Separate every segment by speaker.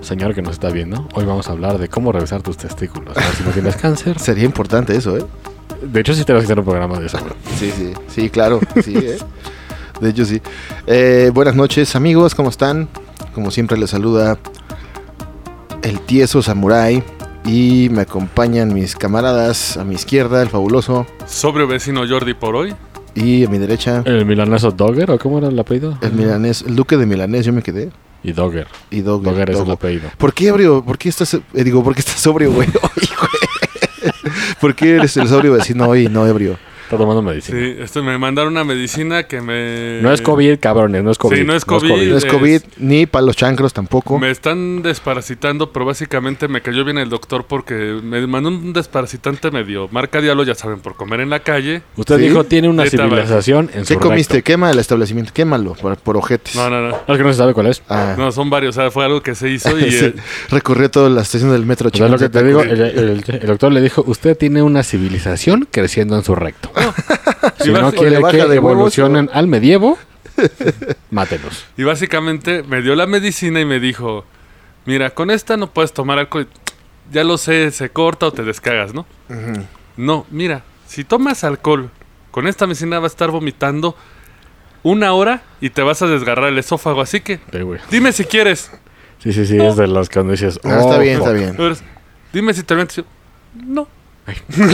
Speaker 1: Señor que nos está viendo, hoy vamos a hablar de cómo revisar tus testículos. A ver si no tienes cáncer.
Speaker 2: Sería importante eso, ¿eh?
Speaker 1: De hecho, sí tenemos que hacer un programa de eso. güey.
Speaker 2: Sí, sí, sí, claro, sí, ¿eh? De hecho, sí. Eh, buenas noches, amigos, ¿cómo están? Como siempre, les saluda el tieso samurai y me acompañan mis camaradas a mi izquierda, el fabuloso,
Speaker 3: Sobrio vecino Jordi por hoy.
Speaker 2: y a mi derecha,
Speaker 1: ¿El milaneso Dogger o cómo era el apellido?
Speaker 2: el milanés, el duque de Milanés, yo me quedé,
Speaker 1: Y Dogger.
Speaker 2: y Dogger.
Speaker 1: Dogger es el
Speaker 2: Dogo.
Speaker 1: apellido.
Speaker 2: ¿Por qué ebrio? ¿Por qué estás, eh, digo, por qué estás sobrio, güey? Oye, güey. ¿Por qué eres el sobrio vecino hoy y no ebrio?
Speaker 1: Está tomando medicina.
Speaker 3: Sí, esto me mandaron una medicina que me.
Speaker 1: No es COVID, cabrones, no es COVID.
Speaker 3: no es COVID.
Speaker 2: No es COVID, ni para los chancros tampoco.
Speaker 3: Me están desparasitando, pero básicamente me cayó bien el doctor porque me mandó un desparasitante medio. Marca diablo, ya saben, por comer en la calle.
Speaker 1: Usted
Speaker 2: Sí.
Speaker 1: dijo tiene una
Speaker 3: Ahí está,
Speaker 1: civilización en su
Speaker 2: ¿Qué comiste?
Speaker 1: recto.
Speaker 2: Quema el establecimiento, quémalo por, por ojetes.
Speaker 3: No, no, no.
Speaker 1: No, es que no se sabe cuál es.
Speaker 2: Ah.
Speaker 3: No, son varios. O sea, fue algo que se hizo y.
Speaker 2: Sí,
Speaker 3: eh,
Speaker 2: Recorrió todas las estaciones del metro.
Speaker 1: O sea, lo que te
Speaker 2: chingando.
Speaker 1: digo, el, el- el doctor le dijo, usted tiene una civilización creciendo en su recto. Si
Speaker 3: Y
Speaker 1: no
Speaker 3: basi-
Speaker 1: quiere
Speaker 2: le Ah. baja
Speaker 1: que
Speaker 2: de huevos,
Speaker 1: evolucionen al medievo, mátenos.
Speaker 3: y básicamente me dio la medicina y me dijo: Mira, con esta no puedes tomar alcohol. Ya lo sé, se corta o te descagas, ¿no?
Speaker 2: Ujú.
Speaker 3: No, mira, si tomas alcohol, con esta medicina vas a estar vomitando una hora y te vas a desgarrar el esófago. Así que,
Speaker 1: Sí, güey.
Speaker 3: dime si quieres.
Speaker 1: Sí, sí, sí, es de las cuando dices,
Speaker 2: No, está
Speaker 1: "Oh,
Speaker 2: bien,
Speaker 1: fuck".
Speaker 2: está bien.
Speaker 3: Pero, Dime si te metes. Yo, No.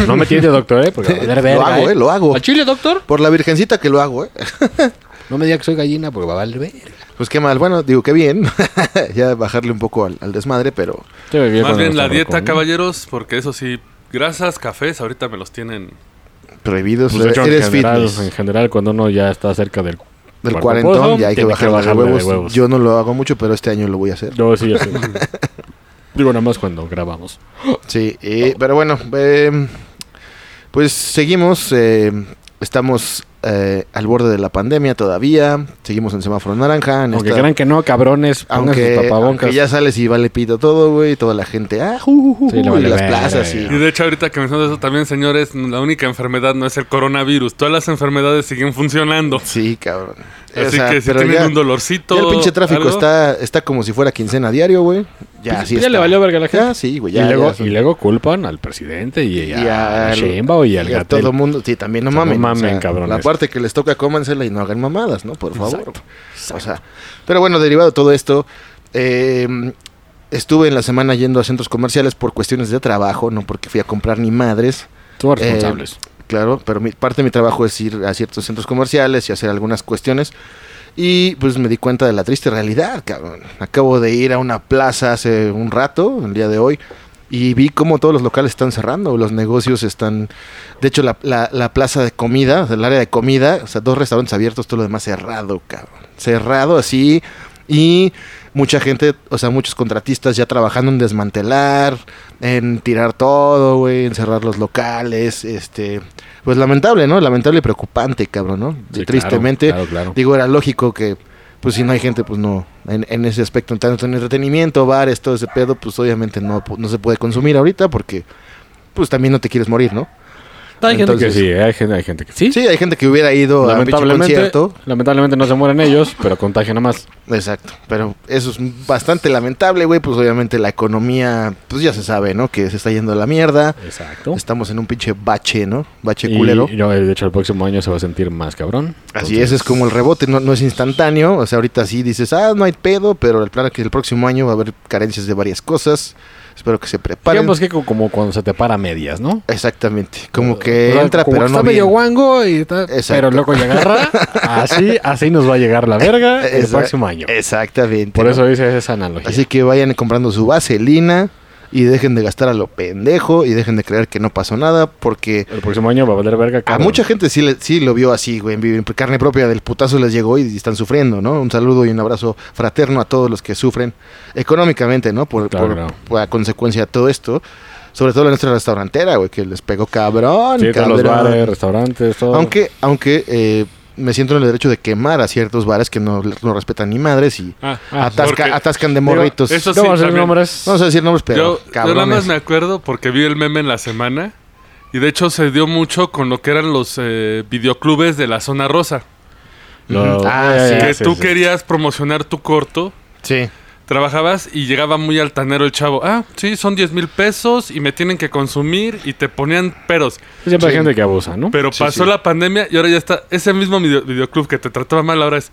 Speaker 1: No me tiente, doctor, ¿eh? Porque va a valer verga.
Speaker 2: Lo hago, eh, lo hago.
Speaker 1: ¿A Chile, doctor?
Speaker 2: Por la virgencita que lo hago, ¿eh?
Speaker 1: No me diga que soy gallina porque va a valer verga.
Speaker 2: Pues qué mal. Bueno, digo, qué bien. ya bajarle un poco al, al desmadre, pero
Speaker 3: Más bien la dieta, caballeros, porque eso sí, grasas, cafés, ahorita me los tienen.
Speaker 2: prohibido. eh,
Speaker 1: Pues, de hecho,
Speaker 2: eres
Speaker 1: en, general, pues,
Speaker 2: fitness.
Speaker 1: en general, cuando uno ya está cerca del...
Speaker 2: Del
Speaker 1: cuarto
Speaker 2: cuarentón
Speaker 1: pozo,
Speaker 2: ya hay que
Speaker 1: tiene que
Speaker 2: bajarle los
Speaker 1: bajarle de
Speaker 2: huevos.
Speaker 1: huevos.
Speaker 2: Yo no lo hago mucho, pero este año lo voy a hacer.
Speaker 1: Yo sí, así. Digo, nada más cuando grabamos.
Speaker 2: Sí, y- pero bueno, eh, pues seguimos. eh, estamos eh, al borde de la pandemia todavía. Seguimos en semáforo naranja. En
Speaker 1: Aunque
Speaker 2: esta-
Speaker 1: crean que no, cabrones, pongan sus
Speaker 2: aunque,
Speaker 1: tapabocas.
Speaker 2: aunque ya sales y vale pito todo, güey, y toda la gente, ah, ju, ju, ju,
Speaker 1: Sí, le
Speaker 2: ju,
Speaker 1: vale
Speaker 2: y las
Speaker 1: verga,
Speaker 2: plazas, y,
Speaker 3: Y de hecho, ahorita que mencionas eso también, señores, la única enfermedad no es el coronavirus. Todas las enfermedades siguen funcionando.
Speaker 2: sí, cabrón. O
Speaker 3: Así
Speaker 2: sea,
Speaker 3: que si
Speaker 2: pero
Speaker 3: tienen
Speaker 2: ya-
Speaker 3: un dolorcito.
Speaker 2: ya el pinche tráfico
Speaker 3: algo,
Speaker 2: está, está como si fuera quincena diario, güey. Ya,
Speaker 1: pues,
Speaker 2: sí
Speaker 1: ya
Speaker 2: está.
Speaker 1: le valió verga a la gente.
Speaker 2: Ya, sí, güey,
Speaker 1: y,
Speaker 2: ya,
Speaker 1: luego,
Speaker 2: ya son-
Speaker 1: y luego culpan al presidente y,
Speaker 2: y
Speaker 1: a
Speaker 2: al-
Speaker 1: Sheinbaum y al
Speaker 2: y a
Speaker 1: Gatell.
Speaker 2: todo mundo, sí, también no
Speaker 1: O sea, no
Speaker 2: mamen.
Speaker 1: mamen, cabrones.
Speaker 2: La parte que les toca, cómansela y no hagan mamadas, ¿no? Por favor.
Speaker 1: Exacto.
Speaker 2: O sea, pero bueno, derivado de todo esto, eh, estuve en la semana yendo a centros comerciales por cuestiones de trabajo, no porque fui a comprar ni madres.
Speaker 1: Somos
Speaker 2: eh,
Speaker 1: responsables.
Speaker 2: Claro, pero mi, parte de mi trabajo es ir a ciertos centros comerciales y hacer algunas cuestiones. Y pues me di cuenta de la triste realidad, cabrón. Acabo de ir a una plaza hace un rato, el día de hoy, y vi cómo todos los locales están cerrando, los negocios están... De hecho, la, la- la plaza de comida, el área de comida, o sea, dos restaurantes abiertos, todo lo demás cerrado, cabrón. Cerrado así. Y mucha gente, o sea, muchos contratistas ya trabajando en desmantelar, en tirar todo, güey, en cerrar los locales, este... Pues lamentable, ¿no? Lamentable y preocupante, cabrón, ¿no?
Speaker 1: Sí, claro,
Speaker 2: Tristemente,
Speaker 1: Claro, claro.
Speaker 2: Digo, era lógico que, pues si no hay gente, pues no, en, en ese aspecto, en tanto en entretenimiento, bares, todo ese pedo, pues obviamente no, pu- no se puede consumir ahorita porque, pues también no te quieres morir, ¿no?
Speaker 1: hay gente que
Speaker 2: entonces-
Speaker 1: sí, hay gente, hay gente que sí.
Speaker 2: Sí, hay gente que hubiera ido a un pinche
Speaker 1: Lamentablemente,
Speaker 2: concierto.
Speaker 1: lamentablemente no se mueren ellos, pero contagian a más.
Speaker 2: Exacto, pero eso es bastante lamentable, güey, pues obviamente la economía, pues ya se sabe, ¿no? Que se está yendo a la mierda,
Speaker 1: Exacto.
Speaker 2: estamos en un pinche bache, ¿no? Bache culero.
Speaker 1: Y, no, de hecho, el próximo año se va a sentir más cabrón.
Speaker 2: Así es, es como el rebote, no, no es instantáneo. O sea, ahorita sí dices, ah, no hay pedo, pero el plan es que el próximo año va a haber carencias de varias cosas. Espero que se preparen.
Speaker 1: Digamos que co- como cuando se te para a medias, ¿no?
Speaker 2: Exactamente, como que
Speaker 1: O sea,
Speaker 2: entra,
Speaker 1: Eh, como
Speaker 2: pero
Speaker 1: que
Speaker 2: no.
Speaker 1: está medio
Speaker 2: viene.
Speaker 1: guango y está-
Speaker 2: Exacto.
Speaker 1: pero loco y agarra. Así, así nos va a llegar la verga el
Speaker 2: Esa-
Speaker 1: próximo año.
Speaker 2: Exactamente.
Speaker 1: Por
Speaker 2: ¿no?
Speaker 1: eso dice esa analogía.
Speaker 2: Así que vayan comprando su vaselina y dejen de gastar a lo pendejo y dejen de creer que no pasó nada, porque
Speaker 1: el próximo año va a valer verga.
Speaker 2: a
Speaker 1: cabrón.
Speaker 2: mucha gente sí, le- sí lo vio así, güey, en vivo, en carne propia del putazo les llegó y están sufriendo, ¿no? Un saludo y un abrazo fraterno a todos los que sufren económicamente, ¿no? Por,
Speaker 1: Claro,
Speaker 2: por-
Speaker 1: claro.
Speaker 2: por la consecuencia de todo esto. Sobre todo la nuestra restaurantera, güey, que les pegó cabrón,
Speaker 1: Sí, todos los
Speaker 2: cabrón.
Speaker 1: bares, restaurantes, todo.
Speaker 2: Aunque, aunque eh, me siento en el derecho de quemar a ciertos bares que no, no respetan ni madres y
Speaker 3: Ah,
Speaker 2: atasca-
Speaker 3: porque-
Speaker 2: atascan de morritos.
Speaker 3: Digo, eso
Speaker 1: no
Speaker 3: sí,
Speaker 1: vamos a hacer
Speaker 3: también.
Speaker 1: nombres.
Speaker 2: No vamos a decir nombres, pero
Speaker 3: yo, yo nada
Speaker 2: cabrones.
Speaker 3: más me acuerdo porque vi el meme en la semana y de hecho se dio mucho con lo que eran los eh, videoclubes de la zona rosa.
Speaker 1: Lo-
Speaker 2: Ah,
Speaker 1: ya,
Speaker 2: sí.
Speaker 1: ya,
Speaker 3: que
Speaker 1: sí,
Speaker 3: tú
Speaker 1: sí.
Speaker 3: querías promocionar tu corto,
Speaker 2: Sí.
Speaker 3: trabajabas y llegaba muy altanero el chavo. Ah, sí, son 10 mil pesos y me tienen que consumir y te ponían peros.
Speaker 1: Siempre hay
Speaker 2: Sí.
Speaker 1: gente que abusa, ¿no?
Speaker 3: Pero
Speaker 2: Sí,
Speaker 3: pasó
Speaker 2: sí.
Speaker 3: la pandemia y ahora ya está. Ese mismo video- videoclub que te trataba mal ahora es.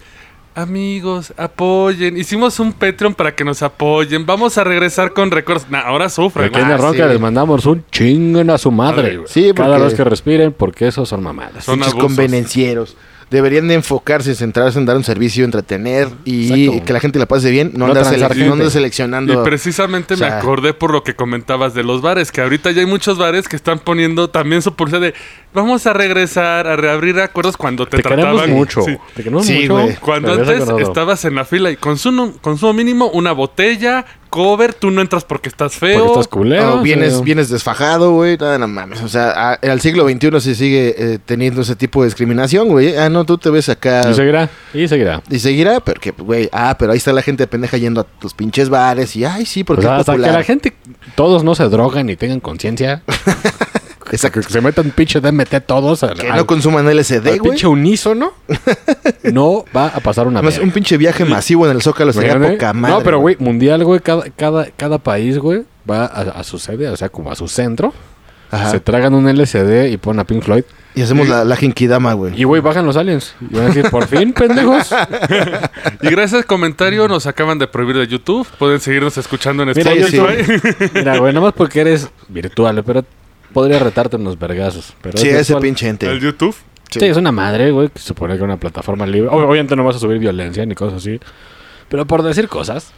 Speaker 3: Amigos, apoyen. Hicimos un Patreon para que nos apoyen. Vamos a regresar con récords. Nah, ahora sufren.
Speaker 1: Pequeña
Speaker 2: Ah,
Speaker 1: ronca
Speaker 2: sí.
Speaker 1: les mandamos un chinguen a su
Speaker 3: Madre,
Speaker 1: madre.
Speaker 3: güey.
Speaker 2: Sí,
Speaker 1: Cada
Speaker 2: porque-
Speaker 1: vez que respiren, porque esos son mamadas.
Speaker 3: Son
Speaker 2: Pinches
Speaker 3: abusos.
Speaker 2: convenencieros. Deberían de enfocarse, centrarse en dar un servicio, entretener y
Speaker 1: Exacto.
Speaker 2: que la gente la pase bien, no,
Speaker 1: No
Speaker 2: andar,
Speaker 1: transar
Speaker 2: sele- no andar
Speaker 1: gente.
Speaker 3: Y
Speaker 2: seleccionando.
Speaker 3: precisamente
Speaker 2: o sea-
Speaker 3: me acordé por lo que comentabas de los bares, que ahorita ya hay muchos bares que están poniendo también su pulsera de vamos a regresar, a reabrir acuerdos cuando te,
Speaker 1: Te queremos
Speaker 3: trataban.
Speaker 1: mucho.
Speaker 3: Sí.
Speaker 1: Te queremos
Speaker 2: Sí,
Speaker 1: mucho.
Speaker 2: güey.
Speaker 3: Cuando
Speaker 1: Regresa
Speaker 3: antes
Speaker 1: con todo.
Speaker 3: estabas en la fila y consumo, consumo mínimo una botella, cover, tú no entras porque estás feo.
Speaker 1: Porque estás culero.
Speaker 2: No, vienes,
Speaker 1: sí.
Speaker 2: vienes desfajado, güey. nada, No, mames. O sea, a- al siglo XXI se sigue eh, teniendo ese tipo de discriminación, güey. Ah, no, tú te ves acá.
Speaker 1: Y seguirá. Y seguirá.
Speaker 2: Y seguirá, pero que, güey, ah, pero ahí está la gente pendeja yendo a tus pinches bares y, ay, sí, porque
Speaker 1: O sea,
Speaker 2: es
Speaker 1: hasta que
Speaker 2: popular.
Speaker 1: la gente, todos no se drogan y tengan conciencia,
Speaker 2: Exacto.
Speaker 1: que se metan pinche DMT todos al,
Speaker 2: Que
Speaker 1: al-
Speaker 2: no consuman LSD,
Speaker 1: al
Speaker 2: güey.
Speaker 1: pinche unísono, no va a pasar una
Speaker 2: Además,
Speaker 1: vez.
Speaker 2: un pinche viaje masivo en el Zócalo sería
Speaker 1: Imagínate.
Speaker 2: poca madre.
Speaker 1: No, pero güey, mundial, güey, cada, cada, cada país, güey, va a, a su sede, o sea, como a su centro.
Speaker 2: Ajá.
Speaker 1: Se tragan un LCD y ponen a Pink Floyd.
Speaker 2: Y hacemos la, la jinkidama, güey.
Speaker 1: Y, güey, bajan los aliens. Y van a decir, por fin, pendejos.
Speaker 3: Y gracias al comentario nos acaban de prohibir de YouTube. Pueden seguirnos escuchando en
Speaker 1: Mira,
Speaker 3: Spotify.
Speaker 2: sí,
Speaker 1: Mira, güey, nada más porque eres virtual, pero podría retarte unos vergazos. Pero
Speaker 2: Sí,
Speaker 1: es
Speaker 2: ese
Speaker 1: virtual.
Speaker 2: pinche
Speaker 3: El
Speaker 2: ente.
Speaker 3: YouTube.
Speaker 1: Sí. es una madre, güey, que se supone que es una plataforma libre. Ob- Obviamente no vas a subir violencia ni cosas así. Pero por decir cosas.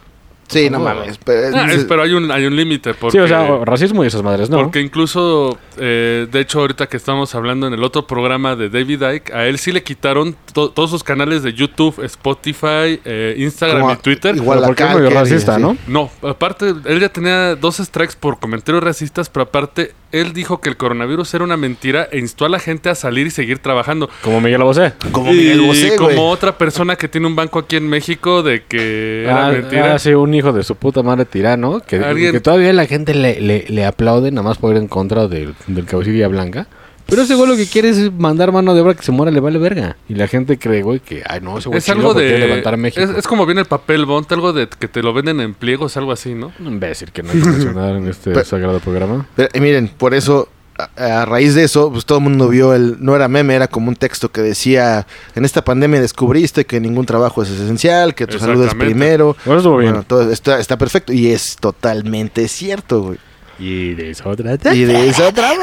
Speaker 2: Sí, no
Speaker 1: Ah,
Speaker 2: mames. Pero,
Speaker 3: Ah, es- pero hay un, hay un límite.
Speaker 1: Sí,
Speaker 3: porque-
Speaker 1: o sea, o- racismo y esas madres, ¿no?
Speaker 3: Porque incluso, eh, de hecho, ahorita que estamos hablando en el otro programa de David Icke, a él sí le quitaron to- todos sus canales de YouTube, Spotify, eh, Instagram
Speaker 2: Como
Speaker 3: y Twitter.
Speaker 2: igual-
Speaker 1: Pero porque es medio
Speaker 2: Guadalajara,
Speaker 1: racista,
Speaker 2: sí.
Speaker 1: ¿no?
Speaker 3: No, aparte, él ya tenía dos strikes por comentarios racistas, pero aparte, él dijo que el coronavirus era una mentira e instó a la gente a salir y seguir trabajando.
Speaker 1: Como Miguel Bosé.
Speaker 2: como
Speaker 3: Y
Speaker 2: Miguel Bosé,
Speaker 3: como
Speaker 2: güey.
Speaker 3: otra persona que tiene un banco aquí en México de que era
Speaker 1: Ah,
Speaker 3: mentira.
Speaker 1: ah, sí, un hijo de su puta madre tirano. Que,
Speaker 3: Alguien-
Speaker 1: que todavía la gente le, le, le aplaude nada más por ir en contra del, del cabecilla blanca. Pero ese güey lo que quiere es mandar mano de obra que se muera, le vale verga. Y la gente cree, güey, que, ay, no, ese güey
Speaker 3: Es algo
Speaker 1: porque quiere
Speaker 3: de...
Speaker 1: levantar México.
Speaker 3: Es, es como viene el papel Bond, algo de que te lo venden en pliegos, algo así, ¿no?
Speaker 1: Un imbécil que no hay que mencionar en este
Speaker 2: Pero-
Speaker 1: sagrado programa.
Speaker 2: Pero, eh, miren, por eso, a, a raíz de eso, pues todo el mundo vio el. No era meme, era como un texto que decía: En esta pandemia descubriste que ningún trabajo es esencial, que tu salud es
Speaker 3: Exactamente.
Speaker 2: primero.
Speaker 1: Bueno, estuvo bien.
Speaker 2: Bueno, todo está, está perfecto. Y es totalmente cierto, güey.
Speaker 1: Y de eso trata.
Speaker 2: Y de esa otra vez.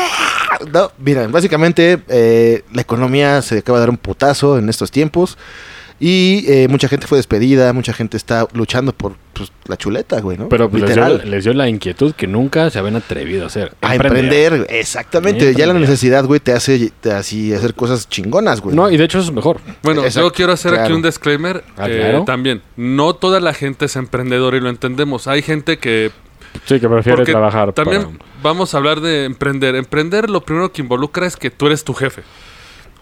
Speaker 2: No, miren, básicamente eh, la economía se acaba de dar un putazo en estos tiempos. Y eh, mucha gente fue despedida, mucha gente está luchando por pues, la chuleta, güey, ¿no?
Speaker 1: Pero pues, les, dio,
Speaker 2: Literal.
Speaker 1: les dio la inquietud que nunca se habían atrevido a hacer.
Speaker 2: A emprender, güey. exactamente. Ya la
Speaker 1: Emprender.
Speaker 2: necesidad, güey, te hace te así hacer cosas chingonas, güey.
Speaker 1: No, y de hecho eso es mejor.
Speaker 3: Bueno,
Speaker 2: Exacto,
Speaker 3: yo quiero hacer aquí
Speaker 2: claro.
Speaker 3: un disclaimer
Speaker 1: Ah,
Speaker 3: eh,
Speaker 1: claro.
Speaker 3: también. No toda la gente es emprendedora y lo entendemos. Hay gente que...
Speaker 1: Sí, que prefiere
Speaker 3: porque
Speaker 1: trabajar.
Speaker 3: También
Speaker 1: para-
Speaker 3: vamos a hablar de emprender. Emprender lo primero que involucra es que tú eres tu jefe.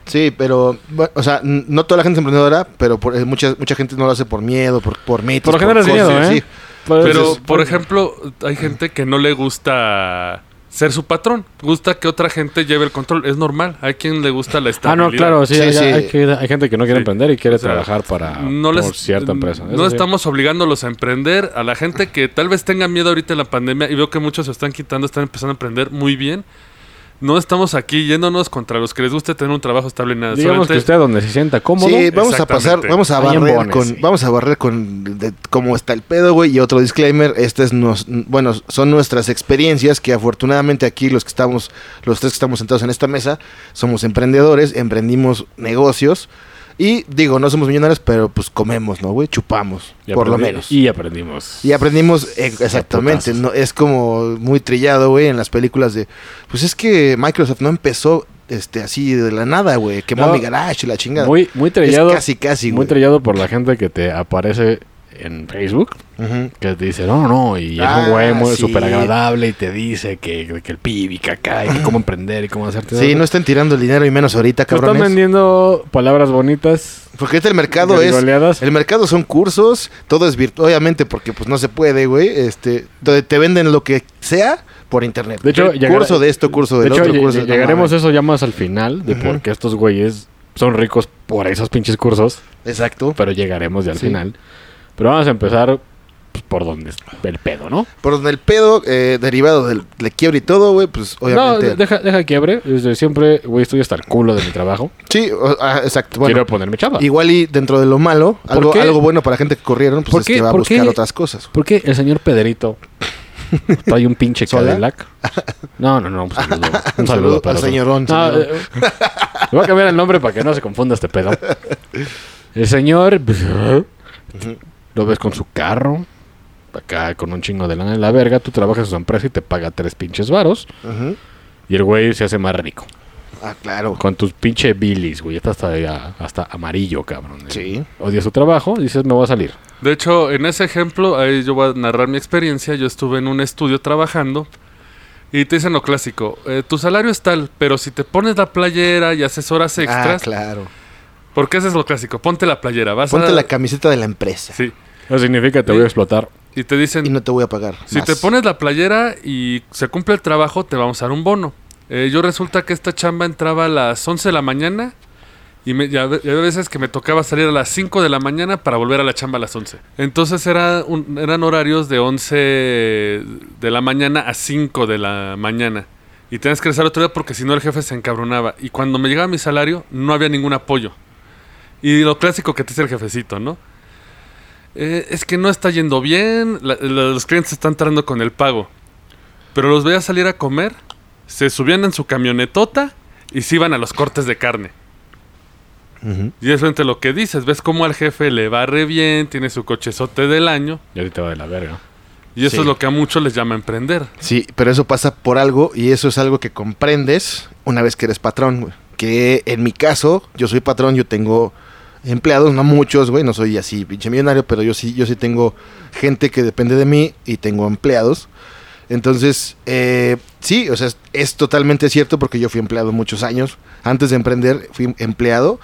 Speaker 2: Sí, pero, bueno, o sea, n- no toda la gente es emprendedora, pero por- eh, mucha, mucha gente no lo hace por miedo, por, por mitos.
Speaker 1: Por lo general es
Speaker 2: cosas,
Speaker 1: miedo, ¿eh?
Speaker 2: sí.
Speaker 1: Pues,
Speaker 3: Pero,
Speaker 1: es-
Speaker 3: por ejemplo, hay gente que no le gusta ser su patrón. Gusta que otra gente lleve el control. Es normal. Hay quien le gusta la
Speaker 1: Ah,
Speaker 3: estabilidad.
Speaker 1: no, claro, sí,
Speaker 2: Sí,
Speaker 1: hay,
Speaker 2: sí.
Speaker 1: hay que- hay gente que no quiere
Speaker 3: Sí.
Speaker 1: emprender y quiere
Speaker 3: O sea,
Speaker 1: trabajar para
Speaker 3: No
Speaker 1: Ah, por
Speaker 3: les,
Speaker 1: cierta empresa.
Speaker 3: No
Speaker 1: Eso sí.
Speaker 3: estamos obligándolos a emprender. A la gente que tal vez tenga miedo ahorita en la pandemia y veo que muchos se están quitando, están empezando a emprender muy bien. No estamos aquí yéndonos contra los que les guste tener un trabajo estable y nada.
Speaker 1: Digamos que
Speaker 3: Solamente-
Speaker 1: usted donde se sienta cómodo. eh,
Speaker 2: Sí, vamos a pasar,
Speaker 3: Exactamente.
Speaker 2: vamos a
Speaker 1: Hay
Speaker 2: barrer
Speaker 1: embones,
Speaker 2: con,
Speaker 1: sí.
Speaker 2: vamos a barrer con de- cómo está el pedo, güey, y otro disclaimer, este es nos, bueno, son nuestras experiencias que afortunadamente aquí los que estamos, los tres que estamos sentados en esta mesa, somos emprendedores, emprendimos negocios y digo, no somos millonarios, pero pues comemos, ¿no, güey? Chupamos,
Speaker 1: Y
Speaker 2: por lo
Speaker 1: aprendi-
Speaker 2: menos.
Speaker 1: Y aprendimos.
Speaker 2: Y aprendimos eh, exactamente,
Speaker 1: putazos.
Speaker 2: no, es como muy trillado, güey, en las películas de, pues es que Microsoft no empezó este así de la nada, güey, quemó
Speaker 1: No.
Speaker 2: mi garage y la chingada.
Speaker 1: Muy, muy trellado.
Speaker 2: Es casi, casi,
Speaker 1: muy
Speaker 2: güey.
Speaker 1: trellado por la gente que te aparece en Facebook
Speaker 2: Ujú.
Speaker 1: que te dice, no, no, y es
Speaker 2: Ah,
Speaker 1: un güey muy
Speaker 2: sí.
Speaker 1: súper agradable y te dice que, que el pibi, que acá, y que cómo emprender y cómo hacerte.
Speaker 2: Sí, no estén tirando el dinero y menos ahorita,
Speaker 1: Pero están
Speaker 2: cabrones.
Speaker 1: vendiendo palabras bonitas.
Speaker 2: Porque ahorita el mercado es...
Speaker 1: garigoleadas.
Speaker 2: El mercado son cursos, todo es virtual, obviamente porque pues no se puede, güey. Este, donde te venden lo que sea por internet.
Speaker 1: De hecho, llegará-
Speaker 2: curso de esto, curso
Speaker 1: De
Speaker 2: del
Speaker 1: hecho,
Speaker 2: otro,
Speaker 1: lle-
Speaker 2: curso
Speaker 1: lle- llegaremos a eso ya más al final, de por qué estos güeyes son ricos por esos pinches cursos,
Speaker 2: Exacto.
Speaker 1: pero llegaremos ya al
Speaker 2: Sí.
Speaker 1: final. Pero vamos a empezar pues, por donde es el pedo, ¿no?
Speaker 2: Por donde el pedo eh, derivado del, de quiebre y todo, güey, pues obviamente.
Speaker 1: No, deja, deja quiebre. Desde siempre, güey, estoy hasta el culo de mi trabajo.
Speaker 2: Sí, o- ah, exacto. Bueno,
Speaker 1: Quiero ponerme chava.
Speaker 2: igual y dentro de lo malo,
Speaker 1: ¿Por
Speaker 2: algo,
Speaker 1: qué?
Speaker 2: algo bueno para gente que corrieron, pues
Speaker 1: ¿Por
Speaker 2: es
Speaker 1: qué?
Speaker 2: que va a
Speaker 1: ¿Por
Speaker 2: buscar
Speaker 1: qué?
Speaker 2: otras cosas.
Speaker 1: ¿Por qué el señor Pederito trae un pinche
Speaker 2: ¿Sola? Ah,
Speaker 1: Cadillac? No, no, no. Un saludo, un
Speaker 2: Un
Speaker 1: saludo
Speaker 2: saludo
Speaker 1: para
Speaker 2: al
Speaker 1: eso.
Speaker 2: señorón,
Speaker 1: No,
Speaker 2: señor.
Speaker 1: eh, le voy a cambiar el nombre para que no se confunda este pedo. El señor. Lo ves con su carro. Acá con un chingo de lana en la verga. Tú trabajas en su empresa y te paga tres pinches varos.
Speaker 2: Ujú.
Speaker 1: Y el güey se hace más rico.
Speaker 2: Ah, claro.
Speaker 1: Con tus pinche bilis, güey. Está hasta, hasta amarillo, cabrón.
Speaker 2: Sí.
Speaker 1: Odia su trabajo, dices, me voy a salir.
Speaker 3: De hecho, en ese ejemplo, ahí yo voy a narrar mi experiencia. Yo estuve en un estudio trabajando y te dicen lo clásico: eh, tu salario es tal, pero si te pones la playera y haces horas
Speaker 2: Ah,
Speaker 3: extras,
Speaker 2: claro.
Speaker 3: porque ese es lo clásico: ponte la playera, vas a.
Speaker 2: Ponte la camiseta de la empresa
Speaker 3: Sí.
Speaker 1: Eso significa te voy a explotar.
Speaker 3: Y te dicen:
Speaker 2: y no te voy a pagar.
Speaker 3: Si
Speaker 2: más.
Speaker 3: te pones la playera y se cumple el trabajo, te vamos a dar un bono. Eh, yo resulta que esta chamba entraba a las 11 de la mañana y, me, ya ve- ya había veces que me tocaba salir a las 5 de la mañana para volver a la chamba a las 11. Entonces era un- eran horarios de 11 de la mañana a 5 de la mañana. Y tenías que regresar otro día porque si no el jefe se encabronaba. Y cuando me llegaba mi salario no había ningún apoyo. Y lo clásico que te dice el jefecito, ¿no? Eh, es que no está yendo bien, la- la- los clientes están entrando con el pago. Pero los veía salir a comer, se subían en su camionetota y se iban a los cortes de carne.
Speaker 2: Ujú.
Speaker 3: Y es frente a lo que dices, ves cómo al jefe le va re bien, tiene su cochezote del año,
Speaker 1: Y ahorita va de la verga.
Speaker 3: y eso
Speaker 2: Sí.
Speaker 3: es lo que a muchos les llama emprender.
Speaker 2: Sí, pero eso pasa por algo y eso es algo que comprendes una vez que eres patrón, güey. Que en mi caso, yo soy patrón, yo tengo empleados, no muchos, güey, no soy así pinche millonario, pero yo sí, yo sí tengo gente que depende de mí y tengo empleados. Entonces, eh, sí, o sea, es, es totalmente cierto porque yo fui empleado muchos años. Antes de emprender, fui empleado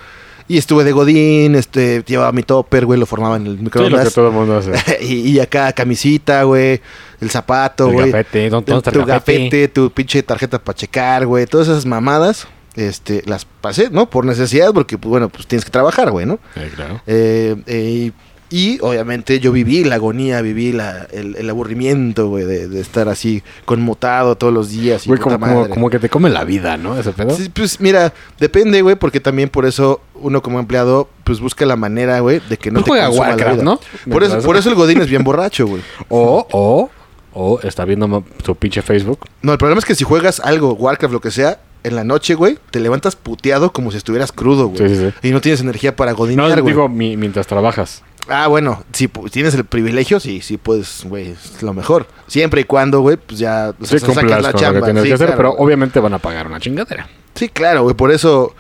Speaker 2: y estuve de godín, este, llevaba mi topper, güey, lo formaba en el
Speaker 1: Sí, lo
Speaker 2: microondas.
Speaker 1: que todo el mundo hace.
Speaker 2: y, y acá camisita, güey, el zapato,
Speaker 1: El
Speaker 2: güey
Speaker 1: gafete, ¿dónde está el
Speaker 2: tu
Speaker 1: gafete?
Speaker 2: gafete, tu pinche tarjeta para checar, güey, todas esas mamadas, este, las pasé, ¿no? Por necesidad, porque, pues, bueno, pues tienes que trabajar, güey, ¿no?
Speaker 1: Eh, claro.
Speaker 2: Eh, eh, y obviamente yo viví la agonía, viví la- el, el aburrimiento, güey, de, de estar así conmutado todos los días. y
Speaker 1: Güey,
Speaker 2: puta
Speaker 1: como, como,
Speaker 2: madre.
Speaker 1: como que te come la vida, ¿no? Ese pedo.
Speaker 2: Sí, pues mira, depende, güey, porque también por eso uno como empleado, pues busca la manera, güey, de que no
Speaker 1: Pues
Speaker 2: te
Speaker 1: juega
Speaker 2: consuma la
Speaker 1: Warcraft,
Speaker 2: vida.
Speaker 1: ¿no?
Speaker 2: Por eso,
Speaker 1: Mientras-
Speaker 2: por eso el Godín es bien borracho, güey.
Speaker 1: O, o, o está viendo ma- su pinche Facebook.
Speaker 2: No, el problema es que si juegas algo, Warcraft, lo que sea, en la noche, güey, te levantas puteado como si estuvieras crudo, güey.
Speaker 1: Sí, sí, sí.
Speaker 2: Y no tienes energía para
Speaker 1: No,
Speaker 2: godinear, güey.
Speaker 1: digo, mi- mientras trabajas.
Speaker 2: Ah, bueno, si pu- tienes el privilegio, sí, sí puedes, güey, es lo mejor. Siempre y cuando, güey, pues ya o sea,
Speaker 1: Sí, cumplas con lo que tienes
Speaker 2: sí,
Speaker 1: que hacer,
Speaker 2: claro,
Speaker 1: pero
Speaker 2: güey.
Speaker 1: obviamente van a pagar una chingadera.
Speaker 2: Sí, claro, güey, por eso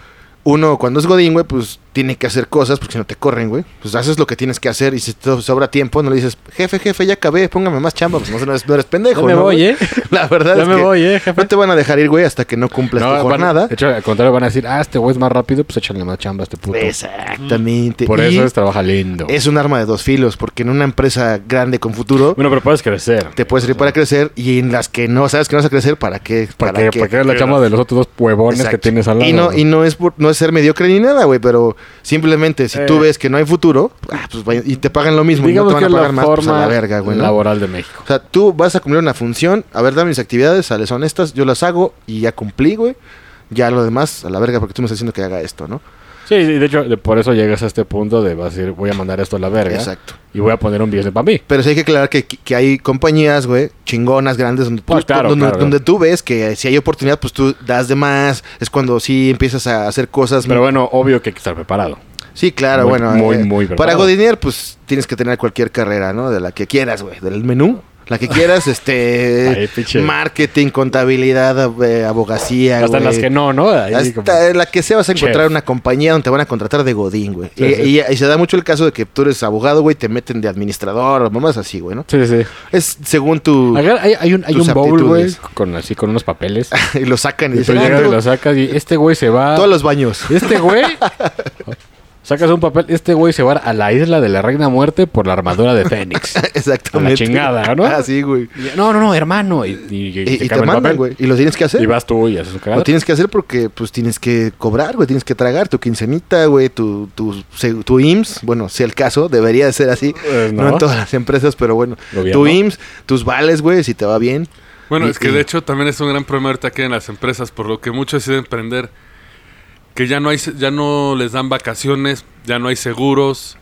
Speaker 2: uno cuando es godín, güey, pues tiene que hacer cosas porque si no te corren, güey. Pues haces lo que tienes que hacer y si te sobra tiempo, no le dices, jefe, jefe, ya acabé, póngame más chamba, pues no, eres, no eres pendejo,
Speaker 1: Ya me
Speaker 2: ¿no,
Speaker 1: voy,
Speaker 2: güey?
Speaker 1: ¿eh?
Speaker 2: La verdad
Speaker 1: Ya
Speaker 2: es
Speaker 1: me
Speaker 2: que
Speaker 1: voy, ¿eh, jefe?
Speaker 2: no te van a dejar ir, güey, hasta que no cumplas
Speaker 1: No, eh,
Speaker 2: tu
Speaker 1: van-
Speaker 2: jornada.
Speaker 1: de hecho, al contrario, van a decir, ah, este güey es más rápido, pues échale más chamba a este puto.
Speaker 2: Exactamente.
Speaker 1: Por
Speaker 2: Y
Speaker 1: eso es trabaja lindo.
Speaker 2: es un arma de dos filos, porque en una empresa grande con futuro
Speaker 1: Bueno, pero puedes crecer.
Speaker 2: te puedes ir para crecer y en las que no sabes que no vas a crecer, ¿para qué?
Speaker 1: Para que, para que hagas la chamba de los otros dos huevones que
Speaker 2: Exacto.
Speaker 1: tienes al lado.
Speaker 2: Y no, y
Speaker 1: güey.
Speaker 2: no es por- no es ser mediocre ni nada, güey, pero simplemente si
Speaker 1: Eh.
Speaker 2: tú ves que no hay futuro, ah, pues vaya- y te pagan lo mismo
Speaker 1: Digamos
Speaker 2: y no
Speaker 1: que
Speaker 2: te
Speaker 1: es
Speaker 2: van a
Speaker 1: la
Speaker 2: pagar más, pues
Speaker 1: forma
Speaker 2: a la verga, güey. ¿no?
Speaker 1: laboral de México.
Speaker 2: O sea, tú vas a cumplir una función, a ver, dame mis actividades, sales honestas, yo las hago y ya cumplí, güey. Ya lo demás, a la verga, porque tú me estás diciendo que haga esto, ¿no?
Speaker 1: Sí, sí, de hecho, de- por eso llegas a este punto de vas a decir, voy a mandar esto a la verga.
Speaker 2: Exacto.
Speaker 1: Y voy a poner un billete para mí.
Speaker 2: Pero sí hay que aclarar que, que hay compañías, güey, chingonas, grandes, donde, tú,
Speaker 1: Ah, claro,
Speaker 2: donde,
Speaker 1: claro.
Speaker 2: donde tú ves que si hay oportunidad, pues tú das de más. Es cuando sí empiezas a hacer cosas.
Speaker 1: Pero bueno, obvio que hay que estar preparado.
Speaker 2: sí, claro,
Speaker 1: muy-
Speaker 2: bueno. eh,
Speaker 1: muy, muy
Speaker 2: para
Speaker 1: preparado.
Speaker 2: Godinier, pues tienes que tener cualquier carrera, ¿no? De la que quieras, güey. Del menú, La que quieras, este.
Speaker 1: Ahí, pinche.
Speaker 2: marketing, contabilidad, eh, abogacía.
Speaker 1: Hasta
Speaker 2: güey.
Speaker 1: las que no, ¿no? Ahí como-
Speaker 2: Hasta en la que sea vas a encontrar
Speaker 1: Chef.
Speaker 2: una compañía donde te van a contratar de Godín, güey.
Speaker 1: Sí,
Speaker 2: y,
Speaker 1: sí.
Speaker 2: y- y se da mucho el caso de que tú eres abogado, güey, te meten de administrador, mamás así, güey, ¿no?
Speaker 1: Sí, sí.
Speaker 2: Es según tu.
Speaker 1: Agar- hay, hay un, hay
Speaker 2: tus
Speaker 1: un bowl, güey,
Speaker 2: aptitudes.
Speaker 1: con, así con unos papeles.
Speaker 2: y lo sacan y,
Speaker 1: Y tú
Speaker 2: dicen, ah,
Speaker 1: llegas y
Speaker 2: tú-
Speaker 1: lo sacas y este güey se va.
Speaker 2: todos los baños.
Speaker 1: Este güey. Sacas un papel, este güey se va a la isla de la Reina Muerte por la armadura de Fénix.
Speaker 2: Exactamente.
Speaker 1: A la chingada, ¿no?
Speaker 2: Así, güey.
Speaker 1: Y, no, no, no, hermano. Y, y- y
Speaker 2: Y,
Speaker 1: te
Speaker 2: y te
Speaker 1: cambia el
Speaker 2: mandan,
Speaker 1: papel.
Speaker 2: güey. Y lo tienes que hacer.
Speaker 1: Y vas tú y haces un
Speaker 2: Lo
Speaker 1: cagado.
Speaker 2: tienes que hacer porque, pues, tienes que cobrar, güey. Tienes que tragar tu quincenita, güey. Tu, tu, se- tu IMSS. Bueno, si el caso, debería de ser así.
Speaker 1: Eh,
Speaker 2: no.
Speaker 1: no.
Speaker 2: en todas las empresas, pero bueno.
Speaker 1: Gobierno.
Speaker 2: Tu IMSS, tus vales, güey, si te va bien.
Speaker 3: Bueno,
Speaker 2: Y-
Speaker 3: es que
Speaker 2: y-
Speaker 3: de hecho también es un gran problema ahorita aquí en las empresas, por lo que muchos deciden emprender, que ya no hay, se- ya no les dan vacaciones, ya no hay seguros,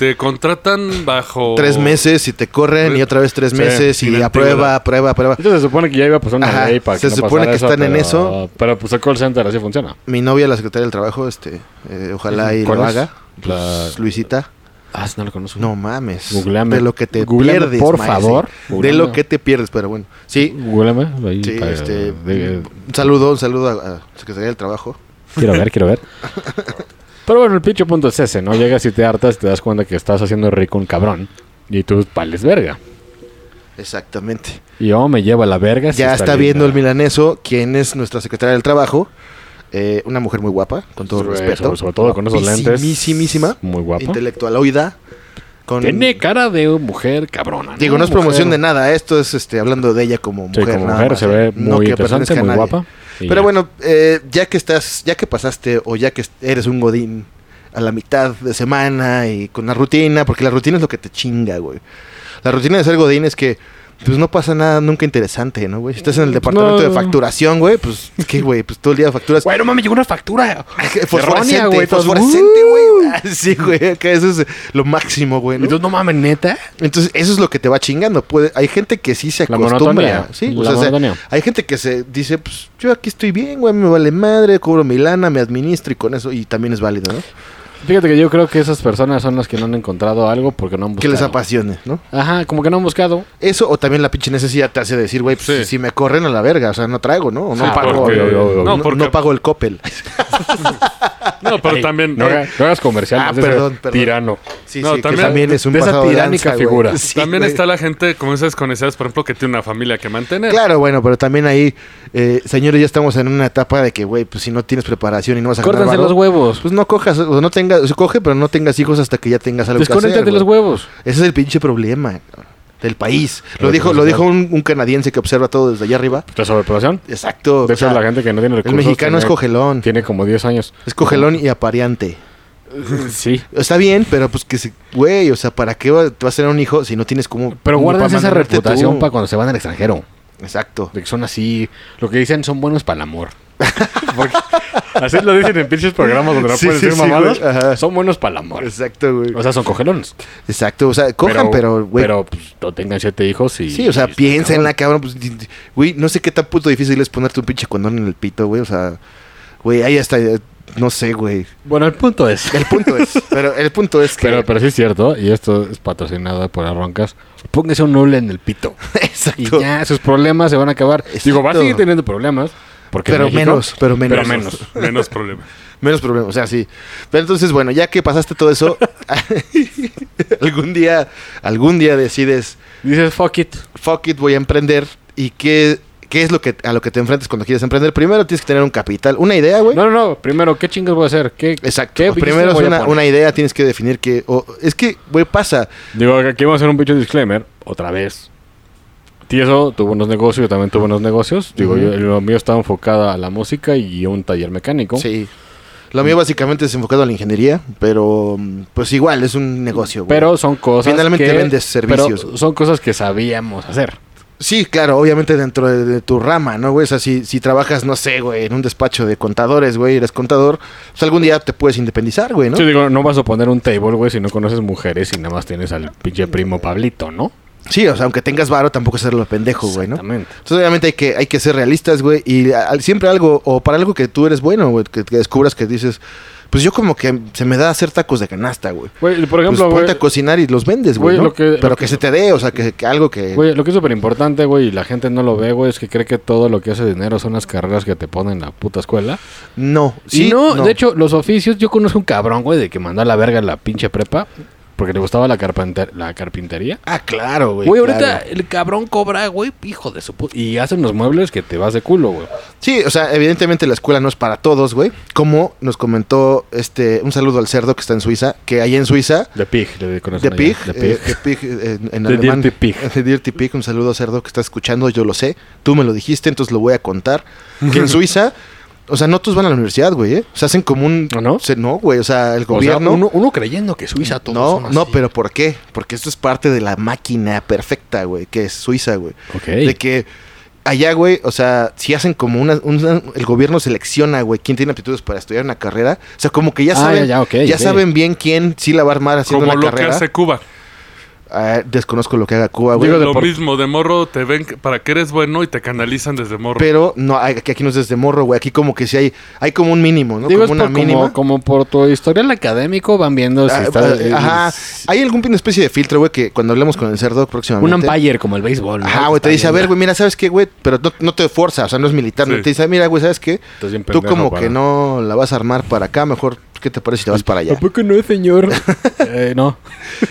Speaker 3: te contratan bajo
Speaker 2: Tres meses y te corren y otra vez tres
Speaker 1: Sí,
Speaker 2: meses
Speaker 3: sin
Speaker 2: y
Speaker 3: antigüedad.
Speaker 2: aprueba, aprueba, aprueba.
Speaker 1: Entonces se supone que ya iba a pasar una
Speaker 2: Ajá,
Speaker 1: ley para que
Speaker 2: se
Speaker 1: no
Speaker 2: supone
Speaker 1: pasara
Speaker 2: que están en
Speaker 1: pero-
Speaker 2: eso.
Speaker 1: Pero pues el call center así funciona.
Speaker 2: Mi novia, la secretaria del trabajo, este, eh, ojalá y
Speaker 1: ¿Cuál
Speaker 2: lo
Speaker 1: es?
Speaker 2: haga.
Speaker 1: La-
Speaker 2: Pues, Luisita.
Speaker 1: Ah, no lo conozco.
Speaker 2: No mames.
Speaker 1: Googleame.
Speaker 2: De lo que te
Speaker 1: Googleame,
Speaker 2: pierdes.
Speaker 1: por
Speaker 2: maese.
Speaker 1: favor.
Speaker 2: De lo
Speaker 1: Googleame.
Speaker 2: que te pierdes, pero bueno. Sí,
Speaker 1: Googleame ahí
Speaker 2: sí,
Speaker 1: para-
Speaker 2: este.
Speaker 1: de-
Speaker 2: Un saludo, un saludo a, a Secretaría del Trabajo.
Speaker 1: Quiero ver, quiero ver. Pero bueno, el pinche punto es ese, ¿no? Llegas y te hartas y te das cuenta que estás haciendo rico un cabrón. Y tú pales verga.
Speaker 2: Exactamente.
Speaker 1: Y oh, me lleva la verga. si
Speaker 2: ya está, viendo el
Speaker 1: linda.
Speaker 2: milaneso, quien es nuestra secretaria del Trabajo. Eh, una mujer muy guapa, con todo
Speaker 1: Sobre-
Speaker 2: respeto.
Speaker 1: Sobre, sobre todo con esos lentes.
Speaker 2: Guapísimísima.
Speaker 1: Muy guapa.
Speaker 2: Intelectualoida. Con,
Speaker 1: Tiene cara de mujer cabrona.
Speaker 2: Digo, no es promoción de nada, esto es este, hablando de ella como
Speaker 1: Sí,
Speaker 2: mujer.
Speaker 1: como
Speaker 2: nada
Speaker 1: mujer
Speaker 2: más,
Speaker 1: se
Speaker 2: eh,
Speaker 1: ve
Speaker 2: no
Speaker 1: muy
Speaker 2: que
Speaker 1: interesante,
Speaker 2: pertenezca a
Speaker 1: muy
Speaker 2: nadie.
Speaker 1: guapa. y
Speaker 2: Pero
Speaker 1: ya.
Speaker 2: bueno, eh, ya que estás, ya que pasaste o ya que est- eres un godín a la mitad de semana y con la rutina, porque la rutina es lo que te chinga, güey. La rutina de ser godín es que pues no pasa nada nunca interesante, ¿no, güey? Si estás en el departamento de
Speaker 1: no.
Speaker 2: facturación, güey, pues qué, güey, pues todo el día facturas.
Speaker 1: Güey, no mames, llegó una factura.
Speaker 2: Fosforescente,
Speaker 1: errónea, güey, todos,
Speaker 2: fosforescente,
Speaker 1: "Uh".
Speaker 2: güey. Ah, Sí, güey, que eso es lo máximo, güey. ¿no?
Speaker 1: Entonces, no mames, neta.
Speaker 2: Entonces, eso es lo que te va chingando. Puede, hay gente que sí se
Speaker 1: La
Speaker 2: acostumbra.
Speaker 1: monotonía.
Speaker 2: Sí,
Speaker 1: La
Speaker 2: o sea, se-
Speaker 1: monotonía.
Speaker 2: hay gente que se dice, pues yo aquí estoy bien, güey, me vale madre, cobro mi lana, me administro y con eso, y también es válido, ¿no?
Speaker 1: Pues Fíjate que yo creo que esas personas son las que no han encontrado algo porque no han buscado.
Speaker 2: Que les apasione, ¿no?
Speaker 1: Ajá, como que no han buscado.
Speaker 2: Eso, o también la pinche necesidad te hace decir, güey, pues
Speaker 3: Sí.
Speaker 2: si me corren a la verga, o sea, no traigo, ¿no? O no,
Speaker 1: Ah,
Speaker 2: pago,
Speaker 1: porque-
Speaker 2: no-
Speaker 3: no,
Speaker 2: no
Speaker 3: porque-
Speaker 2: pago el Coppel.
Speaker 3: No, pero también
Speaker 1: No, haga- no hagas comerciales.
Speaker 2: Ah,
Speaker 1: de ese
Speaker 2: perdón, perdón.
Speaker 1: Tirano.
Speaker 2: Sí,
Speaker 3: No,
Speaker 2: sí, que
Speaker 3: también-
Speaker 2: también es un
Speaker 1: de esa
Speaker 2: pasado de
Speaker 1: tiránica
Speaker 2: lanza, güey.
Speaker 1: figura.
Speaker 2: Sí,
Speaker 3: también
Speaker 2: güey.
Speaker 3: está la gente, como esas conocidas, por ejemplo, que tiene una familia que mantener.
Speaker 2: Claro, bueno, pero también ahí, eh, señores, ya estamos en una etapa de que, güey, pues si no tienes preparación y no vas a ganar
Speaker 1: Córtense
Speaker 2: varo,
Speaker 1: los huevos.
Speaker 2: Pues no cojas, o no tengas, o sea, coge, pero no tengas hijos hasta que ya tengas algo que hacer.
Speaker 1: Desconéctate los
Speaker 2: güey.
Speaker 1: huevos.
Speaker 2: Ese es el pinche problema cabrón, del país. Lo
Speaker 1: Pero
Speaker 2: dijo,
Speaker 1: que
Speaker 2: lo
Speaker 1: no se
Speaker 2: dijo un, un canadiense que observa todo desde allá arriba.
Speaker 1: ¿La sobrepoblación?
Speaker 2: Exacto.
Speaker 1: De
Speaker 2: o
Speaker 1: hecho,
Speaker 2: sea,
Speaker 1: la gente que no tiene
Speaker 2: el
Speaker 1: recursos.
Speaker 2: mexicano
Speaker 1: tiene-
Speaker 2: es cogelón.
Speaker 1: Tiene como 10 años.
Speaker 2: Es cogelón y apareante.
Speaker 1: Sí.
Speaker 2: Está bien, pero pues que se, güey, o sea, ¿para qué va- te vas a tener un hijo si no tienes como
Speaker 1: Pero guardas esa reputación
Speaker 2: reputación
Speaker 1: para cuando se van al extranjero.
Speaker 2: Exacto.
Speaker 1: De que son así. Lo que dicen son buenos para el amor. Porque así lo dicen en pinches programas donde no
Speaker 2: Sí,
Speaker 1: pueden
Speaker 2: sí,
Speaker 1: decir
Speaker 2: sí,
Speaker 1: mamadas.
Speaker 2: güey, ajá.
Speaker 1: son buenos para el amor.
Speaker 2: Exacto, güey.
Speaker 1: O sea, son cogelones.
Speaker 2: Exacto, o sea, cojan, pero güey.
Speaker 1: Pero pues, no tengan siete hijos y.
Speaker 2: Sí, o sea, piénsenla, cabrón. Pues, di- di- güey, no sé qué tan puto difícil es ponerte un pinche condón en el pito, güey. O sea, güey, ahí hasta, eh, no sé, güey.
Speaker 1: Bueno, el punto es.
Speaker 2: El punto es, pero el punto es que...
Speaker 1: Pero, pero sí es cierto, y esto es patrocinado por Arroncas. Póngase un hule en el pito. Y
Speaker 2: exacto.
Speaker 1: ya, sus problemas se van a acabar.
Speaker 2: Exacto.
Speaker 1: Digo, va a seguir teniendo problemas. Porque
Speaker 2: Pero
Speaker 1: en México-
Speaker 2: menos, pero menos.
Speaker 1: Pero menos.
Speaker 3: Menos problema.
Speaker 2: Menos problema, o sea, sí. Pero entonces, bueno, ya que pasaste todo eso, algún día, algún día decides,
Speaker 1: Dices, fuck it.
Speaker 2: fuck it, voy a emprender. ¿Y qué, qué es lo que a lo que te enfrentas cuando quieres emprender? Primero tienes que tener un capital, una idea, güey.
Speaker 1: No, no, no. Primero, ¿qué chingas voy a hacer? ¿Qué,
Speaker 2: Exacto. Pues
Speaker 1: ¿qué
Speaker 2: Primero es
Speaker 1: voy a
Speaker 2: una,
Speaker 1: poner?
Speaker 2: una idea, tienes que definir que... o- es que, güey, pasa.
Speaker 1: Digo, aquí vamos a hacer un pinche disclaimer. Otra vez. Tieso tuvo unos negocios, yo también tuve unos negocios. Digo,
Speaker 2: Ujú.
Speaker 1: yo- lo mío estaba enfocada a la música y un taller mecánico.
Speaker 2: Sí. Lo mío básicamente es enfocado a la ingeniería, pero mm, pues igual es un negocio. güey.
Speaker 1: Pero son cosas
Speaker 2: Finalmente
Speaker 1: que...
Speaker 2: vendes servicios.
Speaker 1: pero son cosas que sabíamos hacer.
Speaker 2: Sí, claro, obviamente dentro de, de tu rama, ¿no, güey? O sea, si, si trabajas, no sé, güey, en un despacho de contadores, güey, eres contador, pues algún día te puedes independizar, güey, ¿no?
Speaker 1: Yo
Speaker 2: Sí,
Speaker 1: digo, no vas a poner un table, güey, si no conoces mujeres y nada más tienes al pinche primo Pablito, ¿no?
Speaker 2: o sea, aunque tengas varo, tampoco es hacerlo pendejo, güey, ¿no?
Speaker 1: Exactamente.
Speaker 2: Entonces, obviamente hay que, hay que ser realistas, güey, y a- al- siempre algo, o para algo que tú eres bueno, güey, que, que descubras que dices, Pues yo como que se me da hacer tacos de canasta, güey.
Speaker 1: Güey, por
Speaker 2: Pues
Speaker 1: ejemplo,
Speaker 2: ponte
Speaker 1: güey,
Speaker 2: a cocinar y los vendes,
Speaker 1: Güey,
Speaker 2: güey. ¿no?
Speaker 1: lo que-
Speaker 2: Pero
Speaker 1: lo
Speaker 2: que, se te dé, o sea, que, que algo que.
Speaker 1: güey, lo que es súper importante, güey, y la gente no lo ve, güey, es que cree que todo lo que hace dinero son las carreras que te ponen en la puta escuela.
Speaker 2: No, sí.
Speaker 1: y no, de hecho, los oficios, yo conozco un cabrón, güey, de que mandó a la verga la pinche prepa porque le gustaba la, carpenter- la carpintería.
Speaker 2: Ah, claro, güey.
Speaker 1: Güey,
Speaker 2: claro.
Speaker 1: ahorita el cabrón cobra, güey, hijo de su puta. Y hacen los muebles que te vas de culo, güey.
Speaker 2: Sí, o sea, evidentemente la escuela no es para todos, güey. Como nos comentó este, un saludo al cerdo que está en Suiza, que ahí en Suiza,
Speaker 1: De Pig, le conocen
Speaker 2: de
Speaker 1: Pues, allá,
Speaker 2: Pig,
Speaker 1: De
Speaker 2: eh,
Speaker 1: Pig.
Speaker 2: de Pig, eh, en, en
Speaker 1: De
Speaker 2: alemán.
Speaker 1: Dirty Pig.
Speaker 2: De Dirty Pig, un saludo cerdo que está escuchando, yo lo sé. Tú me lo dijiste, entonces lo voy a contar. Que en Suiza, o sea, no todos van a la universidad, güey, ¿eh? O sea, hacen como un.
Speaker 1: ¿Ah, no?
Speaker 2: se- no, güey, o sea, el
Speaker 1: O sea,
Speaker 2: gobierno.
Speaker 1: uno, uno creyendo que Suiza todos
Speaker 2: no,
Speaker 1: son
Speaker 2: no,
Speaker 1: así.
Speaker 2: pero ¿por qué? Porque esto es parte de la máquina perfecta, güey, que es Suiza, güey.
Speaker 1: Ok.
Speaker 2: De que allá, güey, o sea, si hacen como una, una- El gobierno selecciona, güey, quién tiene aptitudes para estudiar una carrera. O sea, como que ya
Speaker 1: Ah,
Speaker 2: saben.
Speaker 1: ya, ya, ok, ok.
Speaker 2: saben bien quién sí la va a armar haciendo
Speaker 3: Como
Speaker 2: una
Speaker 3: lo
Speaker 2: carrera.
Speaker 3: que hace Cuba.
Speaker 2: Ah, desconozco lo que haga Cuba, güey.
Speaker 1: Digo, de
Speaker 3: lo
Speaker 1: por-
Speaker 3: mismo, de morro te ven que- para que eres bueno y te canalizan desde morro.
Speaker 2: Pero no, hay- aquí, aquí no es desde morro, güey. Aquí como que sí hay, hay como un mínimo, ¿no?
Speaker 1: Digo, es
Speaker 2: como una
Speaker 1: por- como, como por tu historial académico van viendo si
Speaker 2: Ah,
Speaker 1: está...
Speaker 2: ah, ajá.
Speaker 1: es-
Speaker 2: Hay alguna especie de filtro, güey, que cuando hablemos con el cerdo próximamente.
Speaker 1: Un umpire como el béisbol. ¿no?
Speaker 2: Ajá, güey,
Speaker 1: Está
Speaker 2: te dice, a
Speaker 1: bien,
Speaker 2: ver, güey, mira, ¿sabes qué, güey? Pero no, no te fuerza, o sea, no es militar, no
Speaker 3: Sí.
Speaker 2: te dice, "Ah, mira, güey, ¿sabes qué?
Speaker 1: estás bien
Speaker 2: Tú
Speaker 1: pendejo
Speaker 2: como
Speaker 1: para-
Speaker 2: que no la vas a armar para acá, mejor, ¿qué te parece si te vas para allá?
Speaker 1: ¿A poco no, señor? Eh, no.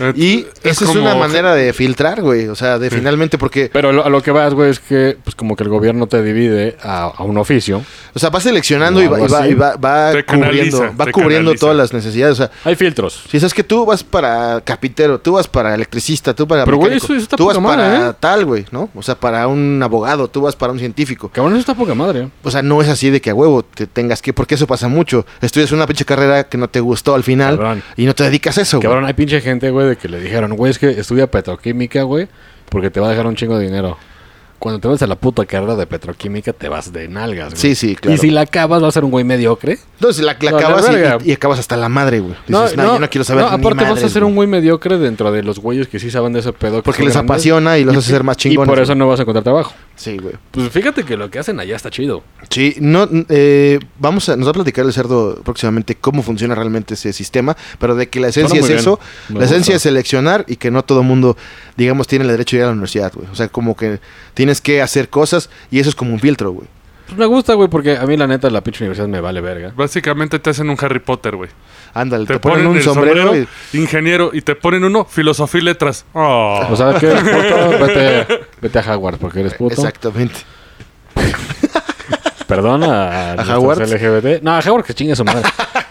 Speaker 3: Eh,
Speaker 2: Y esa es,
Speaker 3: como-
Speaker 2: una manera de filtrar, güey, o sea, de finalmente, porque,
Speaker 1: Pero lo- a lo que vas, güey, es que pues como que el gobierno te divide a, a un oficio.
Speaker 2: o sea, va seleccionando y
Speaker 1: No,
Speaker 2: va, y
Speaker 1: algo
Speaker 2: va,
Speaker 1: así.
Speaker 2: y va- va
Speaker 3: Te canaliza,
Speaker 2: cubriendo, va
Speaker 3: te
Speaker 2: cubriendo
Speaker 3: canaliza.
Speaker 2: todas las necesidades, o sea,
Speaker 1: Hay filtros.
Speaker 2: si sabes que tú vas para carpintero, tú vas para electricista, tú para
Speaker 1: Pero, güey,
Speaker 2: mecánico,
Speaker 1: eso- eso está
Speaker 2: tú vas
Speaker 1: poca madre,
Speaker 2: para
Speaker 1: ¿eh?
Speaker 2: tal, güey, ¿no? O sea, para un abogado, tú vas para un científico.
Speaker 1: Cabrón, eso está poca madre.
Speaker 2: O sea, no es así de que a huevo te tengas que, porque eso pasa mucho. Estudias una pinche carrera que no te gustó al final
Speaker 1: Cabrón.
Speaker 2: y no te dedicas a eso, güey.
Speaker 1: Cabrón, hay pinche gente, güey, de que le dijeron, güey, es que estudia petroquímica, güey, porque te va a dejar un chingo de dinero. Cuando te vas a la puta carrera de petroquímica, te vas de nalgas, güey.
Speaker 2: Sí, sí, claro.
Speaker 1: Y si la acabas, vas a ser un güey mediocre.
Speaker 2: Entonces la, la
Speaker 1: No, la
Speaker 2: acabas y-
Speaker 1: verga.
Speaker 2: y, y acabas hasta la madre, güey. Dices, no, yo no quiero saber
Speaker 1: no,
Speaker 2: ni
Speaker 1: aparte vas a
Speaker 2: madres,
Speaker 1: ser un
Speaker 2: güey".
Speaker 1: güey mediocre dentro de los güeyes que sí saben de ese pedo. que
Speaker 2: Porque
Speaker 1: son
Speaker 2: les
Speaker 1: grandes,
Speaker 2: apasiona y los hace ser más
Speaker 1: Y
Speaker 2: chingones.
Speaker 1: por eso
Speaker 2: güey.
Speaker 1: no vas a encontrar trabajo.
Speaker 2: Sí, güey.
Speaker 1: Pues fíjate que lo que hacen allá está chido.
Speaker 2: Sí, no, n- eh, vamos a, nos va a platicar el cerdo próximamente cómo funciona realmente ese sistema, pero de que la
Speaker 1: Suena
Speaker 2: esencia es
Speaker 1: muy bien.
Speaker 2: eso,
Speaker 1: Me
Speaker 2: la esencia
Speaker 1: gusta.
Speaker 2: es seleccionar y que no todo mundo, digamos, tiene el derecho de ir a la universidad, güey. O sea, como que tienes que hacer cosas y eso es como un filtro, güey.
Speaker 1: Pues me gusta, güey, porque a mí la neta la pinche universidad me vale verga.
Speaker 3: Básicamente te hacen un Harry Potter, güey.
Speaker 2: Ándale,
Speaker 3: Te, ponen, un sombrero, ingeniero, y te ponen uno, filosofía y letras. Oh.
Speaker 1: O sea, que eres puto, vete, vete a Howard porque eres
Speaker 2: y-
Speaker 1: puto.
Speaker 2: Exactamente.
Speaker 1: Perdón a,
Speaker 2: ¿A
Speaker 1: nuestros
Speaker 2: Howard?
Speaker 1: LGBT. No, a Howard que chingue su madre.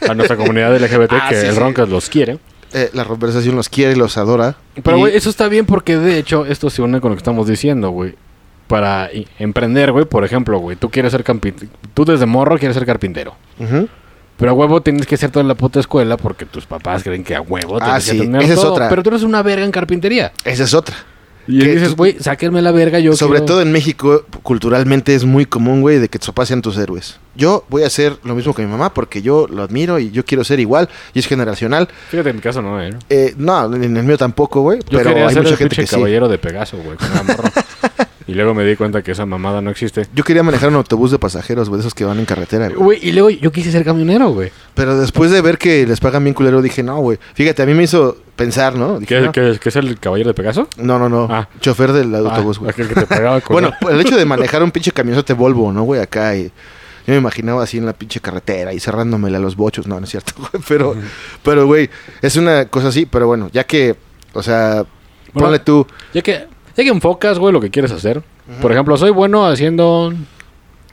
Speaker 1: A nuestra comunidad LGBT
Speaker 2: Ah,
Speaker 1: que
Speaker 2: sí,
Speaker 1: el
Speaker 2: sí.
Speaker 1: Roncas los quiere.
Speaker 2: Eh, la conversación los quiere y los adora.
Speaker 1: Pero,
Speaker 2: Y-
Speaker 1: güey, eso está bien porque, de hecho, esto se une con lo que estamos diciendo, güey. Para i- emprender, güey, por ejemplo, güey, tú quieres ser carpintero. Tú desde morro quieres ser carpintero.
Speaker 2: Ujú.
Speaker 1: Pero a huevo tienes que hacer toda la puta escuela porque tus papás creen que a huevo tienes
Speaker 2: Ah,
Speaker 1: que
Speaker 2: sí,
Speaker 1: tener
Speaker 2: esa es
Speaker 1: todo.
Speaker 2: otra.
Speaker 1: Pero tú eres una verga en carpintería.
Speaker 2: Esa es otra.
Speaker 1: Y
Speaker 2: Que
Speaker 1: dices,
Speaker 2: tú-
Speaker 1: güey, sáquenme la verga yo
Speaker 2: Sobre
Speaker 1: quiero-
Speaker 2: todo en México, culturalmente es muy común, güey, de que tus papás sean tus héroes. Yo voy a hacer lo mismo que mi mamá porque yo lo admiro y yo quiero ser igual y es generacional.
Speaker 1: Fíjate, en mi caso no, ¿eh?
Speaker 2: Eh, no, en el mío tampoco, güey,
Speaker 1: Yo
Speaker 2: pero
Speaker 1: quería
Speaker 2: hay
Speaker 1: ser
Speaker 2: mucha
Speaker 1: el
Speaker 2: gente
Speaker 1: pinche
Speaker 2: que sí.
Speaker 1: caballero de Pegaso, güey, con una morra. y luego me di cuenta que esa mamada no existe.
Speaker 2: Yo quería manejar un autobús de pasajeros, güey, de esos que van en carretera, güey.
Speaker 1: Güey, y luego yo quise ser camionero, güey.
Speaker 2: Pero después de ver que les pagan bien culero, dije, no, güey. Fíjate, a mí me hizo pensar, ¿no? Dije,
Speaker 1: ¿Qué,
Speaker 2: no.
Speaker 1: qué- qué es el caballero de Pegaso?
Speaker 2: no, no, no.
Speaker 1: Ah.
Speaker 2: Chofer del
Speaker 1: Ah,
Speaker 2: autobús, güey.
Speaker 1: aquel que te pagaba con...
Speaker 2: Bueno, el hecho de manejar un pinche camionzote Volvo, ¿no, güey? Acá y... Yo me imaginaba así en la pinche carretera y cerrándomela a los bochos. No, no es cierto, güey. Pero, pero, güey, es una cosa así. Pero bueno, ya que, o sea, ponle tú...
Speaker 1: Ya que, ya que enfocas, güey, lo que quieres hacer. Por ejemplo, soy bueno haciendo...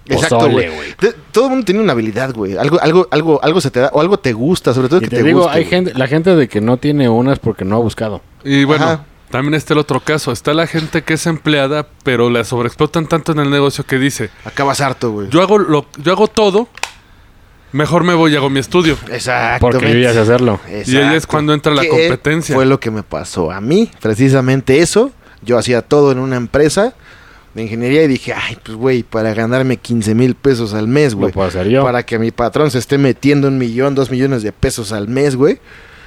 Speaker 2: Exacto,
Speaker 1: pozole,
Speaker 2: güey. De- Todo el mundo tiene una habilidad, güey. Algo, algo, algo, algo se te da, o algo te gusta, sobre todo
Speaker 1: Y
Speaker 2: que
Speaker 1: te,
Speaker 2: te,
Speaker 1: digo,
Speaker 2: guste,
Speaker 1: hay
Speaker 2: güey.
Speaker 1: gente, la gente de que no tiene unas porque no ha buscado.
Speaker 3: Y bueno,
Speaker 2: Ajá.
Speaker 3: también está el otro caso. Está la gente que es empleada, pero la sobreexplotan tanto en el negocio que dice,
Speaker 2: Acabas harto, güey.
Speaker 3: yo hago, lo, yo hago todo, mejor me voy y hago mi estudio.
Speaker 2: Exacto.
Speaker 1: Porque yo ya sé hacerlo.
Speaker 3: Y ahí es cuando entra la
Speaker 2: Que
Speaker 3: competencia.
Speaker 2: Fue lo que me pasó a mí, precisamente eso. Yo hacía todo en una empresa de ingeniería y dije, ay, pues güey, para ganarme 15 mil pesos al mes,
Speaker 1: Lo
Speaker 2: güey.
Speaker 1: puedo hacer yo.
Speaker 2: Para que mi patrón se esté metiendo un millón, dos millones de pesos al mes, güey.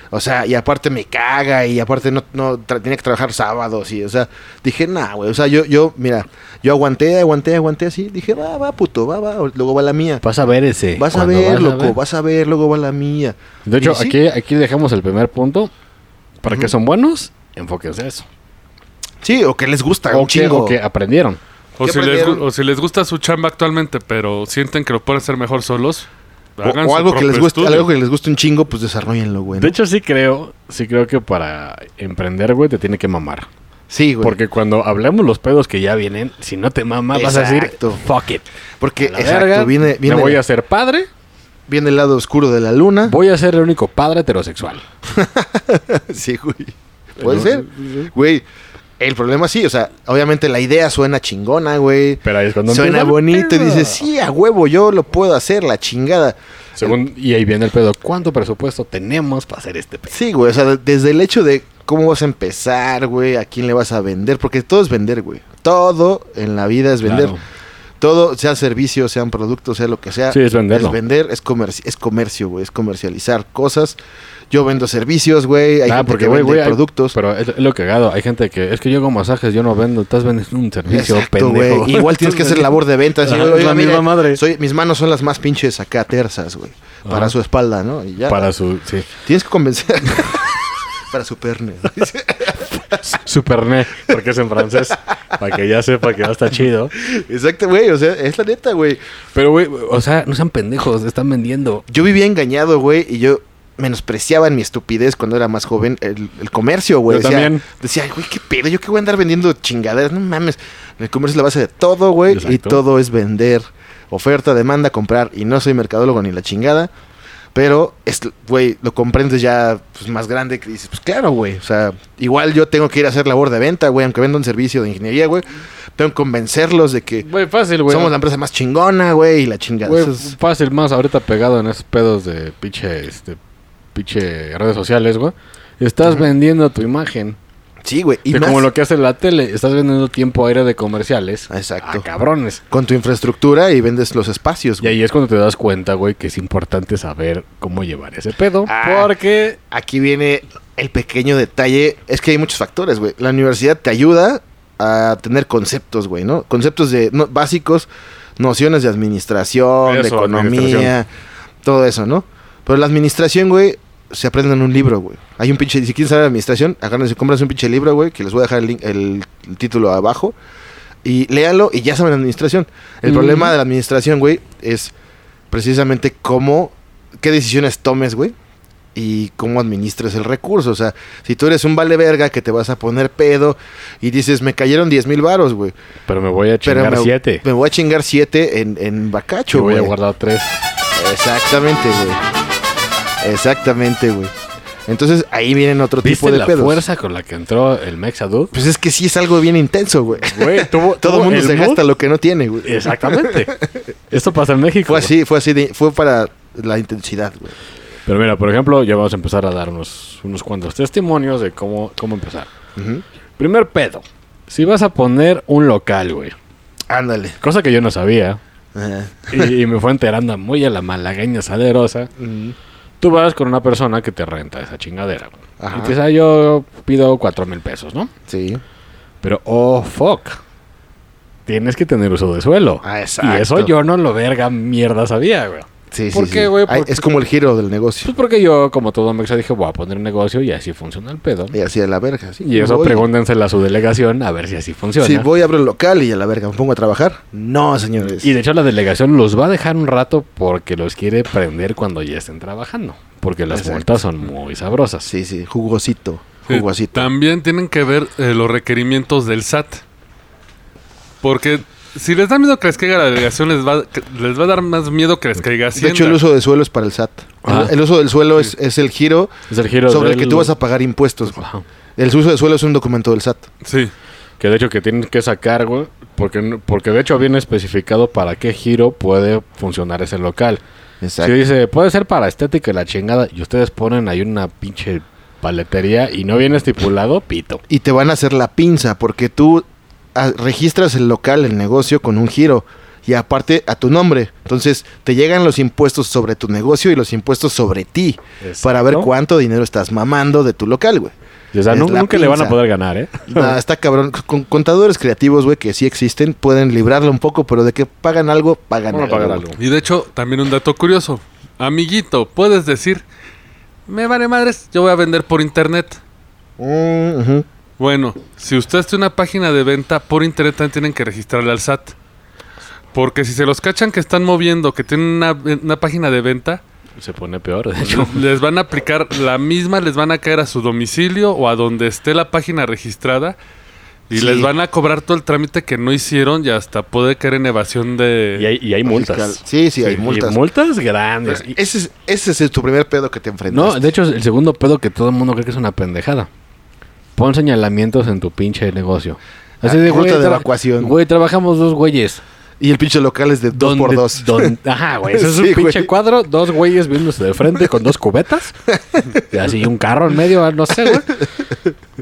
Speaker 2: O sea, y aparte me caga y aparte no, no tra- tiene que trabajar sábados y, o sea, dije, nah, güey, o sea, yo, yo, mira, yo aguanté, aguanté, aguanté así, dije, va, va, puto, va, va, luego va la mía.
Speaker 1: Vas a ver ese.
Speaker 2: Vas a
Speaker 1: Pues, cuando
Speaker 2: ver,
Speaker 1: vas
Speaker 2: loco,
Speaker 1: ver.
Speaker 2: vas a ver, luego va la mía.
Speaker 1: De hecho,
Speaker 2: Y sí,
Speaker 1: aquí, aquí dejamos el primer punto. ¿Para qué
Speaker 2: Ujú.
Speaker 1: son buenos? Enfóquense a eso.
Speaker 2: Sí, o que les gusta
Speaker 1: o,
Speaker 2: un
Speaker 1: que,
Speaker 2: chingo.
Speaker 1: o que aprendieron.
Speaker 3: O
Speaker 2: ¿Qué
Speaker 3: si, les,
Speaker 2: aprendieron?
Speaker 3: gu- o si les gusta su chamba actualmente, pero sienten que lo pueden hacer mejor solos.
Speaker 2: O-
Speaker 3: hagan
Speaker 2: o
Speaker 3: su
Speaker 2: algo que
Speaker 3: propio
Speaker 2: les guste,
Speaker 3: estudio.
Speaker 2: algo que les guste un chingo, pues desarrollenlo, güey. ¿no?
Speaker 1: De hecho, sí creo, sí creo que para emprender, güey, te tiene que mamar.
Speaker 2: sí, güey.
Speaker 1: Porque cuando hablamos los pedos que ya vienen, si no te mama, vas a decir,
Speaker 2: Exacto.
Speaker 1: fuck it.
Speaker 2: Porque
Speaker 1: A la
Speaker 2: exacto,
Speaker 1: verga,
Speaker 2: viene, viene,
Speaker 1: me voy a ser padre,
Speaker 2: viene el lado oscuro de la luna.
Speaker 1: voy a ser el único padre heterosexual.
Speaker 2: sí, güey. Puede
Speaker 1: No,
Speaker 2: ser. Güey, el problema sí, o sea, obviamente la idea suena chingona, güey.
Speaker 1: Pero ahí es cuando
Speaker 2: Suena
Speaker 1: empieza el
Speaker 2: bonito y
Speaker 1: pedo.
Speaker 2: dices, sí, a huevo, yo lo puedo hacer, la chingada.
Speaker 1: Según, y ahí viene el pedo, ¿cuánto presupuesto tenemos para hacer este pedo?
Speaker 2: Sí, güey, o sea, de- desde el hecho de cómo vas a empezar, güey, a quién le vas a vender, porque todo es vender, güey. Todo en la vida es vender.
Speaker 1: Claro.
Speaker 2: Todo, sea servicio, sean productos, sea lo que sea.
Speaker 1: Sí, es venderlo.
Speaker 2: Es vender, es, comerci- es comercio, güey, es comercializar cosas. Yo vendo servicios, güey, hay
Speaker 1: Ah,
Speaker 2: gente
Speaker 1: porque,
Speaker 2: que
Speaker 1: güey,
Speaker 2: vende
Speaker 1: güey, hay-
Speaker 2: productos.
Speaker 1: Pero es, es lo cagado. Hay gente que es que yo hago masajes, yo no vendo. Estás vendiendo un servicio,
Speaker 2: Exacto,
Speaker 1: pendejo.
Speaker 2: güey. Igual tienes que hacer labor de ventas.
Speaker 1: Ajá, es la misma "Ah, madre.
Speaker 2: mis manos son las más pinches acá tersas, güey. Para
Speaker 1: Ajá.
Speaker 2: su espalda, ¿no? Y ya.
Speaker 1: Para su. Sí.
Speaker 2: Tienes que convencer. para su perne.
Speaker 1: Superné, porque es en francés. para que ya sepa que va a estar chido.
Speaker 2: Exacto, güey. O sea, es la neta, güey.
Speaker 1: Pero, güey, o sea, no sean pendejos. Están vendiendo.
Speaker 2: Yo vivía engañado, güey, y yo menospreciaba en mi estupidez cuando era más joven el, el comercio, güey.
Speaker 1: Yo
Speaker 2: Decía-
Speaker 1: también.
Speaker 2: Decía, "Ay, güey, qué pedo, yo qué voy a andar vendiendo chingaderas, no mames. El comercio es la base de todo, güey, y
Speaker 1: Exacto.
Speaker 2: todo es vender. Oferta, demanda, comprar, y no soy mercadólogo ni la chingada. Pero, es- güey, lo comprendes ya pues, más grande que dices, pues claro, güey. O sea, igual yo tengo que ir a hacer labor de venta, güey, aunque venda un servicio de ingeniería, güey. Tengo que convencerlos de que
Speaker 1: Güey, fácil, güey.
Speaker 2: somos la empresa más chingona, güey, y la chingada.
Speaker 1: Güey,
Speaker 2: Eso es-
Speaker 1: fácil más ahorita pegado en esos pedos de pinche, este, pinche redes sociales, güey. Estás vendiendo tu imagen.
Speaker 2: Sí, güey.
Speaker 1: Y
Speaker 2: Y más-
Speaker 1: como lo que hace la tele, estás vendiendo tiempo aire de comerciales.
Speaker 2: Ah, Exacto.
Speaker 1: A cabrones.
Speaker 2: con tu infraestructura y vendes los
Speaker 1: Ah,
Speaker 2: espacios,
Speaker 1: Y
Speaker 2: güey.
Speaker 1: ahí es cuando te das cuenta, güey, que es importante saber cómo llevar ese pedo.
Speaker 2: Ah.
Speaker 1: Porque
Speaker 2: Aquí viene el pequeño detalle. Es que hay muchos factores, güey. La universidad te ayuda a tener conceptos, güey, ¿no? Conceptos de no- básicos, nociones de administración, de
Speaker 3: Eso,
Speaker 2: economía,
Speaker 3: administración.
Speaker 2: todo eso, ¿no? Pero la administración, güey, se aprende en un libro, güey. Hay un pinche, si quieren saber administración, agárrense, compras un pinche libro, güey, que les voy a dejar el, link- el- el título abajo. Y léanlo y ya saben administración. El
Speaker 1: Mm.
Speaker 2: problema de la administración, güey, es precisamente cómo, qué decisiones tomes, güey, y cómo administres el recurso. O sea, si tú eres un vale verga que te vas a poner pedo y dices, me cayeron 10 mil varos, güey.
Speaker 1: Pero me voy a
Speaker 2: Pero
Speaker 1: chingar
Speaker 2: me,
Speaker 1: siete.
Speaker 2: me voy a chingar 7 en, en
Speaker 1: Yo
Speaker 2: bacacho,
Speaker 1: voy
Speaker 2: güey.
Speaker 1: a guardar tres.
Speaker 2: Exactamente, güey. Exactamente, güey. Entonces ahí vienen otro tipo
Speaker 1: ¿Viste
Speaker 2: de
Speaker 1: la
Speaker 2: pedos.
Speaker 1: fuerza con la que entró el Mexadud?
Speaker 2: Pues es que sí es algo bien intenso, güey.
Speaker 1: Güey, tuvo,
Speaker 2: Todo
Speaker 1: tuvo
Speaker 2: el mundo se
Speaker 1: mood.
Speaker 2: gasta lo que no tiene, güey.
Speaker 1: Exactamente. Esto pasa en México.
Speaker 2: Fue así, fue así, de- fue para la intensidad, güey.
Speaker 1: Pero mira, por ejemplo, ya vamos a empezar a dar unos, unos cuantos testimonios de cómo, cómo empezar.
Speaker 2: Ujú.
Speaker 1: Primer pedo. Si vas a poner un local, güey.
Speaker 2: Ándale.
Speaker 1: Cosa que yo no sabía.
Speaker 2: Ajá.
Speaker 1: Y, y me fue enterando muy a la malagueña salerosa.
Speaker 2: Ujú.
Speaker 1: Tú vas con una persona que te renta esa chingadera. güey.
Speaker 2: Ajá.
Speaker 1: Y te dice, "Ah, yo pido cuatro mil pesos, ¿no?
Speaker 2: Sí.
Speaker 1: Pero, oh, fuck. Tienes que tener uso de suelo.
Speaker 2: Ah, exacto.
Speaker 1: Y eso yo no lo verga mierda sabía, güey.
Speaker 2: Sí, sí,
Speaker 1: ¿Por
Speaker 2: sí.
Speaker 1: qué, güey?
Speaker 2: Ay,
Speaker 1: Porque-
Speaker 2: Es como el giro del negocio.
Speaker 1: Pues porque yo, como todo mexa, dije, voy a poner un negocio y así funciona el pedo.
Speaker 2: Y así a la verga. Sí,
Speaker 1: Y eso
Speaker 2: Eh, voy.
Speaker 1: pregúntensela a su delegación a ver si así funciona.
Speaker 2: Si voy, abro el local y a la verga me pongo a trabajar. No, señores.
Speaker 1: Y de hecho la delegación los va a dejar un rato porque los quiere prender cuando ya estén trabajando. Porque las
Speaker 2: Exacto.
Speaker 1: multas son muy sabrosas.
Speaker 2: Sí, sí, jugosito.
Speaker 3: Eh,
Speaker 2: Jugosito.
Speaker 3: También tienen que ver eh, los requerimientos del SAT. Porque si les da miedo que les caiga la delegación, les va, que- les va a dar más miedo que les caiga
Speaker 2: de
Speaker 3: Hacienda.
Speaker 2: hecho, el uso de suelo es para el SAT.
Speaker 1: Ah.
Speaker 2: El, el uso del suelo es, es el giro
Speaker 1: Es el giro
Speaker 2: sobre el
Speaker 1: del-
Speaker 2: que tú vas a pagar impuestos. güey.
Speaker 1: Ajá.
Speaker 2: El uso de suelo es un documento del SAT.
Speaker 3: Sí.
Speaker 1: Que de hecho que tienen que sacar, güey, porque, no- porque de hecho viene especificado para qué giro puede funcionar ese local. Si dice, puede ser para estética y la chingada, y ustedes ponen ahí una pinche paletería y no viene estipulado, pito.
Speaker 2: Y te van a hacer la pinza porque tú ah, registras el local, el negocio con un giro. y aparte a tu nombre. Entonces te llegan los impuestos sobre tu negocio y los impuestos sobre ti
Speaker 1: Exacto.
Speaker 2: para ver cuánto dinero estás mamando de tu local, güey.
Speaker 1: O sea,
Speaker 2: Es
Speaker 1: nu-
Speaker 2: la
Speaker 1: nunca le van a
Speaker 2: pinza.
Speaker 1: poder ganar, ¿eh?
Speaker 2: Nah, está cabrón. Con contadores creativos, güey, que sí existen, pueden librarlo un poco, pero de que pagan algo, pagan
Speaker 1: Van a
Speaker 2: algo.
Speaker 1: pagar
Speaker 2: güey.
Speaker 1: algo.
Speaker 3: Y de hecho, también un dato curioso. Amiguito, puedes decir, me vale madres, yo voy a vender por internet.
Speaker 2: Mm, ujú.
Speaker 3: Bueno, si usted tiene una página de venta por internet, también tienen que registrarle al SAT. Porque si se los cachan que están moviendo, que tienen una, una página de venta,
Speaker 1: Se pone peor, de hecho.
Speaker 3: les van a aplicar la misma, les van a caer a su domicilio o a donde esté la página registrada. Y
Speaker 2: Sí.
Speaker 3: les van a cobrar todo el trámite que no hicieron y hasta puede caer en evasión de...
Speaker 1: Y hay, y hay
Speaker 2: Fiscal.
Speaker 1: multas.
Speaker 2: Sí, sí, hay
Speaker 1: y
Speaker 2: multas.
Speaker 1: multas grandes. Y-
Speaker 2: Ese es, ese es el- tu primer pedo que te enfrentas.
Speaker 1: no, de hecho, es el segundo pedo que todo el mundo cree que es una pendejada. Pon señalamientos en tu pinche negocio. Así
Speaker 2: Ah,
Speaker 1: de,
Speaker 2: ruta
Speaker 1: güey,
Speaker 2: de
Speaker 1: traba-
Speaker 2: evacuación.
Speaker 1: Güey, trabajamos dos güeyes.
Speaker 2: Y el pinche local es de dos
Speaker 1: Donde-
Speaker 2: por dos.
Speaker 1: don- ajá, güey. Eso es
Speaker 2: Sí,
Speaker 1: un pinche
Speaker 2: güey.
Speaker 1: cuadro, dos güeyes viéndose de frente con dos cubetas. Y así un carro en medio, ah, no sé, güey.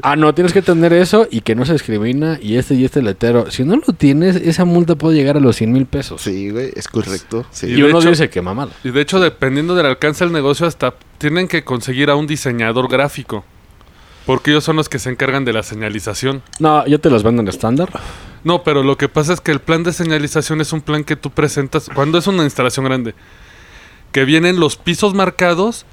Speaker 1: Ah, no, tienes que tener eso y que no se discrimina y este y este letero. Si no lo tienes, esa multa puede llegar a los 100 mil pesos.
Speaker 2: Sí, güey, es correcto. Sí.
Speaker 1: Y,
Speaker 3: Y de
Speaker 1: uno
Speaker 3: hecho-
Speaker 1: dice que mamada.
Speaker 3: Y de hecho, dependiendo del alcance del negocio, hasta tienen que conseguir a un diseñador gráfico. Porque ellos son los que se encargan de la señalización.
Speaker 1: No, yo te los vendo en estándar.
Speaker 3: No, pero lo que pasa es que el plan de señalización es un plan que tú presentas cuando es una instalación grande. Que vienen los pisos marcados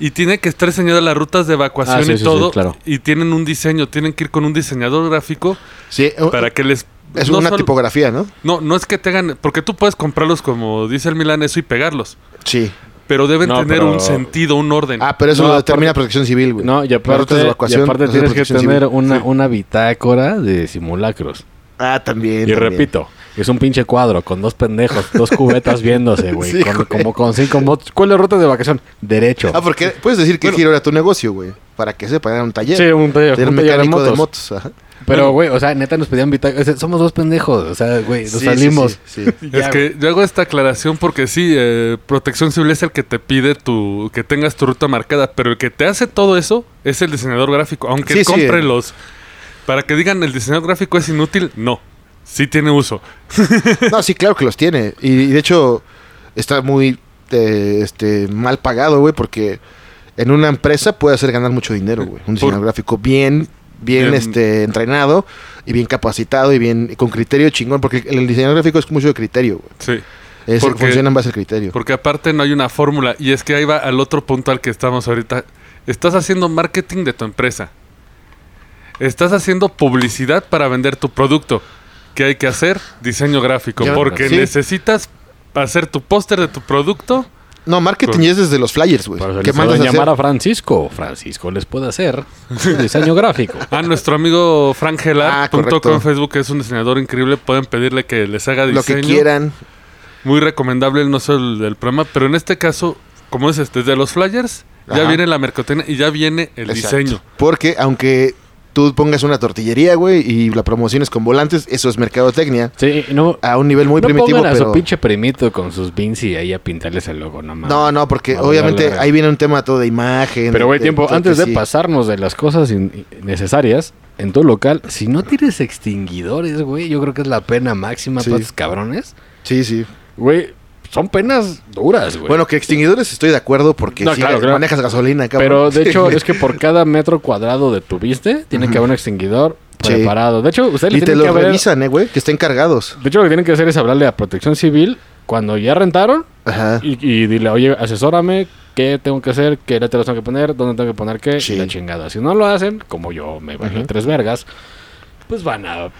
Speaker 3: y tiene que estar diseñada las rutas de evacuación
Speaker 1: Ah, sí,
Speaker 3: y
Speaker 1: sí, sí,
Speaker 3: todo.
Speaker 1: claro.
Speaker 3: Y tienen un diseño, tienen que ir con un diseñador gráfico
Speaker 2: Sí, eh,
Speaker 3: para que les...
Speaker 2: es
Speaker 3: no
Speaker 2: una
Speaker 3: solo-
Speaker 2: tipografía, ¿no?
Speaker 3: No, no es que te hagan... Porque tú puedes comprarlos como dice el Milan eso y pegarlos.
Speaker 2: Sí.
Speaker 3: Pero deben
Speaker 1: No,
Speaker 3: tener
Speaker 1: pero-
Speaker 3: un sentido, un orden.
Speaker 2: Ah, pero eso
Speaker 1: No,
Speaker 2: lo determina Protección Civil, güey.
Speaker 1: No, y
Speaker 2: Las
Speaker 1: aparte,
Speaker 2: rutas de
Speaker 1: y
Speaker 2: evacuación
Speaker 1: aparte
Speaker 2: las de
Speaker 1: tienes que
Speaker 2: Protección
Speaker 1: tener
Speaker 2: Civil.
Speaker 1: una, una bitácora de simulacros.
Speaker 2: Ah, también.
Speaker 1: Y
Speaker 2: también.
Speaker 1: repito, es un pinche cuadro con dos pendejos, dos cubetas viéndose, güey.
Speaker 2: Sí,
Speaker 1: con-
Speaker 2: güey.
Speaker 1: Como con cinco motos. ¿Cuál es la ruta de vacación? Derecho.
Speaker 2: Ah, porque puedes decir que giro era tu negocio, güey. Para que sepa, era un taller.
Speaker 1: Sí, un taller-
Speaker 2: Era
Speaker 1: un taller de
Speaker 2: mecánico de
Speaker 1: motos.
Speaker 2: motos. ajá.
Speaker 1: Pero, güey, o sea, neta nos pedían bitácora. o sea, somos dos pendejos. O sea, güey, nos
Speaker 2: Sí, sí,
Speaker 1: salimos.
Speaker 2: sí, sí.
Speaker 1: Ya,
Speaker 3: es que yo hago esta aclaración porque sí, eh, Protección Civil es el que te pide tu que tengas tu ruta marcada, pero el que te hace todo eso es el diseñador gráfico, aunque
Speaker 2: Sí, sí.
Speaker 3: compre los para que digan el diseñador gráfico es inútil, no. Sí tiene uso.
Speaker 2: No, sí, claro que los tiene. Y, y de hecho, está muy eh, este, mal pagado, güey, porque en una empresa puede hacer ganar mucho dinero, güey. Un diseñador
Speaker 3: Por-
Speaker 2: gráfico bien, bien,
Speaker 3: Bien.
Speaker 2: este, entrenado y bien capacitado y bien con criterio chingón, porque el, el diseñador gráfico es mucho de criterio, güey.
Speaker 3: Sí.
Speaker 2: Es,
Speaker 3: Porque-
Speaker 2: funciona en base al criterio.
Speaker 3: Porque aparte no hay una fórmula y es que ahí va al otro punto al que estamos ahorita. Estás haciendo marketing de tu empresa. Estás haciendo publicidad para vender tu producto. ¿Qué hay que hacer? Diseño gráfico.
Speaker 2: Ya,
Speaker 3: porque
Speaker 2: sí.
Speaker 3: necesitas hacer tu póster de tu producto.
Speaker 2: No, marketing
Speaker 3: Por-
Speaker 2: es desde los flyers, güey.
Speaker 1: Para
Speaker 2: Pues, ¿Qué
Speaker 1: que
Speaker 2: mandas a hacer?
Speaker 1: llamar a Francisco. Francisco les puede hacer su diseño gráfico.
Speaker 3: A nuestro amigo
Speaker 2: Ah, correcto.
Speaker 3: frangelar.com en Facebook es un diseñador increíble. Pueden pedirle que les haga diseño.
Speaker 2: Lo que quieran.
Speaker 3: Muy recomendable, no solo el del programa, pero en este caso, como dices, desde los flyers ya
Speaker 2: Ajá.
Speaker 3: viene la mercotecnia y ya viene el
Speaker 2: Exacto.
Speaker 3: diseño.
Speaker 2: Porque aunque tú pongas una tortillería, güey, y la promociones con volantes, eso es mercadotecnia.
Speaker 1: Sí, no.
Speaker 2: A un nivel Ah, muy
Speaker 1: no
Speaker 2: primitivo,
Speaker 1: pongan a su
Speaker 2: pero...
Speaker 1: pinche primito con sus Vinci ahí a pintarles el logo, no mames.
Speaker 2: No, no, porque
Speaker 1: Madre,
Speaker 2: obviamente
Speaker 1: madre.
Speaker 2: ahí viene un tema todo de imagen.
Speaker 1: Pero, güey,
Speaker 2: de-
Speaker 1: tiempo,
Speaker 2: de-
Speaker 1: antes de
Speaker 2: sí.
Speaker 1: pasarnos de las cosas in- necesarias en tu local, si no tienes extinguidores, güey, yo creo que es la pena máxima
Speaker 2: Sí.
Speaker 1: para estos cabrones.
Speaker 2: Sí, sí.
Speaker 1: Güey, son penas duras, güey.
Speaker 2: Bueno, que extinguidores estoy de acuerdo porque
Speaker 1: No,
Speaker 2: sí,
Speaker 1: claro, claro.
Speaker 2: manejas gasolina,
Speaker 1: pero
Speaker 2: cabrón.
Speaker 1: de hecho
Speaker 2: Sí,
Speaker 1: es que por cada metro cuadrado de tu viste, tiene que haber un extinguidor
Speaker 2: Sí.
Speaker 1: preparado. De hecho, ustedes le
Speaker 2: Y te
Speaker 1: tienen que
Speaker 2: lo
Speaker 1: haber-
Speaker 2: revisan, eh, güey, que estén cargados.
Speaker 1: De hecho, lo que tienen que hacer es hablarle a Protección Civil cuando ya rentaron
Speaker 2: Ajá.
Speaker 1: y, y dile, oye, asesórame qué tengo que hacer, qué letras tengo que poner, dónde tengo que poner qué,
Speaker 2: Sí.
Speaker 1: y la chingada. Si no lo hacen, como yo me bajé
Speaker 2: Ujú.
Speaker 1: tres vergas, pues van a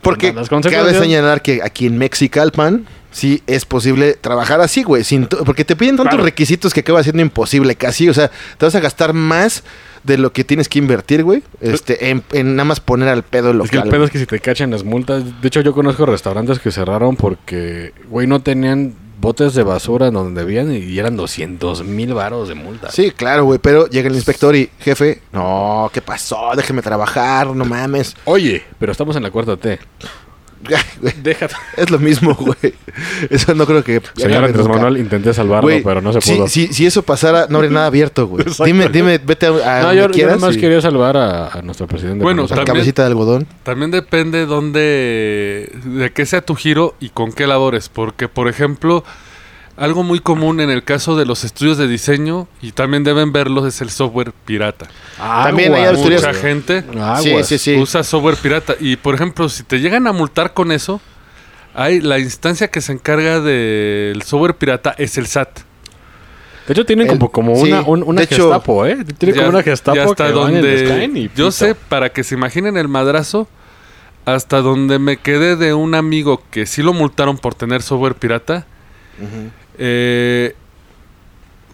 Speaker 2: Porque
Speaker 1: Las
Speaker 2: cabe
Speaker 1: consecuencias.
Speaker 2: señalar que aquí en Mexicalpan sí es posible trabajar así, güey. sin to- Porque te piden tantos
Speaker 1: Claro.
Speaker 2: requisitos que acaba siendo imposible casi. O sea, te vas a gastar más de lo que tienes que invertir, güey. Este, en, en nada más poner al pedo local.
Speaker 1: Es que el pedo es que si te cachan las multas. De hecho, yo conozco restaurantes que cerraron porque, güey, no tenían botes de basura en donde debían y eran 200 mil varos de multa.
Speaker 2: Sí, claro, güey, pero llega el inspector y, jefe, no, ¿qué pasó? Déjeme trabajar, no mames.
Speaker 1: Oye, pero estamos en la cuarta T.
Speaker 2: güey,
Speaker 1: Déjate.
Speaker 2: es lo mismo, güey. Eso no creo que.
Speaker 1: Señor
Speaker 2: acabe
Speaker 1: Andrés
Speaker 2: nunca.
Speaker 1: Manuel, intenté salvarlo,
Speaker 2: Güey,
Speaker 1: pero no se
Speaker 2: si-
Speaker 1: pudo.
Speaker 2: Si, si eso pasara, no habría nada abierto, güey.
Speaker 1: Exacto.
Speaker 2: Dime, dime, vete a, a
Speaker 1: no,
Speaker 2: donde
Speaker 1: yo, yo
Speaker 2: quieras.
Speaker 1: nada más
Speaker 2: y-
Speaker 1: quería salvar a, a nuestro presidente.
Speaker 3: Bueno,
Speaker 1: pero
Speaker 2: la
Speaker 1: no se
Speaker 3: también-
Speaker 2: cabecita de algodón.
Speaker 3: También depende dónde, de qué sea tu giro y con qué labores, porque por ejemplo, algo muy común en el caso de los estudios de diseño y también deben verlos es el software pirata.
Speaker 1: pudo. Aguas,
Speaker 2: También hay
Speaker 1: güey.
Speaker 2: autoridades-
Speaker 3: Mucha gente
Speaker 1: Aguas.
Speaker 2: Sí, sí, sí.
Speaker 3: usa software pirata y por ejemplo, si te llegan a multar con eso, hay la instancia que se encarga del software pirata es el SAT.
Speaker 1: De hecho, tienen
Speaker 2: El-
Speaker 1: como, como
Speaker 2: sí,
Speaker 1: una, un- una
Speaker 2: de hecho,
Speaker 1: gestapo, ¿eh? Tienen como una gestapo
Speaker 3: ya hasta
Speaker 1: que van y les
Speaker 3: donde
Speaker 1: caen y
Speaker 3: yo
Speaker 1: pito.
Speaker 3: sé para que se imaginen el madrazo hasta donde me quedé de un amigo que sí lo multaron por tener software pirata eh,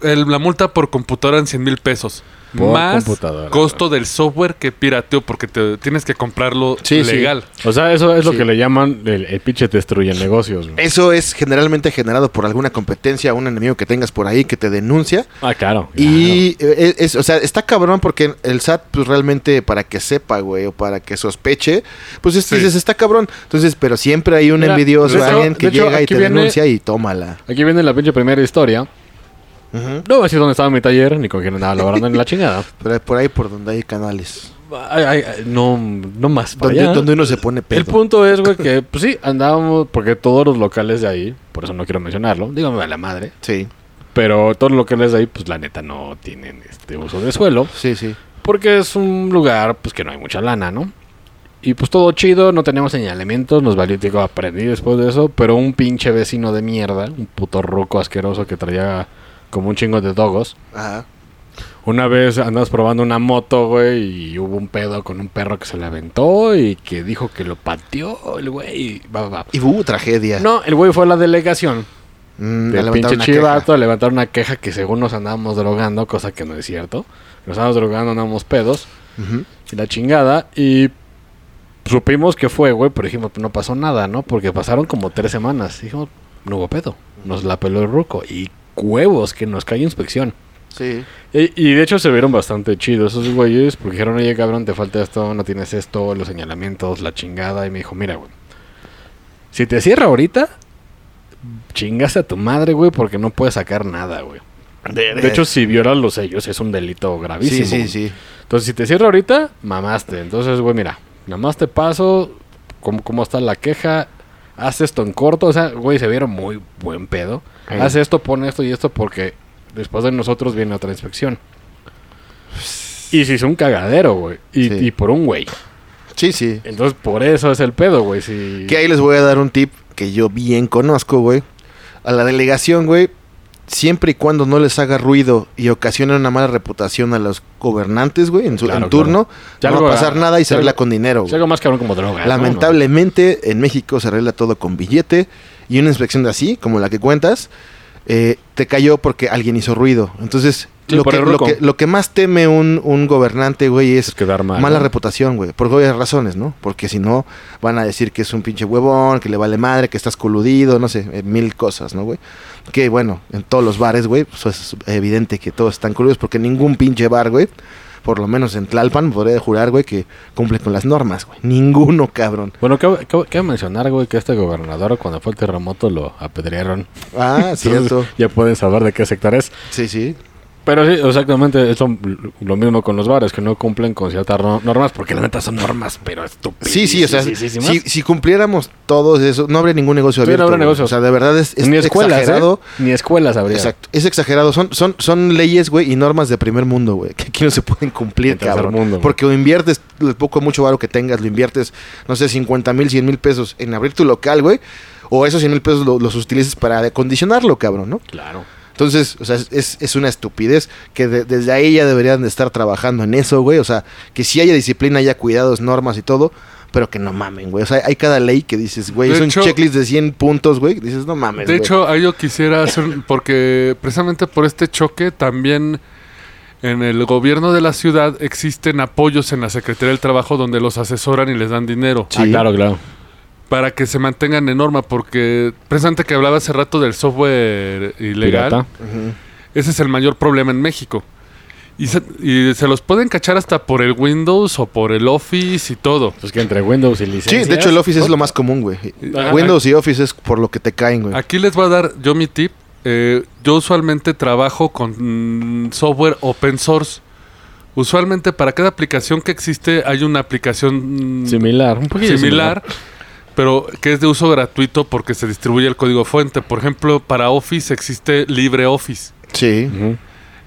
Speaker 3: el- la multa por computadora en 100 mil pesos
Speaker 1: Por
Speaker 3: más
Speaker 1: computadora.
Speaker 3: costo del software que pirateó porque te, tienes que comprarlo
Speaker 2: Sí, sí.
Speaker 3: legal
Speaker 1: O sea, eso es lo
Speaker 2: Sí. Eh,
Speaker 1: que le llaman el, el pinche destruye negocios. güey.
Speaker 2: Eso es generalmente generado por alguna competencia, un enemigo que tengas por ahí que te denuncia.
Speaker 1: Ah, claro.
Speaker 2: Y eh, es, o sea, está cabrón porque el SAT, pues realmente para que sepa, güey, o para que sospeche, pues es-
Speaker 3: Sí.
Speaker 2: dices, está cabrón. Entonces, pero siempre hay un
Speaker 1: Mira,
Speaker 2: envidioso,
Speaker 1: de hecho-
Speaker 2: alguien que
Speaker 1: de hecho,
Speaker 2: llega y
Speaker 1: aquí
Speaker 2: te
Speaker 1: viene-
Speaker 2: denuncia y tómala.
Speaker 1: Aquí viene la pinche primera historia.
Speaker 2: Ujú.
Speaker 1: No voy a decir dónde estaba mi taller, ni con quién andaba laborando ni la chingada.
Speaker 2: Pero por ahí por donde hay canales.
Speaker 1: Ay, ay, ay, no, no más para
Speaker 2: Donde,
Speaker 1: allá.
Speaker 2: donde uno se pone pedo.
Speaker 1: El punto es, güey, que pues sí, andábamos, porque todos los locales de ahí, por eso no quiero mencionarlo, dígame a la madre,
Speaker 2: Sí,
Speaker 1: pero todos los locales de ahí, pues la neta no tienen este uso de suelo,
Speaker 2: sí, sí.
Speaker 1: porque es un lugar, pues que no hay mucha lana, ¿no? Y pues todo chido, no tenemos señalamientos, nos valió, digo, aprendí después de eso, pero un pinche vecino de mierda, un puto ruco asqueroso que traía como un chingo de dogos,
Speaker 2: Ajá.
Speaker 1: una vez andas probando una moto, güey, y hubo un pedo con un perro que se le aventó y que dijo que lo pateó el güey. va, va, va.
Speaker 2: Y hubo tragedia.
Speaker 1: No, el güey fue a la delegación.
Speaker 2: Mm, a
Speaker 1: El
Speaker 2: levantar
Speaker 1: pinche
Speaker 2: una
Speaker 1: chivato a levantar una queja que según nos andábamos drogando, cosa que no es cierto. Nos andábamos drogando, andábamos pedos
Speaker 2: queja. Ujú.
Speaker 1: y la chingada. Y supimos que fue, güey, pero dijimos, "Pues no pasó nada, ¿no? Porque pasaron como tres semanas. Dijimos, no hubo pedo. Nos la peló el ruco. Y huevos, que nos cae inspección.
Speaker 2: Sí.
Speaker 1: Y, y de hecho se vieron bastante chidos esos güeyes porque dijeron, oye cabrón, te falta esto, no tienes esto, los señalamientos, la chingada. Y me dijo, mira, güey, si te cierra ahorita, chingas a tu madre, güey, porque no puedes sacar nada, güey.
Speaker 2: De,
Speaker 1: De hecho, si violas los sellos es un delito
Speaker 2: sí,
Speaker 1: gravísimo.
Speaker 2: sí, sí.
Speaker 1: Entonces, si te cierra ahorita, mamaste. Entonces, güey, mira, nada más te paso, cómo, cómo está la queja, haz esto en corto. O sea, güey, se vieron muy buen pedo.
Speaker 2: Sí.
Speaker 1: Haz esto, pon esto y esto porque después de nosotros viene otra inspección. Y se hizo un cagadero, güey. Y,
Speaker 2: Sí.
Speaker 1: y por un güey.
Speaker 2: Sí, sí.
Speaker 1: Entonces, por eso es el pedo, güey. Si...
Speaker 2: Que ahí les voy a dar un tip que yo bien conozco, güey. A la delegación, güey, siempre y cuando no les haga ruido y ocasione una mala reputación a los gobernantes, güey, en, su,
Speaker 1: Claro,
Speaker 2: en turno,
Speaker 1: Si
Speaker 2: no
Speaker 1: algo-
Speaker 2: va a pasar nada y
Speaker 1: si
Speaker 2: se
Speaker 1: algo-
Speaker 2: arregla con dinero,
Speaker 1: si
Speaker 2: güey.
Speaker 1: algo más cabrón como droga. ¿no?
Speaker 2: Lamentablemente, en México se arregla todo con billete y una inspección de así, como la que cuentas, eh, te cayó porque alguien hizo ruido. Entonces,
Speaker 1: Sí,
Speaker 2: lo,
Speaker 1: por
Speaker 2: que,
Speaker 1: el
Speaker 2: lo,
Speaker 1: ruco.
Speaker 2: que, lo que más teme un, un gobernante, güey, es
Speaker 1: Es quedar mal.
Speaker 2: mala
Speaker 1: ¿no?
Speaker 2: reputación, güey. Por obvias razones, ¿no? Porque si no, van a decir que es un pinche huevón, que le vale madre, que estás coludido, no sé, eh, mil cosas, ¿no, güey? Que bueno, en todos los bares, güey, pues es evidente que todos están coludidos porque ningún pinche bar, güey, por lo menos en Tlalpan, podría jurar, güey, que cumple con las normas, güey. Ninguno, cabrón.
Speaker 1: Bueno, cabe, cabe- cabe mencionar, güey, que este gobernador cuando fue el terremoto lo apedrearon.
Speaker 2: Ah, cierto.
Speaker 1: Entonces, ya pueden saber de qué sector es.
Speaker 2: Sí, sí.
Speaker 1: Pero sí, exactamente, es lo, lo mismo con los bares, que no cumplen con ciertas no- normas, porque la neta son normas, pero estúpidas.
Speaker 2: Sí, sí, o sea,
Speaker 1: sí,
Speaker 2: si, si cumpliéramos todos eso, no habría ningún negocio
Speaker 1: Sí, no
Speaker 2: abierto.
Speaker 1: habrá
Speaker 2: güey.
Speaker 1: negocio.
Speaker 2: O sea, de verdad es, es
Speaker 1: ni escuelas,
Speaker 2: exagerado.
Speaker 1: ¿eh? Ni escuelas habría.
Speaker 2: Exacto, es exagerado. Son, son, son leyes, güey, y normas de primer mundo, güey, que aquí no se pueden cumplir,
Speaker 1: De tercer
Speaker 2: cabrón.
Speaker 1: mundo, güey.
Speaker 2: porque o inviertes el poco mucho varo que tengas, lo inviertes, no sé, 50 mil, 100 mil pesos en abrir tu local, güey, o esos 100 mil pesos lo- los utilices para acondicionarlo, cabrón, ¿no?
Speaker 1: Claro.
Speaker 2: Entonces, o sea, es- es, es una estupidez que de- desde ahí ya deberían de estar trabajando en eso, güey. O sea, que si haya disciplina, haya cuidados, normas y todo, pero que no mamen, güey. O sea, hay cada ley que dices, güey,
Speaker 3: De
Speaker 2: es un
Speaker 3: hecho-
Speaker 2: checklist de 100 puntos, güey. que Dices, no mames,
Speaker 3: De
Speaker 2: güey.
Speaker 3: hecho, ahí yo quisiera hacer, porque precisamente por este choque también en el gobierno de la ciudad existen apoyos en la Secretaría del Trabajo donde los asesoran y les dan dinero
Speaker 2: Sí.
Speaker 1: Ah, claro, claro.
Speaker 3: para que se mantengan en norma, porque precisamente que hablaba hace rato del software ilegal,
Speaker 1: Pirata.
Speaker 2: Ujú.
Speaker 3: ese es el mayor problema en México. Y se, y se los pueden cachar hasta por el Windows o por el Office y todo.
Speaker 1: Pues que entre Windows y licencias.
Speaker 2: Sí, de hecho el Office es lo más común, güey.
Speaker 3: Ajá.
Speaker 2: Windows y Office es por lo que te caen, güey.
Speaker 3: Aquí les voy a dar yo mi tip. Eh, yo usualmente trabajo con mm, software open source. Usualmente para cada aplicación que existe hay una aplicación mm,
Speaker 1: Oh, Similar, un poquito
Speaker 3: similar, pero que es de uso gratuito porque se distribuye el código fuente. Por ejemplo, para Office existe LibreOffice.
Speaker 2: Sí,
Speaker 1: Ujú,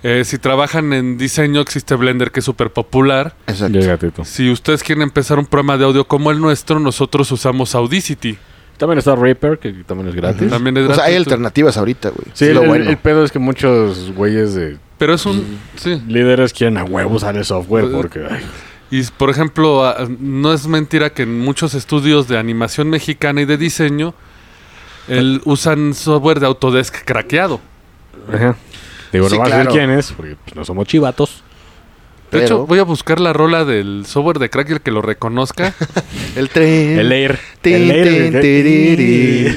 Speaker 3: Eh, si trabajan en diseño existe Blender que es súper popular.
Speaker 1: y
Speaker 2: exacto.
Speaker 1: es gratuito.
Speaker 3: Si ustedes quieren empezar un programa de audio como el nuestro, nosotros usamos Audacity.
Speaker 1: También está Reaper, que también es gratis.
Speaker 3: También es
Speaker 2: O sea, hay
Speaker 3: gratuito.
Speaker 2: alternativas ahorita, güey.
Speaker 1: Sí,
Speaker 2: Es
Speaker 1: el,
Speaker 2: lo
Speaker 1: el-
Speaker 2: bueno.
Speaker 1: el pedo es que muchos güeyes de
Speaker 3: Pero es un... Sí.
Speaker 1: líderes quieren a huevos usar el software
Speaker 2: Pues,
Speaker 1: porque... ay,
Speaker 3: Y por ejemplo, a- no es mentira que en muchos estudios de animación mexicana y de diseño el- usan software de Autodesk craqueado.
Speaker 1: ajá. Digo,
Speaker 2: Sí,
Speaker 1: no vas a
Speaker 2: claro.
Speaker 1: decir quién es, porque pues, no somos chivatos.
Speaker 3: De
Speaker 2: Pero-
Speaker 3: hecho, voy a buscar la rola del software de crack y el que lo reconozca.
Speaker 2: El tren.
Speaker 1: El Air.
Speaker 2: Tin,
Speaker 1: El
Speaker 2: tin,
Speaker 1: Air.
Speaker 2: tiriri.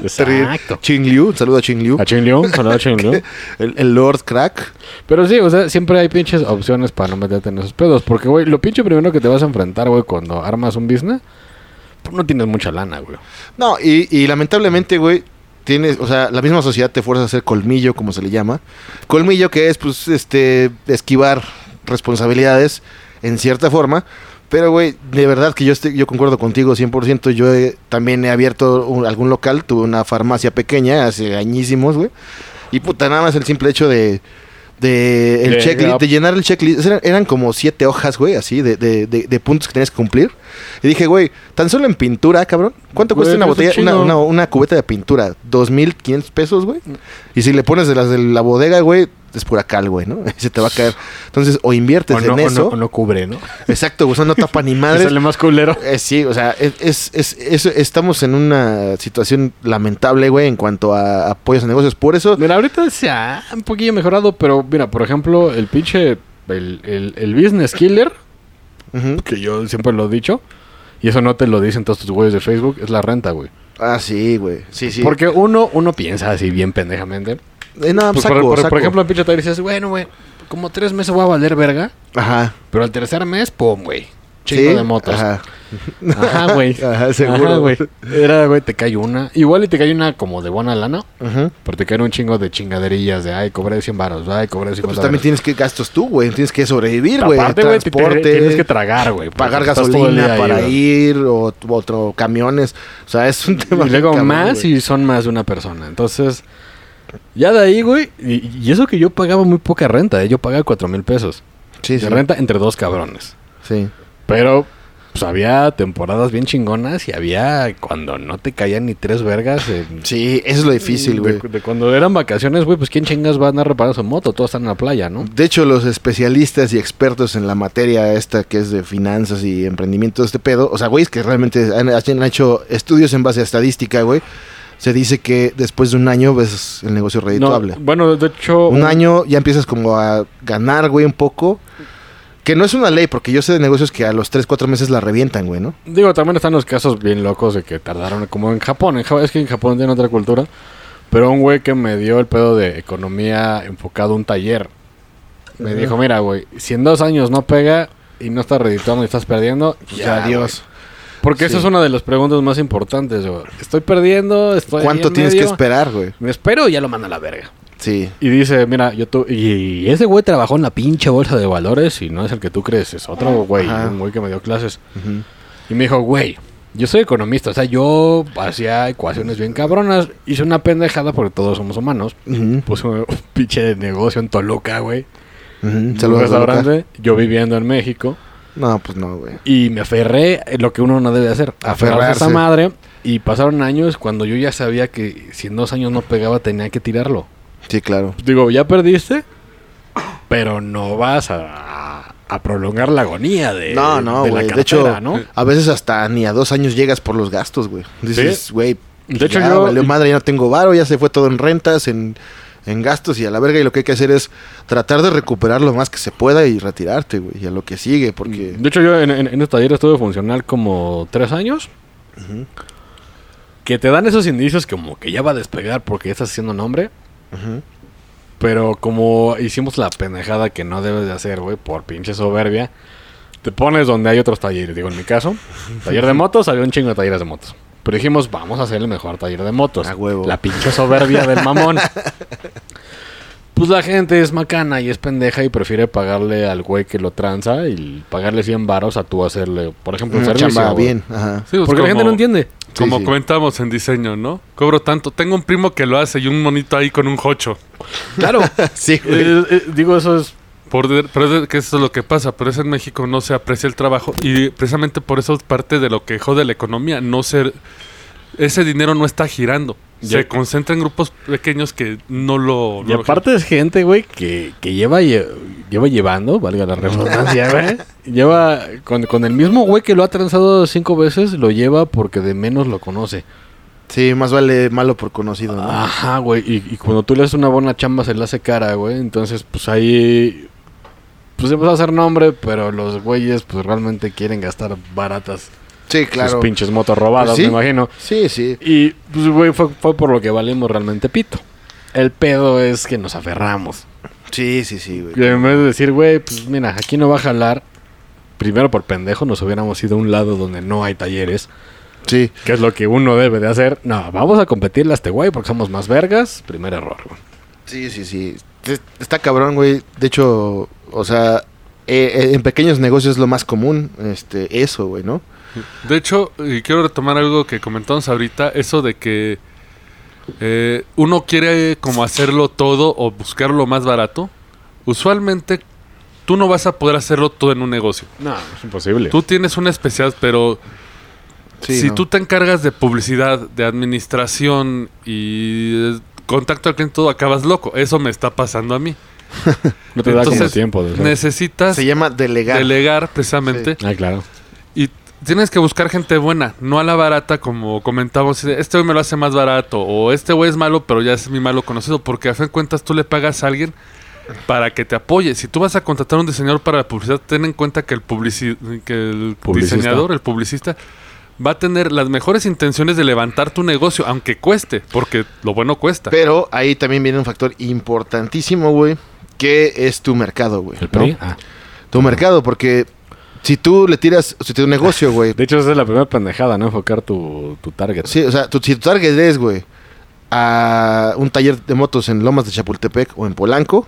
Speaker 1: Exacto.
Speaker 2: Ching Liu, un saludo a Ching Liu.
Speaker 1: A Chen León, saludo a Chen León.
Speaker 2: El, el Lord Crack.
Speaker 1: Pero sí, o sea, siempre hay pinches opciones para no meterte en esos pedos. Porque, güey, lo pinche primero que te vas a enfrentar, güey, cuando armas un business, pues no tienes mucha lana, güey.
Speaker 2: No, y, y lamentablemente, güey, tienes, o sea, la misma sociedad te fuerza a hacer colmillo, como se le llama. Colmillo que es, pues, este, esquivar responsabilidades en cierta forma. Pero, güey, de verdad que yo, estoy, yo concuerdo contigo 100%. Yo he- también he abierto un- algún local, tuve una farmacia pequeña hace añísimos, güey. Y puta, nada más el simple hecho de. De, el
Speaker 1: De-
Speaker 2: checklist,
Speaker 1: de-
Speaker 2: de llenar el checklist. Eran, eran como siete hojas, güey, así, de, de, de, de puntos que tenías que cumplir. Y dije, güey, tan solo en pintura, cabrón. ¿Cuánto
Speaker 1: Güey,
Speaker 2: cuesta una
Speaker 1: pero está
Speaker 2: botella, una,
Speaker 1: chido.
Speaker 2: una, una cubeta de pintura? ¿2.500 pesos, güey? Y si le pones de las de la bodega, güey, es pura cal, güey, ¿no? Se te va a caer. Entonces, o inviertes
Speaker 1: O no,
Speaker 2: en
Speaker 1: o
Speaker 2: eso.
Speaker 1: no, o no cubre, ¿no?
Speaker 2: Exacto, güey, o sea, no tapa ni
Speaker 1: Y
Speaker 2: madres.
Speaker 1: sale más culero.
Speaker 2: Eh, sí, o sea, es, es- es- es- estamos en una situación lamentable, güey, en cuanto a apoyos a negocios. Por eso,
Speaker 1: Mira, ahorita se ha un poquillo mejorado, pero mira, por ejemplo, el pinche, el, el, el business killer,
Speaker 2: ujú.
Speaker 1: que yo siempre lo he dicho, y eso no te lo dicen todos tus güeyes de Facebook, es la renta, güey.
Speaker 2: ah, sí, güey, sí, sí.
Speaker 1: Porque uno, uno piensa así bien pendejamente.
Speaker 2: Eh, no,
Speaker 1: Pues,
Speaker 2: saco,
Speaker 1: por, por- por
Speaker 2: saco.
Speaker 1: ejemplo, el pinche te dices, bueno, güey, como tres meses voy a valer verga,
Speaker 2: ajá,
Speaker 1: pero al tercer mes, pum, güey.
Speaker 2: sí,
Speaker 1: Chingo de motos.
Speaker 2: Ajá,
Speaker 1: Ajá, güey.
Speaker 2: Ajá, seguro.
Speaker 1: güey. Era, güey, te cae una. Igual y te cae una como de buena lana,
Speaker 2: ujú.
Speaker 1: pero te caen un chingo de chingaderillas de, ay, cobré 100 baros, ay, cobré 50
Speaker 2: Pues también tienes que gastos tú, güey, tienes que sobrevivir, güey,
Speaker 1: Aparte, güey, te- te-
Speaker 2: transporte,
Speaker 1: tienes que tragar, güey. porque
Speaker 2: pagar
Speaker 1: estás todo el
Speaker 2: gasolina
Speaker 1: día ahí,
Speaker 2: para
Speaker 1: güey.
Speaker 2: ir o tu- otro camiones, o sea, es un tema.
Speaker 1: Y
Speaker 2: bien
Speaker 1: luego
Speaker 2: cabrón,
Speaker 1: más
Speaker 2: güey.
Speaker 1: y son más de una persona. Entonces, ya de ahí, güey, y, y eso que yo pagaba muy poca renta, ¿eh? yo pagaba 4 mil pesos.
Speaker 2: sí,
Speaker 1: de
Speaker 2: sí,
Speaker 1: renta entre dos cabrones.
Speaker 2: sí.
Speaker 1: Pero pues, había temporadas bien chingonas y había cuando no te caían ni tres vergas. en-
Speaker 2: Sí, eso es lo difícil, güey.
Speaker 1: De, de cuando eran vacaciones, güey, pues quién chingas va a andar reparando su moto, todos están en la playa, ¿no?
Speaker 2: De hecho, los especialistas y expertos en la materia esta que es de finanzas y emprendimiento de este pedo, o sea, güeyes que realmente han, han hecho estudios en base a estadística, güey, se dice que después de un año ves el negocio redituable.
Speaker 1: No, bueno, de hecho,
Speaker 2: un año ya empiezas como a ganar, güey, un poco. Que no es una ley, porque yo sé de negocios que a los 3, 4 meses la revientan, güey, ¿no?
Speaker 1: Digo, también están los casos bien locos de que tardaron, como en Japón. En Ja- es que en Japón tienen otra cultura. Pero un güey que me dio el pedo de economía enfocado a un taller. Me dijo, mira, güey, si en dos años no pega y no estás redituando y estás perdiendo,
Speaker 2: Pues
Speaker 1: ya,
Speaker 2: adiós.
Speaker 1: güey". Porque esa
Speaker 2: Sí.
Speaker 1: es una de las preguntas más importantes, güey. Estoy perdiendo, estoy... ahí
Speaker 2: ¿Cuánto
Speaker 1: en
Speaker 2: tienes que
Speaker 1: medio.
Speaker 2: esperar, güey?
Speaker 1: Me espero y ya lo manda a la verga.
Speaker 2: Sí.
Speaker 1: Y dice, mira, yo tu... Y ese güey trabajó en la pinche bolsa de valores y no es el que tú crees, es otro güey.
Speaker 2: Ajá.
Speaker 1: Un güey que me dio clases.
Speaker 2: Ujú.
Speaker 1: Y me dijo, güey, yo soy economista, o sea, yo hacía ecuaciones bien cabronas, hice una pendejada porque todos somos humanos.
Speaker 2: Ujú.
Speaker 1: Puse un, un pinche de negocio en Toluca, güey.
Speaker 2: Ujú.
Speaker 1: un
Speaker 2: Saludos. Toluca.
Speaker 1: restaurante, yo viviendo en México.
Speaker 2: No, pues no, güey.
Speaker 1: Y me aferré en lo que uno no debe hacer, aferrarse a
Speaker 2: Aferrarse.
Speaker 1: esa madre. Y pasaron años cuando yo ya sabía que si en dos años no pegaba tenía que tirarlo. Pues
Speaker 2: Sí, claro.
Speaker 1: Digo, ya perdiste, pero no vas a, a prolongar la agonía de,
Speaker 2: No, no,
Speaker 1: Eh, de la
Speaker 2: güey. De,
Speaker 1: cartera,
Speaker 2: hecho,
Speaker 1: ¿no?
Speaker 2: a veces hasta ni a dos años llegas por los gastos, güey. Dices, güey,
Speaker 1: De hecho,
Speaker 2: ya
Speaker 1: yo-
Speaker 2: valió madre, ya no tengo varo, ya se fue todo en rentas, en, en gastos y a la verga. Y lo que hay que hacer es tratar de recuperar lo más que se pueda y retirarte, güey. Y a lo que sigue, porque...
Speaker 1: De hecho, yo en, en, en este taller estuve funcional como tres años. Que te dan esos indicios como que ya va a despegar porque ya estás haciendo nombre.
Speaker 2: Ujú.
Speaker 1: Pero como hicimos la pendejada que no debes de hacer, güey, por pinche soberbia, te pones donde hay otros talleres. Digo, en mi caso, taller de motos, había un chingo de talleres de motos. Pero dijimos, vamos a hacer el mejor taller de motos.
Speaker 2: A huevo.
Speaker 1: La pinche soberbia del mamón. Pues la gente es macana y es pendeja y prefiere pagarle al güey que lo tranza y pagarle 100 varos a tú hacerle, por ejemplo, un
Speaker 2: Una
Speaker 1: servicio.
Speaker 2: chamba
Speaker 1: güey.
Speaker 2: bien. Ajá.
Speaker 3: Sí, pues,
Speaker 1: Porque la gente
Speaker 3: como-
Speaker 1: no entiende.
Speaker 2: Sí,
Speaker 3: Como
Speaker 2: sí.
Speaker 3: comentamos en diseño, ¿no? Cobro tanto. Tengo un primo que lo hace y un monito ahí con un jocho.
Speaker 1: Claro.
Speaker 2: Sí, güey.
Speaker 1: Eh, eh, digo, eso es
Speaker 3: Por, de- pero es de- que eso es lo que pasa, pero es en México no se aprecia el trabajo y precisamente por eso es parte de lo que jode la economía, no ser ese dinero no está girando.
Speaker 1: Ya.
Speaker 3: Se concentra en grupos pequeños que no lo
Speaker 1: Y
Speaker 3: no lo
Speaker 1: aparte es gente, güey, que, que lleva, lle- lleva llevando, valga la redundancia, güey. lleva con, con el mismo güey que lo ha transado cinco veces, lo lleva porque de menos lo conoce.
Speaker 2: Sí, más vale malo por conocido. ¿no?
Speaker 1: Ajá, güey. Y, y cuando tú le haces una buena chamba, se le hace cara, güey. Entongen, pues ahí. Pues vas a hacer nombre, pero los güeyes, pues realmente quieren gastar baratas
Speaker 2: sí,
Speaker 1: sus
Speaker 2: claro.
Speaker 1: pinches motos robadas,
Speaker 2: Pues sí.
Speaker 1: me imagino.
Speaker 2: Sí, sí.
Speaker 1: Y, pues, güey, fue, fue por lo que valimos realmente pito. El pedo es que nos aferramos.
Speaker 2: Sí, sí, sí, güey.
Speaker 1: Y en vez de decir, güey, pues mira, aquí no va a jalar. Primero por pendejo nos hubiéramos ido a un lado donde no hay talleres,
Speaker 2: Sí.
Speaker 1: que es lo que uno debe de hacer. No, vamos a competirle a este güey porque somos más vergas. Primer error, güey.
Speaker 2: Sí, sí, sí. Es- Está cabrón, güey. De hecho, o sea, eh, eh, en pequeños negocios es lo más común, este, eso, güey, ¿no?
Speaker 3: De hecho, y quiero retomar algo que comentamos ahorita, eso de que eh, uno quiere como hacerlo todo o buscar lo más barato. Usualmente tú no vas a poder hacerlo todo en un negocio.
Speaker 1: No, es imposible.
Speaker 3: Tú tienes una especialidad, pero
Speaker 2: Sí,
Speaker 3: si
Speaker 2: ¿no?
Speaker 3: tú te encargas de publicidad, de administración y eh, contacto al cliente, todo acabas loco. Eso me está pasando a mí.
Speaker 1: no te da como
Speaker 3: entonces,
Speaker 1: tiempo. de hacer.
Speaker 3: Necesitas
Speaker 2: se llama delegar.
Speaker 3: delegar precisamente
Speaker 1: Ah, claro.
Speaker 3: y tienes que buscar gente buena, no a la barata como comentábamos. Este güey me lo hace más barato o este güey es malo, pero ya es mi malo conocido porque a fin de cuentas tú le pagas a alguien para que te apoye. Si tú vas a contratar a un diseñador para la publicidad, ten en cuenta que el, publici- que el
Speaker 1: Publicista.
Speaker 3: diseñador, el publicista, va a tener las mejores intenciones de levantar tu negocio, aunque cueste, porque lo bueno cuesta.
Speaker 2: Pero ahí también viene un factor importantísimo, güey, que es tu mercado, güey.
Speaker 1: El
Speaker 2: ¿no?
Speaker 1: PRI. ah.
Speaker 2: Tu mercado, porque si tú le tiras, si tu negocio, güey,
Speaker 1: De hecho, esa es la primera pendejada, ¿no? Enfocar tu, tu target.
Speaker 2: Sí, o sea, tu, si tu target es, güey, a un taller de motos en Lomas de Chapultepec o en Polanco,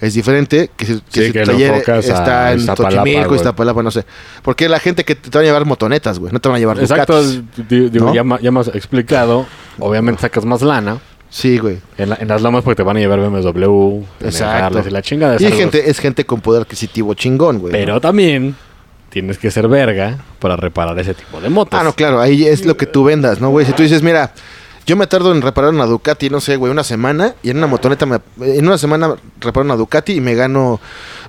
Speaker 2: es diferente que si,
Speaker 1: Sí,
Speaker 2: si
Speaker 1: que lo enfocas a
Speaker 2: está en
Speaker 1: Iztapalapa,
Speaker 2: Xochimilco,
Speaker 1: güey.
Speaker 2: Iztapalapa, no sé. Porque la gente que te, te van a llevar motonetas, güey, no te van a llevar
Speaker 1: Exacto.
Speaker 2: Ducatis.
Speaker 1: di- digo,
Speaker 2: ¿no?
Speaker 1: ya, ma- ya más explicado. Obviamente sacas más lana.
Speaker 2: Sí, güey.
Speaker 1: En, la- en las lomas porque te van a llevar BMW,
Speaker 2: Exacto.
Speaker 1: Harleys y la chingada.
Speaker 2: Y
Speaker 1: es algo-
Speaker 2: gente, es gente con poder adquisitivo chingón, güey.
Speaker 1: Pero también tienes que ser verga para reparar ese tipo de motos.
Speaker 2: Ah, no, claro, ahí es lo que tú vendas, ¿no, güey? Si tú dices, mira, yo me tardo en reparar una Ducati, no sé, güey, una semana, y en una motoneta, me, en una semana reparo una Ducati y me gano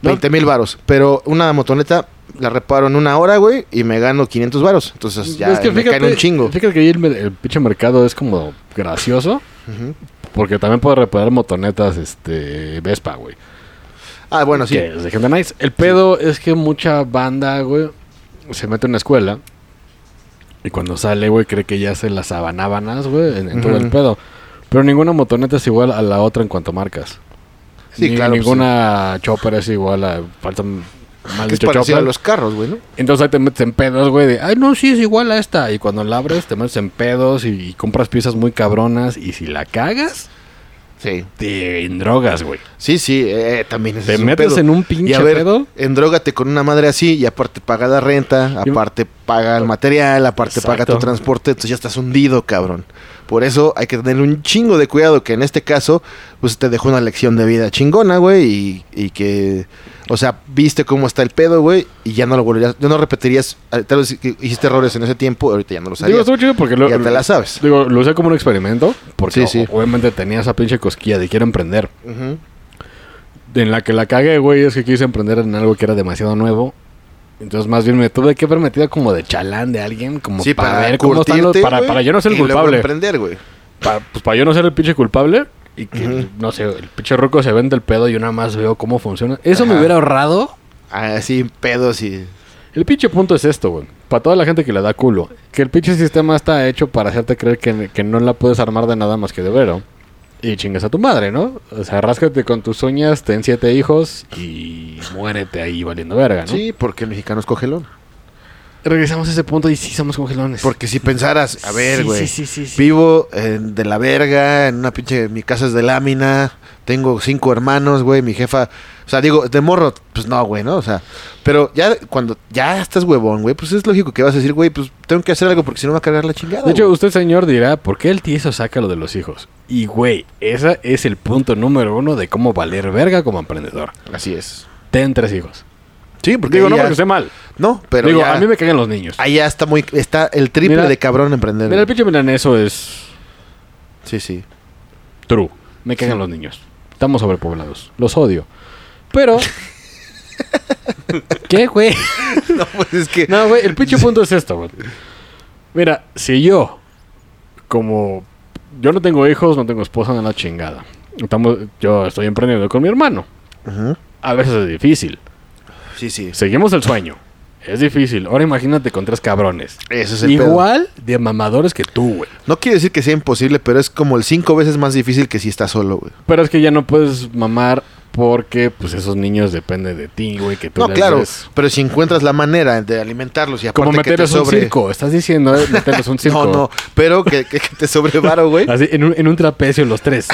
Speaker 2: 20 mil varos, pero una motoneta la reparo en una hora, güey, y me gano 500 varos, entonces ya me caen un chingo.
Speaker 1: Fíjate que ahí el, me- el pinche mercado es como gracioso.
Speaker 2: Ujú.
Speaker 1: Porque también puedes reparar motonetas este Vespa, güey.
Speaker 2: Ah, bueno, sí.
Speaker 1: Que es de gente nice. El pedo es que mucha banda, güey, se mete en una escuela. Y cuando sale, güey, cree que ya se las abanábanas, güey, en, en todo
Speaker 2: Ujú.
Speaker 1: el pedo. Pero ninguna motoneta es igual a la otra en cuanto a marcas.
Speaker 2: Sí,
Speaker 1: Ni-
Speaker 2: claro, pues,
Speaker 1: Ninguna chopper es igual a. Faltan mal
Speaker 2: Que es
Speaker 1: dicho
Speaker 2: parecido a
Speaker 1: chopper.
Speaker 2: los carros, güey, ¿no?
Speaker 1: Entonces ahí te metes en pedos, güey, de, ay, no, sí, es igual a esta. Y cuando la abres, te metes en pedos y, y compras piezas muy cabronas. Y si la cagas,
Speaker 2: Sí.
Speaker 1: te en drogas, güey.
Speaker 2: Sí, sí, eh, también es
Speaker 1: Te
Speaker 2: es un
Speaker 1: metes
Speaker 2: pedo.
Speaker 1: en un pinche
Speaker 2: y a ver,
Speaker 1: pedo.
Speaker 2: endrógate con una madre así y aparte paga la renta,
Speaker 1: Y-
Speaker 2: aparte paga el material, aparte paga
Speaker 1: Exacto.
Speaker 2: tu transporte, entonces ya estás hundido, cabrón. Por eso hay que tener un chingo de cuidado que en este caso pues te dejó una lección de vida chingona, güey, y, y que o sea, viste cómo está el pedo, güey, y ya no lo volverías, ya no repetirías, eh, tal vez que hiciste errores en ese tiempo, ahorita ya no los
Speaker 1: Digo,
Speaker 2: harías.
Speaker 1: estuvo chido porque lo,
Speaker 2: ya te la sabes.
Speaker 1: Digo, lo usé como un experimento. Porque
Speaker 2: Sí, sí.
Speaker 1: o- obviamente tenía esa pinche cosquilla de quiero emprender.
Speaker 2: Ujú.
Speaker 1: En la que la cagué, güey, es que quise emprender en algo que era demasiado nuevo. Entonces, más bien me tuve que haber metido como de chalán de alguien, como
Speaker 2: Sí,
Speaker 1: para,
Speaker 2: para,
Speaker 1: ver cómo están los-
Speaker 2: curtirte,
Speaker 1: para,
Speaker 2: güey,
Speaker 1: para yo no ser el
Speaker 2: y luego
Speaker 1: culpable.
Speaker 2: emprender, güey.
Speaker 1: Pa- pues para yo no ser el pinche culpable y que,
Speaker 2: Ujú.
Speaker 1: no sé, el pinche roco se vende el pedo y yo nada más veo cómo funciona. Eso me
Speaker 2: Ajá.
Speaker 1: hubiera ahorrado.
Speaker 2: Así pedos y
Speaker 1: El pinche punto es esto, güey. Para toda la gente que le da culo. Que el pinche sistema está hecho para hacerte creer que, que no la puedes armar de nada más que de vero. y chingas a tu madre, ¿no? O sea, ráscate con tus uñas, ten siete hijos y muérete ahí valiendo verga, ¿no?
Speaker 2: Sí, porque el mexicano es cogelón.
Speaker 1: Regresamos a ese punto y sí somos congelones.
Speaker 2: Porque si pensaras, a ver,
Speaker 1: Sí,
Speaker 2: güey,
Speaker 1: sí, sí, sí, sí.
Speaker 2: vivo eh, de la verga, en una pinche, mi casa es de lámina, tengo cinco hermanos, güey, mi jefa, o sea, digo, de morro, pues no, güey, ¿no? O sea, pero ya cuando ya estás huevón, güey, pues es lógico que vas a decir, güey, pues tengo que hacer algo porque si no me va a cargar la chingada.
Speaker 1: De hecho,
Speaker 2: güey.
Speaker 1: usted, señor, dirá, ¿por qué el tieso saca lo de los hijos? Y, güey, ese es el punto número uno de cómo valer verga como emprendedor.
Speaker 2: así es.
Speaker 1: Ten tres hijos.
Speaker 2: Sí, porque
Speaker 1: Digo,
Speaker 2: ahí
Speaker 1: no
Speaker 2: ya-
Speaker 1: porque esté mal.
Speaker 2: no, pero
Speaker 1: Digo,
Speaker 2: ya-
Speaker 1: a mí me cagan los niños.
Speaker 2: ahí ya está muy, está el triple
Speaker 1: Mira-
Speaker 2: de cabrón emprender.
Speaker 1: Mira, el
Speaker 2: güey.
Speaker 1: pinche milaneso es
Speaker 2: sí, sí.
Speaker 1: true. Me cagan
Speaker 2: Sí.
Speaker 1: los niños. Estamos sobrepoblados. Los odio. Pero... ¿Qué, güey?
Speaker 2: no, pues es que
Speaker 1: No, güey, el pinche punto es esto, güey. Mira, si yo, como yo no tengo hijos, no tengo esposa, nada chingada. Estamos, yo estoy emprendiendo con mi hermano.
Speaker 2: Ujú.
Speaker 1: A veces es difícil.
Speaker 2: Sí, sí.
Speaker 1: Seguimos el sueño. Es difícil. Ahora imagínate con tres cabrones.
Speaker 2: Ese es el pedo.
Speaker 1: Igual de mamadores que tú, güey.
Speaker 2: No quiere decir que sea imposible, pero es como el cinco veces más difícil que si estás solo, güey.
Speaker 1: Pero es que ya no puedes mamar porque pues esos niños dependen de ti, güey, que tú
Speaker 2: No,
Speaker 1: les
Speaker 2: claro,
Speaker 1: des-
Speaker 2: pero si encuentras la manera de alimentarlos y aparte
Speaker 1: Como
Speaker 2: que te
Speaker 1: meterles un
Speaker 2: sobre...
Speaker 1: circo. Estás diciendo eh, meterles un circo.
Speaker 2: No, no, pero que, que- que te sobrevaro, güey.
Speaker 1: Así, en un, en un trapecio los tres.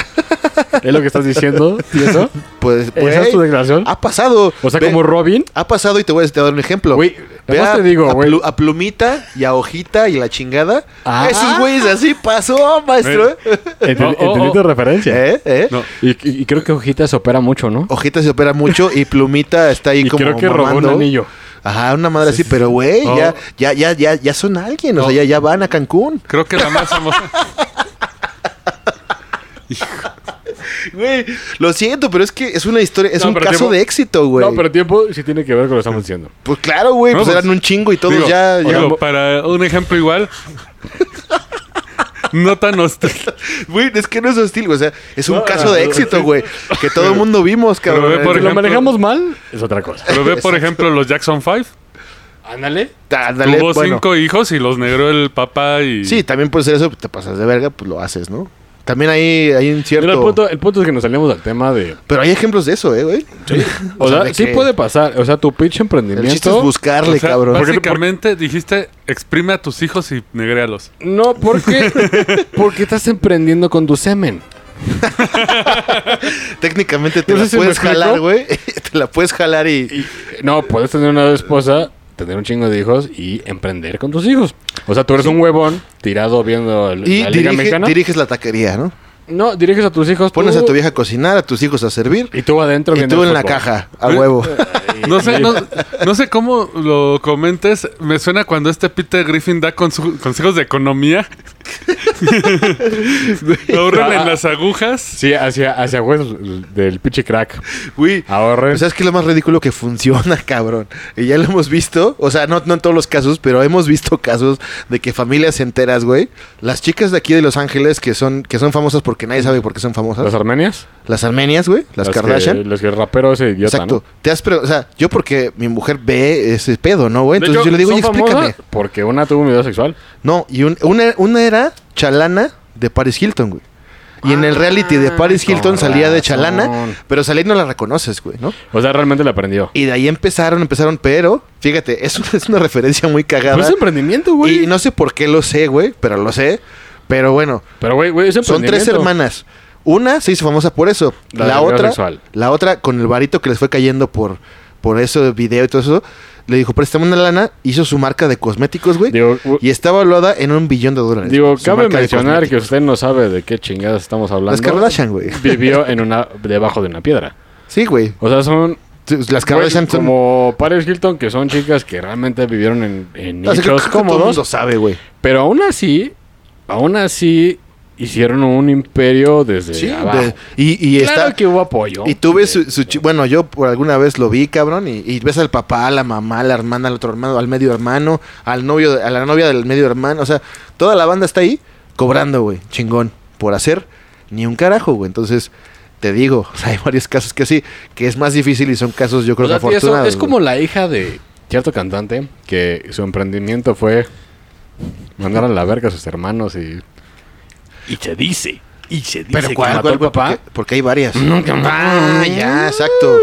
Speaker 1: ¿Es lo que estás diciendo, tieso?
Speaker 2: Pues, güey,
Speaker 1: ¿Esa es tu declaración?
Speaker 2: ha pasado.
Speaker 1: O sea,
Speaker 2: Ve-
Speaker 1: como Robin.
Speaker 2: Ha pasado y te voy a, te voy a dar un ejemplo.
Speaker 1: Güey,
Speaker 2: Ve
Speaker 1: nomás te digo,
Speaker 2: a,
Speaker 1: güey.
Speaker 2: Plu- a Plumita y a Hojita y la chingada.
Speaker 1: Ah.
Speaker 2: Esos güeyes así pasó, maestro.
Speaker 1: Enten-
Speaker 3: Oh, oh,
Speaker 1: entendí
Speaker 3: oh.
Speaker 1: tu referencia.
Speaker 2: ¿Eh? ¿Eh?
Speaker 3: No.
Speaker 1: Y, y- y creo que Hojitas opera mucho, ¿no?
Speaker 2: Hojita se opera mucho y Plumita está ahí
Speaker 1: y
Speaker 2: como
Speaker 1: creo que robó un
Speaker 2: mamando.
Speaker 1: anillo.
Speaker 2: Ajá, una madre así, pero güey,
Speaker 3: Oh.
Speaker 2: ya, ya, ya, ya, ya son alguien, o
Speaker 3: No.
Speaker 2: sea, ya, ya van a Cancún.
Speaker 3: Creo que la más famosa.
Speaker 2: Güey, lo siento, pero es que es una historia, es
Speaker 1: No,
Speaker 2: un
Speaker 1: pero
Speaker 2: caso
Speaker 1: tiempo-
Speaker 2: de éxito, güey.
Speaker 1: No, pero tiempo sí tiene que ver con lo que estamos diciendo.
Speaker 2: Pues claro, güey,
Speaker 3: No,
Speaker 2: pues,
Speaker 3: pues,
Speaker 2: eran un chingo y todos
Speaker 3: Digo,
Speaker 2: ya, ya-
Speaker 3: digo, para un ejemplo igual. No tan hostil.
Speaker 2: Güey, es que no es hostil, güey, o sea, es un
Speaker 1: No,
Speaker 2: caso
Speaker 1: no,
Speaker 2: de
Speaker 1: no,
Speaker 2: éxito, güey, que todo el mundo vimos,
Speaker 3: Pero
Speaker 2: cabrón.
Speaker 3: ve por
Speaker 1: Si lo
Speaker 3: ejemplo-
Speaker 1: manejamos mal, es otra cosa.
Speaker 3: Pero ve, por ejemplo, los Jackson 5.
Speaker 1: Ándale.
Speaker 2: Ándale,
Speaker 3: Tuvo
Speaker 2: Ah, bueno.
Speaker 3: cinco hijos y los negró el papá y.
Speaker 2: Sí, también puede ser eso, te pasas de verga, pues lo haces, ¿no? También hay, hay un cierto...
Speaker 1: Mira, el punto, el punto es que nos salimos del tema de...
Speaker 2: Pero hay ejemplos de eso, eh, güey. Sí,
Speaker 1: O, sea, sí puede pasar. O sea, tu pinche
Speaker 2: El chiste es
Speaker 1: emprendimiento...
Speaker 2: buscarle,
Speaker 3: O sea,
Speaker 2: cabrón.
Speaker 3: Básicamente dijiste, exprime a tus hijos y negréalos.
Speaker 1: No, ¿por qué? Porque estás emprendiendo con tu semen.
Speaker 2: Técnicamente te
Speaker 1: No sé
Speaker 2: la
Speaker 1: si me
Speaker 2: puedes jalar,
Speaker 1: explico.
Speaker 2: güey. te la puedes jalar y...
Speaker 1: Y, no, puedes tener una esposa, tener un chingo de hijos y emprender con tus hijos. O sea, tú eres un huevón tirado viendo el-
Speaker 2: Y
Speaker 1: la Liga
Speaker 2: dirige-
Speaker 1: Mexicana. Uh.
Speaker 2: diriges la taquería, ¿no?
Speaker 1: no, diriges a tus hijos.
Speaker 2: Pones
Speaker 1: tú,
Speaker 2: a tu vieja a cocinar, a tus hijos a servir
Speaker 1: Y tú adentro
Speaker 2: y
Speaker 1: viendo
Speaker 2: tú
Speaker 1: el
Speaker 2: en la
Speaker 1: fútbol.
Speaker 2: caja, a
Speaker 3: Eh,
Speaker 2: huevo.
Speaker 3: No sé, no, no sé cómo lo comentes. Me suena cuando este Peter Griffin da consu- consejos de economía. Ahorran en las agujas.
Speaker 1: Sí, hacia, hacia huevos del pinche crack.
Speaker 2: Güey,
Speaker 1: Ahorren.
Speaker 2: pues, ¿sabes qué es lo más ridículo que funciona, cabrón? Y ya lo hemos visto, o sea, no, no en todos los casos, pero hemos visto casos de que familias enteras, güey, las chicas de aquí de Los Ángeles que son que son famosas porque nadie sabe por qué son
Speaker 1: ¿Las
Speaker 2: famosas,
Speaker 1: armenias?
Speaker 2: las armenias, güey, las,
Speaker 1: que-
Speaker 2: Kardashian.
Speaker 1: Las que el rapero ese idiota,
Speaker 2: Exacto.
Speaker 1: ¿no?
Speaker 2: Te has pre- o sea, yo porque mi mujer ve ese pedo, ¿no, güey?
Speaker 1: De
Speaker 2: Entonces
Speaker 1: hecho,
Speaker 2: yo le digo,
Speaker 1: son
Speaker 2: oye, explícame.
Speaker 1: famosas Porque una tuvo un video sexual.
Speaker 2: No, y un- una, una era chalana de Paris Hilton, güey. Y en el reality de Paris
Speaker 1: Ah, con
Speaker 2: Hilton salía de
Speaker 1: razón.
Speaker 2: chalana, pero salía y no la reconoces, güey, ¿no?
Speaker 1: O sea, realmente la aprendió.
Speaker 2: Y de ahí empezaron, empezaron, pero fíjate, es, una- es una referencia muy cagada.
Speaker 1: Pero Pues es emprendimiento, güey.
Speaker 2: y no sé por qué lo sé, güey, pero lo sé. Pero bueno,
Speaker 1: Pero, güey, güey, es
Speaker 2: son
Speaker 1: emprendimiento.
Speaker 2: tres hermanas. Una se hizo famosa por eso.
Speaker 1: La
Speaker 2: La,
Speaker 1: del video
Speaker 2: otra,
Speaker 1: sexual.
Speaker 2: la otra con el varito que les fue cayendo por, por eso, video y todo eso, le dijo, préstame una lana, hizo su marca de cosméticos, güey.
Speaker 1: Digo, u-
Speaker 2: Y está valuada en un billón de dólares.
Speaker 1: Digo,
Speaker 2: Su
Speaker 1: cabe
Speaker 2: Pues, marca de
Speaker 1: mencionar que
Speaker 2: cosméticos.
Speaker 1: usted no sabe de qué chingadas estamos hablando.
Speaker 2: Las Kardashian, güey.
Speaker 1: Vivió en una, debajo de una piedra.
Speaker 2: Sí, güey.
Speaker 1: O sea, son
Speaker 2: Las Kardashian
Speaker 1: güey,
Speaker 2: son...
Speaker 1: como Paris Hilton, que son chicas que realmente vivieron en, en
Speaker 2: No sé, creo
Speaker 1: nichos
Speaker 2: que Todo el mundo
Speaker 1: cómodos.
Speaker 2: sabe, güey.
Speaker 1: Pero aún así, aún así, hicieron un imperio desde
Speaker 2: Sí,
Speaker 1: abajo.
Speaker 2: de- y, y
Speaker 1: claro
Speaker 2: está...
Speaker 1: que hubo apoyo.
Speaker 2: Y tú ves su, su chi- Bueno, yo por alguna vez lo vi, cabrón. Y, y ves al papá, a la mamá, a la hermana, al otro hermano, al medio hermano, al novio, de- a la novia del medio hermano. O sea, toda la banda está ahí cobrando, güey. Chingón. Por hacer ni un carajo, güey. Entonces, te digo, o sea, hay varios casos que sí, que es más difícil y son casos, yo creo
Speaker 1: O sea,
Speaker 2: que
Speaker 1: tío, eso
Speaker 2: afortunados.
Speaker 1: es como la hija de cierto cantante que su emprendimiento fue mandar a la verga a sus hermanos y... Y se dice
Speaker 4: Y se dice
Speaker 1: Pero
Speaker 4: que
Speaker 1: ¿cuál?
Speaker 4: mató al papá.
Speaker 2: Porque, porque hay varias.
Speaker 1: Nunca
Speaker 2: Ah, ya, exacto.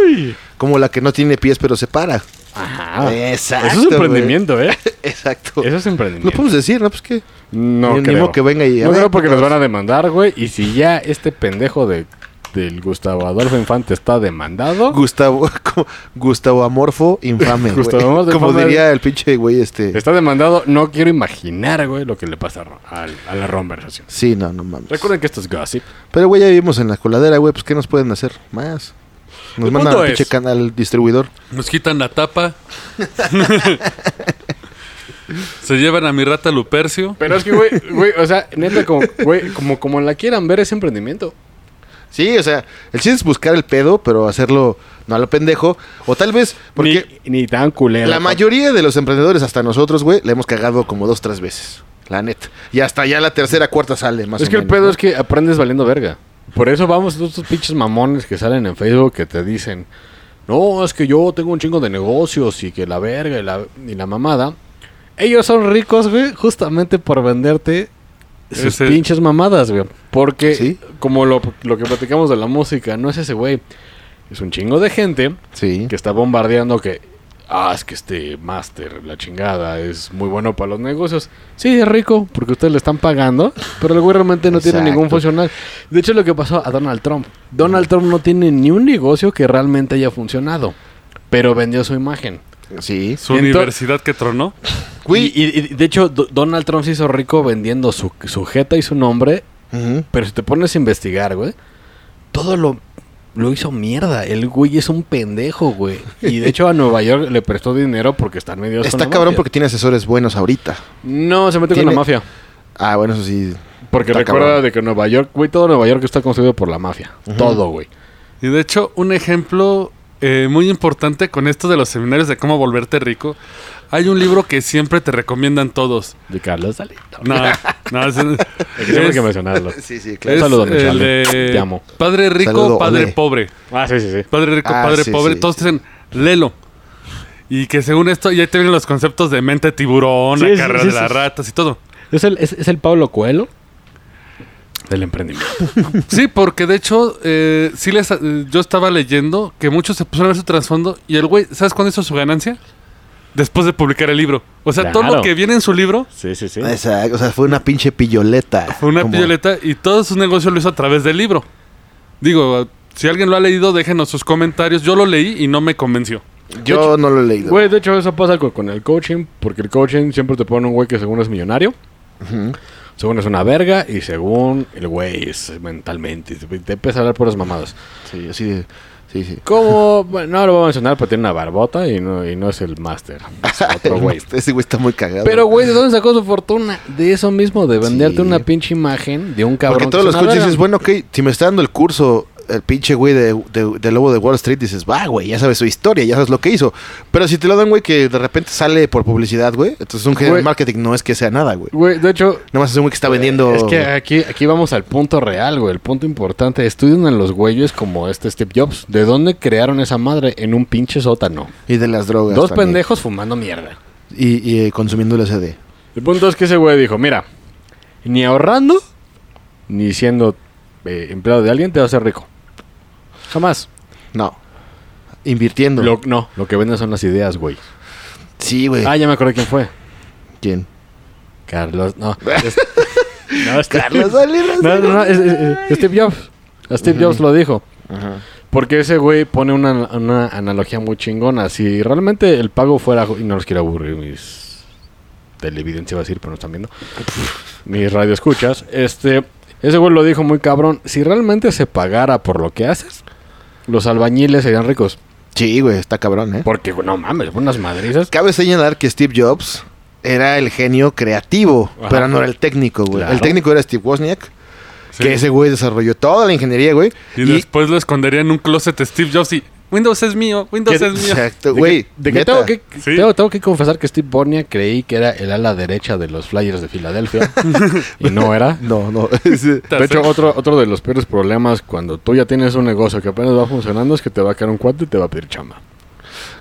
Speaker 2: Como la que no tiene pies pero se para.
Speaker 1: Ajá.
Speaker 2: Exacto,
Speaker 1: Eso es emprendimiento, ¿eh?
Speaker 2: Exacto.
Speaker 1: Eso es
Speaker 2: Lo
Speaker 1: emprendimiento.
Speaker 2: podemos decir, ¿no? Pues que.
Speaker 1: No
Speaker 2: Ni- ni
Speaker 1: creo.
Speaker 2: modo que venga y- a
Speaker 1: no
Speaker 2: ver,
Speaker 1: creo porque nos
Speaker 2: papás.
Speaker 1: van a demandar, güey. Y si ya este pendejo de, del Gustavo Adolfo Infante está demandado...
Speaker 2: Gustavo, como- Gustavo Amorfo infame. güey.
Speaker 1: Gustavo Amorfo
Speaker 2: como
Speaker 1: infame.
Speaker 2: diría el pinche güey este.
Speaker 1: Está demandado, no quiero imaginar, güey, lo que le pasa a Ro- al- a, la conversación.
Speaker 2: Sí, no, no mames.
Speaker 1: Recuerden que esto es gossip.
Speaker 2: Pero güey, ya vivimos en la coladera, güey, pues ¿qué nos pueden hacer? Más. Nos
Speaker 3: El
Speaker 2: mandan
Speaker 3: punto
Speaker 2: al pinche
Speaker 3: es-
Speaker 2: canal distribuidor.
Speaker 3: Nos quitan la tapa. Se llevan a mi rata Lupercio.
Speaker 1: Pero es que, güey, güey, o sea, neta, como, güey, como, como la quieran ver ese emprendimiento.
Speaker 2: Sí, o sea, el chiste es buscar el pedo, pero hacerlo no a lo pendejo. O tal vez, porque
Speaker 1: ni, ni tan culero.
Speaker 2: la mayoría de los emprendedores, hasta nosotros, güey, le hemos cagado como dos, tres veces. La neta. Y hasta ya la tercera, cuarta sale, más
Speaker 1: Es
Speaker 2: o
Speaker 1: que el
Speaker 2: menos,
Speaker 1: pedo
Speaker 2: ¿no?
Speaker 1: es que aprendes valiendo verga. Por eso vamos a todos estos pinches mamones que salen en Facebook que te dicen, no, es que yo tengo un chingo de negocios y que la verga y la, y la mamada. Ellos son ricos, güey, justamente por venderte sus
Speaker 3: Ese-
Speaker 1: pinches mamadas, güey. Porque,
Speaker 2: Sí.
Speaker 1: como lo, lo que platicamos de la música, no es ese güey. Es un chingo de gente
Speaker 2: Sí.
Speaker 1: que está bombardeando que ah, es que este máster, la chingada, es muy bueno para los negocios. Sí, es rico, porque ustedes le están pagando, pero el güey realmente no tiene
Speaker 2: Exacto.
Speaker 1: ningún funcional. De hecho, lo que pasó a Donald Trump. Donald Trump no tiene ni un negocio que realmente haya funcionado, pero vendió su imagen.
Speaker 2: Sí.
Speaker 3: Su
Speaker 1: Ento-
Speaker 3: universidad que tronó.
Speaker 2: Güey.
Speaker 1: Y, y- y de hecho, Do- Donald Trump se hizo rico vendiendo su, su jeta y su nombre,
Speaker 2: Ujú.
Speaker 1: pero si te pones a investigar, güey, todo lo, lo hizo mierda. El güey es un pendejo, güey. Y de hecho a Nueva York le prestó dinero porque están medio...
Speaker 2: Está cabrón porque tiene asesores buenos ahorita.
Speaker 1: No, se mete con
Speaker 2: Tiene-
Speaker 1: la mafia.
Speaker 2: Ah, bueno, eso sí.
Speaker 1: Porque
Speaker 2: Está
Speaker 1: recuerda
Speaker 2: cabrón.
Speaker 1: de que Nueva York, güey, todo Nueva York está construido por la mafia. Todo, güey.
Speaker 3: Y de hecho, un ejemplo eh, muy importante con esto de los seminarios de cómo volverte rico. Hay un libro que siempre te recomiendan todos.
Speaker 1: De Carlos Salido.
Speaker 3: No, no, es,
Speaker 1: Es que tengo
Speaker 3: es-
Speaker 1: que mencionarlo.
Speaker 2: Sí, sí,
Speaker 3: es
Speaker 1: Un saludo, mi
Speaker 3: el
Speaker 1: Charlie.
Speaker 3: de
Speaker 1: Te amo.
Speaker 3: Padre rico,
Speaker 2: Saludo,
Speaker 3: padre
Speaker 2: ole.
Speaker 3: pobre.
Speaker 1: Ah, sí, sí, sí.
Speaker 3: Padre rico,
Speaker 2: Ah,
Speaker 3: padre
Speaker 2: sí,
Speaker 3: pobre.
Speaker 2: sí,
Speaker 3: todos
Speaker 2: sí.
Speaker 3: dicen, lelo. Y que según esto, ya te vienen los conceptos de mente de tiburón,
Speaker 1: Sí,
Speaker 3: la
Speaker 1: sí,
Speaker 3: carrera
Speaker 1: sí,
Speaker 3: de
Speaker 1: sí,
Speaker 3: las
Speaker 1: sí.
Speaker 3: ratas y todo.
Speaker 1: Es el, es, es el Pablo Coelho del emprendimiento.
Speaker 3: Sí, porque de hecho, eh, sí les, eh, yo estaba leyendo que muchos se pusieron a ver su trasfondo y el güey, ¿sabes cuándo hizo su ganancia? Después de publicar el libro. O sea, todo lo
Speaker 1: Claro.
Speaker 3: que viene en su libro
Speaker 1: Sí, sí, sí.
Speaker 2: Exacto, o sea, fue una pinche pilloleta.
Speaker 3: fue una
Speaker 2: Como-
Speaker 3: pioleta y todo su negocio lo hizo a través del libro. Digo, si alguien lo ha leído, déjenos sus comentarios. Yo lo leí y no me convenció.
Speaker 2: Yo no lo he leído.
Speaker 1: Güey, de hecho, eso pasa con, con el coaching, porque el coaching siempre te pone un güey que según es millonario,
Speaker 2: Ujú.
Speaker 1: según es una verga, y según el güey es mentalmente. y Te empieza a hablar puras mamadas.
Speaker 2: Sí, así de- Sí, sí.
Speaker 1: Como, bueno, no lo voy a mencionar, pero tiene una barbota y no, y no es el máster. Es otro güey.
Speaker 2: Ese güey está muy cagado.
Speaker 1: Pero, güey, ¿de dónde sacó su fortuna? De eso mismo, de venderte
Speaker 2: Sí.
Speaker 1: una pinche imagen de un cabrón.
Speaker 2: Porque todos
Speaker 1: que
Speaker 2: los
Speaker 1: es una
Speaker 2: coaches
Speaker 1: verga.
Speaker 2: dices, bueno, ok, si me está dando el curso el pinche güey de, de- de Lobo de Wall Street, dices, va, güey, ya sabes su historia, ya sabes lo que hizo. Pero si te lo dan, güey, que de repente sale por publicidad, güey, entonces un genio de
Speaker 1: Güey.
Speaker 2: marketing no es que sea nada, güey.
Speaker 1: Güey, de hecho,
Speaker 2: Nada más es un güey que está vendiendo...
Speaker 1: es que aquí, aquí vamos al punto real, güey. El punto importante. Estudian a los güeyes como este Steve Jobs. ¿De dónde crearon esa madre? En un pinche sótano.
Speaker 2: Y de las drogas
Speaker 1: Dos
Speaker 2: Pues también.
Speaker 1: pendejos fumando mierda.
Speaker 2: Y, y, eh, consumiendo LSD.
Speaker 1: El punto es que ese güey dijo, mira, ni ahorrando, ni siendo eh, empleado de alguien te vas a hacer rico. Jamás.
Speaker 2: No. Invirtiendo.
Speaker 1: Lo, no, lo que venden son las ideas, güey.
Speaker 2: Sí, güey.
Speaker 1: Ah, ya me acordé quién fue.
Speaker 2: ¿Quién?
Speaker 1: Carlos, no. es- no, este- Steve-
Speaker 2: Carlos Salinas.
Speaker 1: No, no, no, es- es- es Steve Jobs. Steve Jobs lo dijo.
Speaker 2: Ajá.
Speaker 1: Porque ese güey pone una, una analogía muy chingona. Si realmente el pago fuera... ju- Y no los quiero aburrir, mis... Televidentes iba a decir, pero no están viendo. Mis radioescuchas. Este... Ese güey lo dijo muy cabrón. Si realmente se pagara por lo que haces, los albañiles serían ricos.
Speaker 2: Sí, güey, está cabrón, ¿eh?
Speaker 1: Porque, no mames, unas madrizas.
Speaker 2: Cabe señalar que Steve Jobs era el genio creativo,
Speaker 1: Ajá.
Speaker 2: pero no era el técnico, güey.
Speaker 1: Claro.
Speaker 2: El técnico era Steve Wozniak,
Speaker 3: Sí.
Speaker 2: que ese güey desarrolló toda la ingeniería, güey.
Speaker 3: Y, después lo escondería en un closet Steve Jobs y Windows es mío, Windows
Speaker 1: ¿Qué-
Speaker 3: es mío.
Speaker 2: Exacto,
Speaker 1: De que-
Speaker 2: güey.
Speaker 1: de que
Speaker 2: neta.
Speaker 1: tengo que,
Speaker 3: Sí.
Speaker 1: tengo, tengo que confesar que Steve Bornia creí que era el ala derecha de los Flyers de Filadelfia. y no era.
Speaker 2: No, no. es-
Speaker 1: De hecho, otro, otro de los peores problemas cuando tú ya tienes un negocio que apenas va funcionando es que te va a caer un cuate y te va a pedir chamba.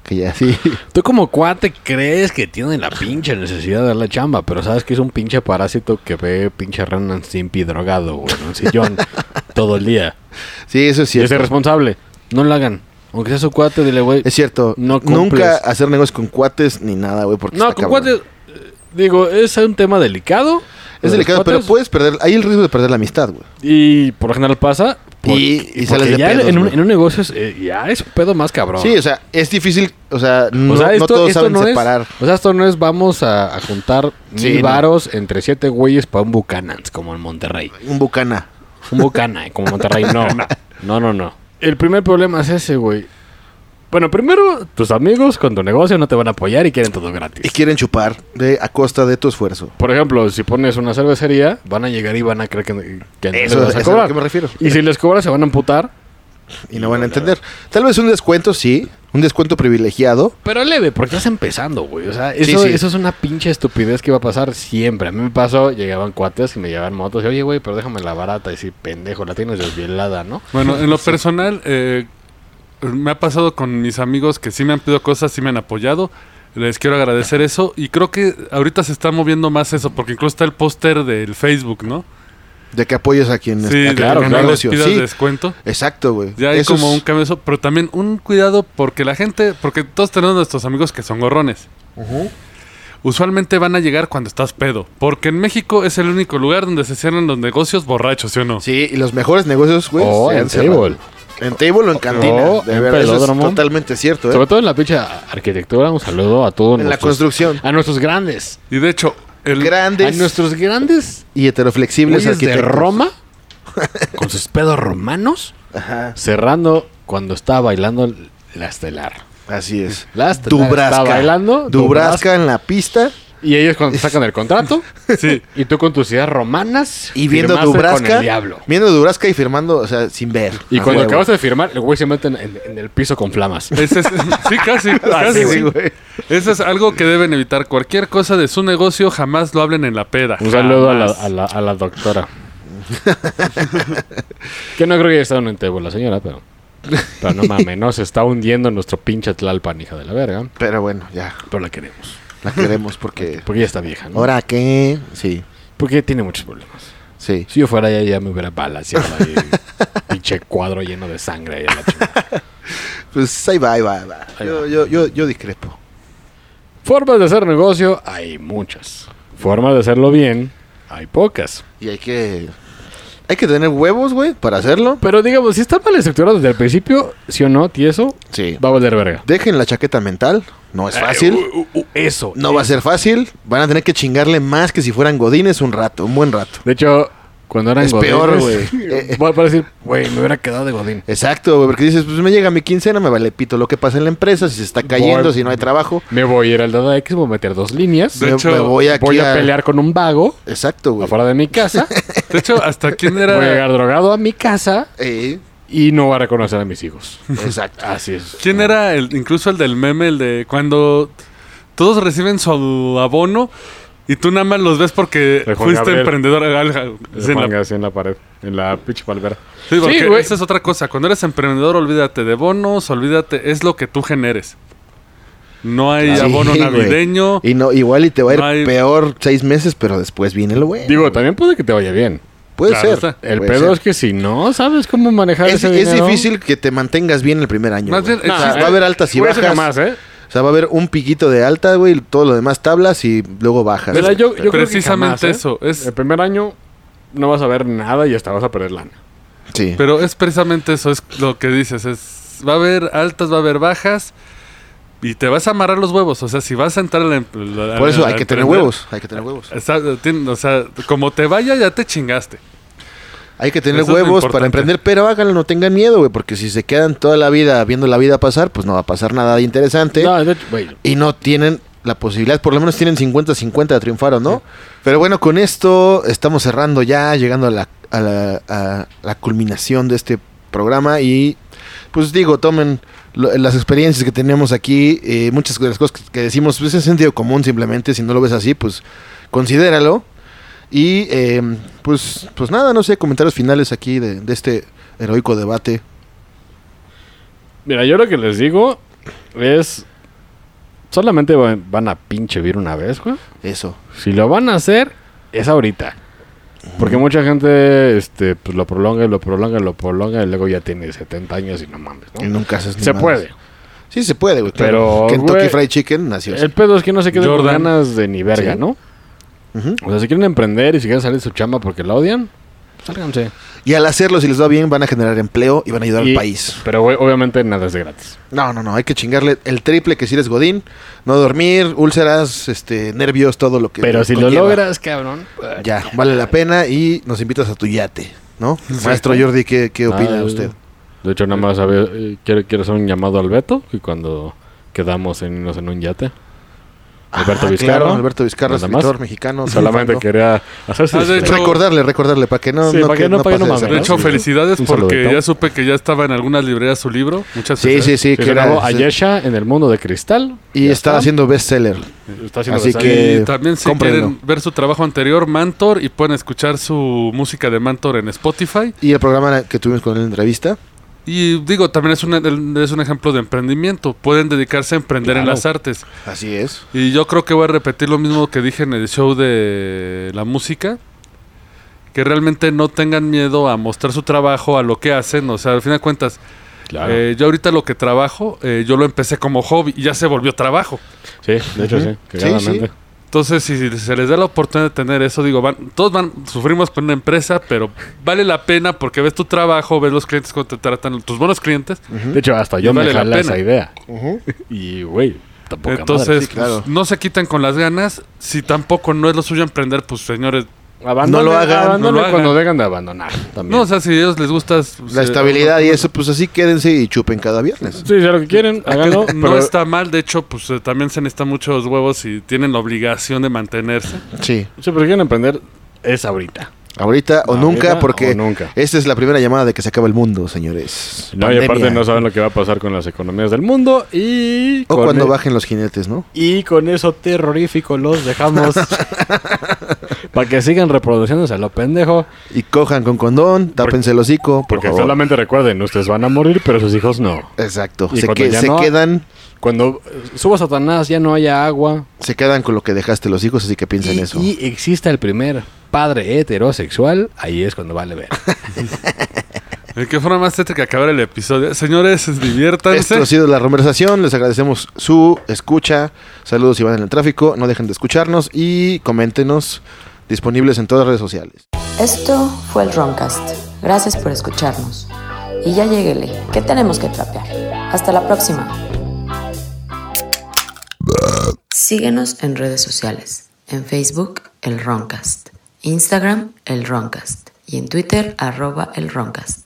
Speaker 2: que ya sí.
Speaker 1: Tú como cuate crees que tiene la pinche necesidad de la chamba, pero sabes que es un pinche parásito que ve pinche Renan Simpi drogado, güey, en un sillón todo el día.
Speaker 2: Sí, eso es
Speaker 1: Y es
Speaker 2: cierto.
Speaker 1: irresponsable. No lo hagan. Aunque sea su cuate, dile, güey.
Speaker 2: Es cierto.
Speaker 1: No
Speaker 2: nunca
Speaker 1: cumples.
Speaker 2: hacer negocios con cuates ni nada, güey, porque
Speaker 1: No,
Speaker 2: está
Speaker 1: con
Speaker 2: cabrón.
Speaker 1: cuates. eh, Digo, es un tema delicado.
Speaker 2: Es delicado, pero
Speaker 1: puede
Speaker 2: puedes perder, hay el riesgo de perder la amistad, güey.
Speaker 1: Y por lo general pasa. por-
Speaker 2: Y- y
Speaker 1: porque
Speaker 2: sales de
Speaker 1: ya
Speaker 2: pedos,
Speaker 1: en, un,
Speaker 2: güey.
Speaker 1: en un negocio es, eh, ya es un pedo más cabrón.
Speaker 2: Sí, o sea, es difícil, o sea, no,
Speaker 1: o sea,
Speaker 2: no
Speaker 1: esto,
Speaker 2: todos
Speaker 1: esto
Speaker 2: saben
Speaker 1: no
Speaker 2: separar.
Speaker 1: es. O sea, esto no es vamos a, a juntar
Speaker 2: Sí,
Speaker 1: mil
Speaker 2: no.
Speaker 1: varos entre siete güeyes para un Bucanans, como en Monterrey.
Speaker 2: Un bucana.
Speaker 1: Un Bucana, eh, como Monterrey. No, no, no, no. El primer problema es ese, güey. Bueno, primero, tus amigos con tu negocio no te van a apoyar y quieren todo gratis.
Speaker 2: Y quieren chupar de, a costa de tu esfuerzo.
Speaker 1: Por ejemplo, si pones una cervecería, van a llegar y van a creer que, que no
Speaker 2: Eso,
Speaker 1: les vas
Speaker 2: eso
Speaker 1: a
Speaker 2: es a lo
Speaker 1: cobrar.
Speaker 2: que me refiero.
Speaker 1: Y si les cobras, se van a amputar.
Speaker 2: Y no van a entender. Tal vez un descuento, sí. Un descuento privilegiado.
Speaker 1: Pero leve, porque estás empezando, güey. O sea, eso,
Speaker 2: sí.
Speaker 1: eso es una pinche estupidez que va a pasar siempre. A mí me pasó, llegaban cuates y me llevaban motos. Y, oye, güey, pero déjame la barata. Y si pendejo, la tienes desvielada, ¿no?
Speaker 3: Bueno, en lo personal, eh, me ha pasado con mis amigos que sí me han pedido cosas, sí me han apoyado. Les quiero agradecer eso. Y creo que ahorita se está moviendo más eso, porque incluso está el póster del Facebook, ¿no?
Speaker 2: De que apoyes a quien
Speaker 3: Sí,
Speaker 2: a quien
Speaker 1: claro,
Speaker 2: haga un
Speaker 3: no
Speaker 1: claro.
Speaker 3: les pidas
Speaker 2: Sí,
Speaker 3: descuento.
Speaker 2: exacto, güey.
Speaker 3: Ya hay
Speaker 2: Eso
Speaker 3: como
Speaker 2: es-
Speaker 3: un cambio eso, pero también un cuidado porque la gente, porque todos tenemos nuestros amigos que son gorrones. Usualmente van a llegar cuando estás pedo, porque en México es el único lugar donde se cierran los negocios borrachos, ¿sí o no?
Speaker 2: Sí, y los mejores negocios, güey.
Speaker 1: O
Speaker 2: Pues, se
Speaker 1: Oh, en
Speaker 2: han cerrado.
Speaker 1: table.
Speaker 2: En table o en cantina.
Speaker 1: O
Speaker 2: de
Speaker 1: en
Speaker 2: verdad, eso es
Speaker 1: pelódromo.
Speaker 2: totalmente cierto,
Speaker 1: Sobre
Speaker 2: ¿eh?
Speaker 1: todo en la pinche arquitectura, un saludo a todos
Speaker 2: En la
Speaker 1: nuestros-
Speaker 2: construcción.
Speaker 1: A nuestros grandes.
Speaker 3: Y de hecho, el,
Speaker 1: A
Speaker 2: Grandes
Speaker 1: nuestros grandes
Speaker 2: y heteroflexibles
Speaker 1: güeyes de
Speaker 2: arquitectos.
Speaker 1: Roma, con sus pedos romanos,
Speaker 2: Ajá,
Speaker 1: cerrando cuando estaba bailando la estelar.
Speaker 2: así es.
Speaker 1: La estelar
Speaker 2: Dubrasca.
Speaker 1: estaba bailando.
Speaker 2: Dubrasca en la pista.
Speaker 1: Y ellos cuando te sacan el contrato.
Speaker 3: sí,
Speaker 1: Y tú con tus ideas romanas.
Speaker 2: Y viendo
Speaker 1: firmaste
Speaker 2: Dubrasca.
Speaker 1: Con el diablo.
Speaker 2: Viendo Dubrasca y firmando, o sea, sin ver.
Speaker 1: Y
Speaker 2: A
Speaker 1: cuando
Speaker 2: Ah, huevo.
Speaker 1: acabas de firmar, el güey se mete en, en- en el piso con flamas.
Speaker 3: ese es- sí, casi,
Speaker 1: Ah,
Speaker 2: Así,
Speaker 3: casi, sí.
Speaker 2: Ah, güey.
Speaker 3: Eso es algo que deben evitar. Cualquier cosa de su negocio jamás lo hablen en la peda.
Speaker 1: Un saludo a la,
Speaker 3: Jamás.
Speaker 1: a la- a la doctora. que no creo que haya estado en Tebo la señora, pero. Pero no mames, no, se está hundiendo nuestro pinche Tlalpan, hija de la verga.
Speaker 2: Pero bueno, ya.
Speaker 1: Pero la queremos.
Speaker 2: La queremos porque.
Speaker 1: Porque ya está vieja, ¿no?
Speaker 2: ¿Ahora qué? Sí,
Speaker 1: Porque tiene muchos problemas.
Speaker 2: sí.
Speaker 1: Si yo fuera ella, ya me hubiera balanceado ahí. pinche cuadro lleno de sangre ahí a la chingada.
Speaker 2: Pues ahí va, ahí va, ahí va.
Speaker 1: Ahí
Speaker 2: yo,
Speaker 1: va.
Speaker 2: Yo, yo, yo discrepo.
Speaker 1: Formas de hacer negocio hay muchas. Formas de hacerlo bien hay pocas.
Speaker 2: Y hay que. Hay que tener huevos, güey, para hacerlo.
Speaker 1: Pero digamos, si está mal estructurado desde el principio, sí o no, tieso,
Speaker 2: Sí.
Speaker 1: va a valer verga.
Speaker 2: Dejen la chaqueta mental. No es
Speaker 3: Eh,
Speaker 2: fácil.
Speaker 1: Uh, uh, uh, eso.
Speaker 2: No va a ser fácil. Van a tener que chingarle más que si fueran godines un rato, un buen rato.
Speaker 1: De hecho, cuando eran
Speaker 2: Es peor,
Speaker 1: godines,
Speaker 2: güey.
Speaker 1: Voy a decir, güey, me hubiera quedado de Godín.
Speaker 2: Exacto, güey, porque dices, pues me llega mi quincena, me vale pito lo que pasa en la empresa, si se está cayendo,
Speaker 1: Voy-
Speaker 2: si no hay trabajo.
Speaker 1: Me voy a ir al Dada X, voy a meter dos líneas.
Speaker 3: De
Speaker 2: me,
Speaker 3: hecho,
Speaker 2: me voy aquí
Speaker 1: voy a pelear con un vago
Speaker 2: Exacto, güey.
Speaker 1: afuera de mi casa.
Speaker 3: De hecho, hasta quién
Speaker 1: voy
Speaker 3: era.
Speaker 1: a llegar drogado a mi casa
Speaker 2: Eh,
Speaker 1: y no va a reconocer a mis hijos.
Speaker 2: exacto.
Speaker 1: Así es.
Speaker 3: ¿Quién era el, incluso el del meme, el de cuando todos reciben su abono y tú nada más los ves porque
Speaker 1: De Juan
Speaker 3: fuiste
Speaker 1: Gabriel.
Speaker 3: emprendedor? Alga- sí, en la-
Speaker 1: Así en la pared, en la pinche palmera.
Speaker 3: sí, porque
Speaker 1: Sí, güey.
Speaker 3: esa es otra cosa. Cuando eres emprendedor, olvídate de bonos, olvídate, es lo que tú generes. No hay
Speaker 2: Sí,
Speaker 3: abono
Speaker 2: güey.
Speaker 3: navideño.
Speaker 2: Y no, igual y te va a ir
Speaker 3: No hay-
Speaker 2: peor seis meses, pero después viene lo bueno.
Speaker 1: Digo, también puede que te vaya bien.
Speaker 2: puede
Speaker 3: claro
Speaker 2: ser.
Speaker 3: está.
Speaker 1: El
Speaker 2: puede
Speaker 1: pedo
Speaker 2: ser.
Speaker 1: es que si no sabes cómo manejar
Speaker 2: es,
Speaker 1: ese
Speaker 2: es
Speaker 1: dinero-
Speaker 2: difícil que te mantengas bien el primer año.
Speaker 3: Más
Speaker 2: güey.
Speaker 3: bien,
Speaker 2: O sea,
Speaker 3: existe-
Speaker 2: va a haber altas y
Speaker 1: Güey, eso
Speaker 2: bajas.
Speaker 1: jamás, ¿eh?
Speaker 2: O sea, va a haber un piquito de alta, güey, y todo lo demás tablas y luego bajas.
Speaker 1: Mira,
Speaker 2: güey.
Speaker 1: yo, yo creo que
Speaker 3: Precisamente
Speaker 1: jamás, ¿eh?
Speaker 3: eso, es-
Speaker 1: El primer año no vas a ver nada y hasta vas a perder lana.
Speaker 2: Sí.
Speaker 3: Pero es precisamente eso, es lo que dices. Es, va a haber altas, va a haber bajas. Y te vas a amarrar los huevos. O sea, si vas a entrar a la em- la-
Speaker 2: Por eso
Speaker 3: a
Speaker 2: hay que tener
Speaker 3: emprender,
Speaker 2: huevos. Hay que tener huevos.
Speaker 3: Está- tien- o sea, como te vaya, ya te chingaste.
Speaker 2: Hay que tener
Speaker 3: Eso es lo
Speaker 2: huevos para
Speaker 3: importante.
Speaker 2: emprender, pero háganlo, no tengan miedo, güey, porque si se quedan toda la vida viendo la vida pasar, pues no va a pasar nada interesante.
Speaker 1: No, de hecho, güey,
Speaker 2: y no tienen la posibilidad, por lo menos tienen 50-50 de triunfar o no. Pero bueno, con esto estamos cerrando ya, llegando a la, a la, a la culminación de este programa y pues digo, tomen lo- las experiencias que tenemos aquí, eh, muchas de las cosas que, que decimos, pues es sentido común simplemente, si no lo ves así, pues considéralo. Y eh, pues, pues nada, no sé, comentarios finales aquí de, de este heroico debate.
Speaker 1: Mira, yo lo que les digo es solamente va- van a pinche vir una vez, güey.
Speaker 2: Eso.
Speaker 1: Si lo van a hacer, es ahorita. Porque mucha gente este, pues, lo prolonga, y lo prolonga, y lo prolonga y luego ya tiene 70 años y no mames,
Speaker 2: Y
Speaker 1: ¿no?
Speaker 2: nunca haces ni
Speaker 1: Se
Speaker 2: madres.
Speaker 1: puede.
Speaker 2: Sí, se puede, güey.
Speaker 1: Pero,
Speaker 2: claro. Kentucky
Speaker 1: güey,
Speaker 2: Fried Chicken nació. así.
Speaker 1: El pedo es que no se quedan con
Speaker 3: Jordan.
Speaker 1: ganas de ni verga,
Speaker 2: Sí.
Speaker 1: ¿no?
Speaker 2: Ujú.
Speaker 1: O sea, si quieren emprender y si quieren salir de su chamba porque la odian, sálganse.
Speaker 2: Y al hacerlo, si les va bien, van a generar empleo y van a ayudar
Speaker 1: Y-
Speaker 2: al país.
Speaker 1: Pero güey, obviamente nada es de gratis.
Speaker 2: No, no, no. Hay que chingarle el triple que si eres Godín. No dormir, úlceras, este, nervios, todo lo que.
Speaker 1: Pero si lo
Speaker 2: conlleva.
Speaker 1: logras, cabrón.
Speaker 2: Ya, vale la pena y nos invitas a tu yate, ¿no? Maestro Jordi, ¿qué, qué opina
Speaker 1: Ah,
Speaker 2: usted?
Speaker 1: De hecho, nada más a ver, eh, quiero, quiero hacer un llamado al Beto y cuando quedamos en irnos en un yate. Alberto
Speaker 2: Ah,
Speaker 1: Vizcarra.
Speaker 2: claro, Alberto Vizcarra,
Speaker 1: Nada más.
Speaker 2: escritor mexicano.
Speaker 1: Solamente
Speaker 2: triunfando.
Speaker 1: quería hacerse
Speaker 3: Ah, de hecho-
Speaker 2: Recordarle, recordarle, para que no,
Speaker 1: Sí,
Speaker 2: no,
Speaker 1: para que no pague, no mames.
Speaker 2: pase
Speaker 3: De
Speaker 2: desapercibido.
Speaker 3: hecho,
Speaker 1: Sí.
Speaker 3: felicidades
Speaker 1: Un
Speaker 3: porque
Speaker 1: saludito.
Speaker 3: ya supe que ya estaba en algunas librerías su libro. Muchas
Speaker 2: Sí, sí,
Speaker 3: felicidades.
Speaker 2: sí. que
Speaker 1: se
Speaker 2: era-
Speaker 1: grabó
Speaker 2: sí.
Speaker 1: a Yesha en el mundo de cristal.
Speaker 2: y
Speaker 1: Ya
Speaker 2: estaba haciendo bestseller.
Speaker 1: Está haciendo
Speaker 2: así
Speaker 1: esa-
Speaker 2: que-
Speaker 3: Y
Speaker 2: Eh,
Speaker 3: también si
Speaker 2: cómprenlo.
Speaker 3: quieren ver su trabajo anterior, Mantor, y pueden escuchar su música de Mantor en Spotify.
Speaker 2: Y el programa que tuvimos con él en entrevista.
Speaker 3: Y digo, también es un, es un ejemplo de emprendimiento. Pueden dedicarse a emprender en
Speaker 1: Claro.
Speaker 3: las artes.
Speaker 2: Así es.
Speaker 3: Y yo creo que voy a repetir lo mismo que dije en el show de la música. Que realmente no tengan miedo a mostrar su trabajo, a lo que hacen. O sea, al fin de cuentas,
Speaker 1: Claro.
Speaker 3: eh, yo ahorita lo que trabajo, eh, yo lo empecé como hobby y ya se volvió trabajo.
Speaker 1: sí, de hecho, sí. cagadamente.
Speaker 2: sí.
Speaker 3: Entonces, si se les da la oportunidad de tener eso, digo, van, todos van, sufrimos con una empresa, pero vale la pena porque ves tu trabajo, ves los clientes cuando te tratan, tus buenos clientes.
Speaker 1: De hecho, hasta yo
Speaker 3: Y vale
Speaker 1: me
Speaker 3: la
Speaker 1: jalé
Speaker 3: pena.
Speaker 1: esa idea. Y, güey, tampoco.
Speaker 3: Entonces,
Speaker 2: sí, claro.
Speaker 3: pues, no se quitan con las ganas. Si tampoco no es lo suyo emprender, pues señores,
Speaker 1: abandonen,
Speaker 2: No lo hagan, no
Speaker 1: abandonen
Speaker 3: lo hagan.
Speaker 1: cuando dejan de abandonar. También.
Speaker 3: no, o sea, si a ellos les gusta pues,
Speaker 2: La
Speaker 3: eh,
Speaker 2: estabilidad y eso, pues así quédense y chupen cada viernes.
Speaker 1: sí, sea lo que quieren, háganlo.
Speaker 3: no
Speaker 1: pero-
Speaker 3: está mal, de hecho, pues eh, también se necesitan muchos huevos y tienen la obligación de mantenerse.
Speaker 2: Sí.
Speaker 1: Sí, pero si quieren emprender, es ahorita.
Speaker 2: Ahorita o
Speaker 1: Ahorita
Speaker 2: nunca, porque
Speaker 1: o nunca.
Speaker 2: esta es la primera llamada de que se acaba el mundo, señores.
Speaker 1: No, y aparte
Speaker 2: Pandemia.
Speaker 1: no saben lo que va a pasar con las economías del mundo y...
Speaker 2: O
Speaker 1: con
Speaker 2: cuando
Speaker 1: e-
Speaker 2: bajen los jinetes, ¿no?
Speaker 1: Y con eso terrorífico los dejamos para que sigan reproduciéndose a lo pendejo.
Speaker 2: Y cojan con condón, tápense el hocico, por
Speaker 1: Porque
Speaker 2: favor.
Speaker 1: solamente recuerden, ustedes van a morir, pero sus hijos no.
Speaker 2: Exacto.
Speaker 1: Y
Speaker 2: Se,
Speaker 1: cuando
Speaker 2: que-
Speaker 1: ya
Speaker 2: se
Speaker 1: no-
Speaker 2: quedan
Speaker 1: Cuando eh, suba Satanás ya no haya agua.
Speaker 2: se quedan con lo que dejaste los hijos, así que piensa
Speaker 1: Y,
Speaker 2: en eso.
Speaker 1: y exista el primer padre heterosexual, ahí es cuando vale ver.
Speaker 3: ¿De qué forma más tétrica acabar el episodio? Señores, diviértanse.
Speaker 2: Esto ha sido la conversación. Les agradecemos su escucha. Saludos si van en el tráfico. No dejen de escucharnos y coméntenos. Disponibles en todas las redes sociales.
Speaker 5: Esto fue el Roncast. Gracias por escucharnos. Y ya lleguele, que tenemos que trapear. Hasta la próxima. Síguenos en redes sociales. En Facebook, el Roncast. Instagram, el Roncast. Y en Twitter, arroba el Roncast.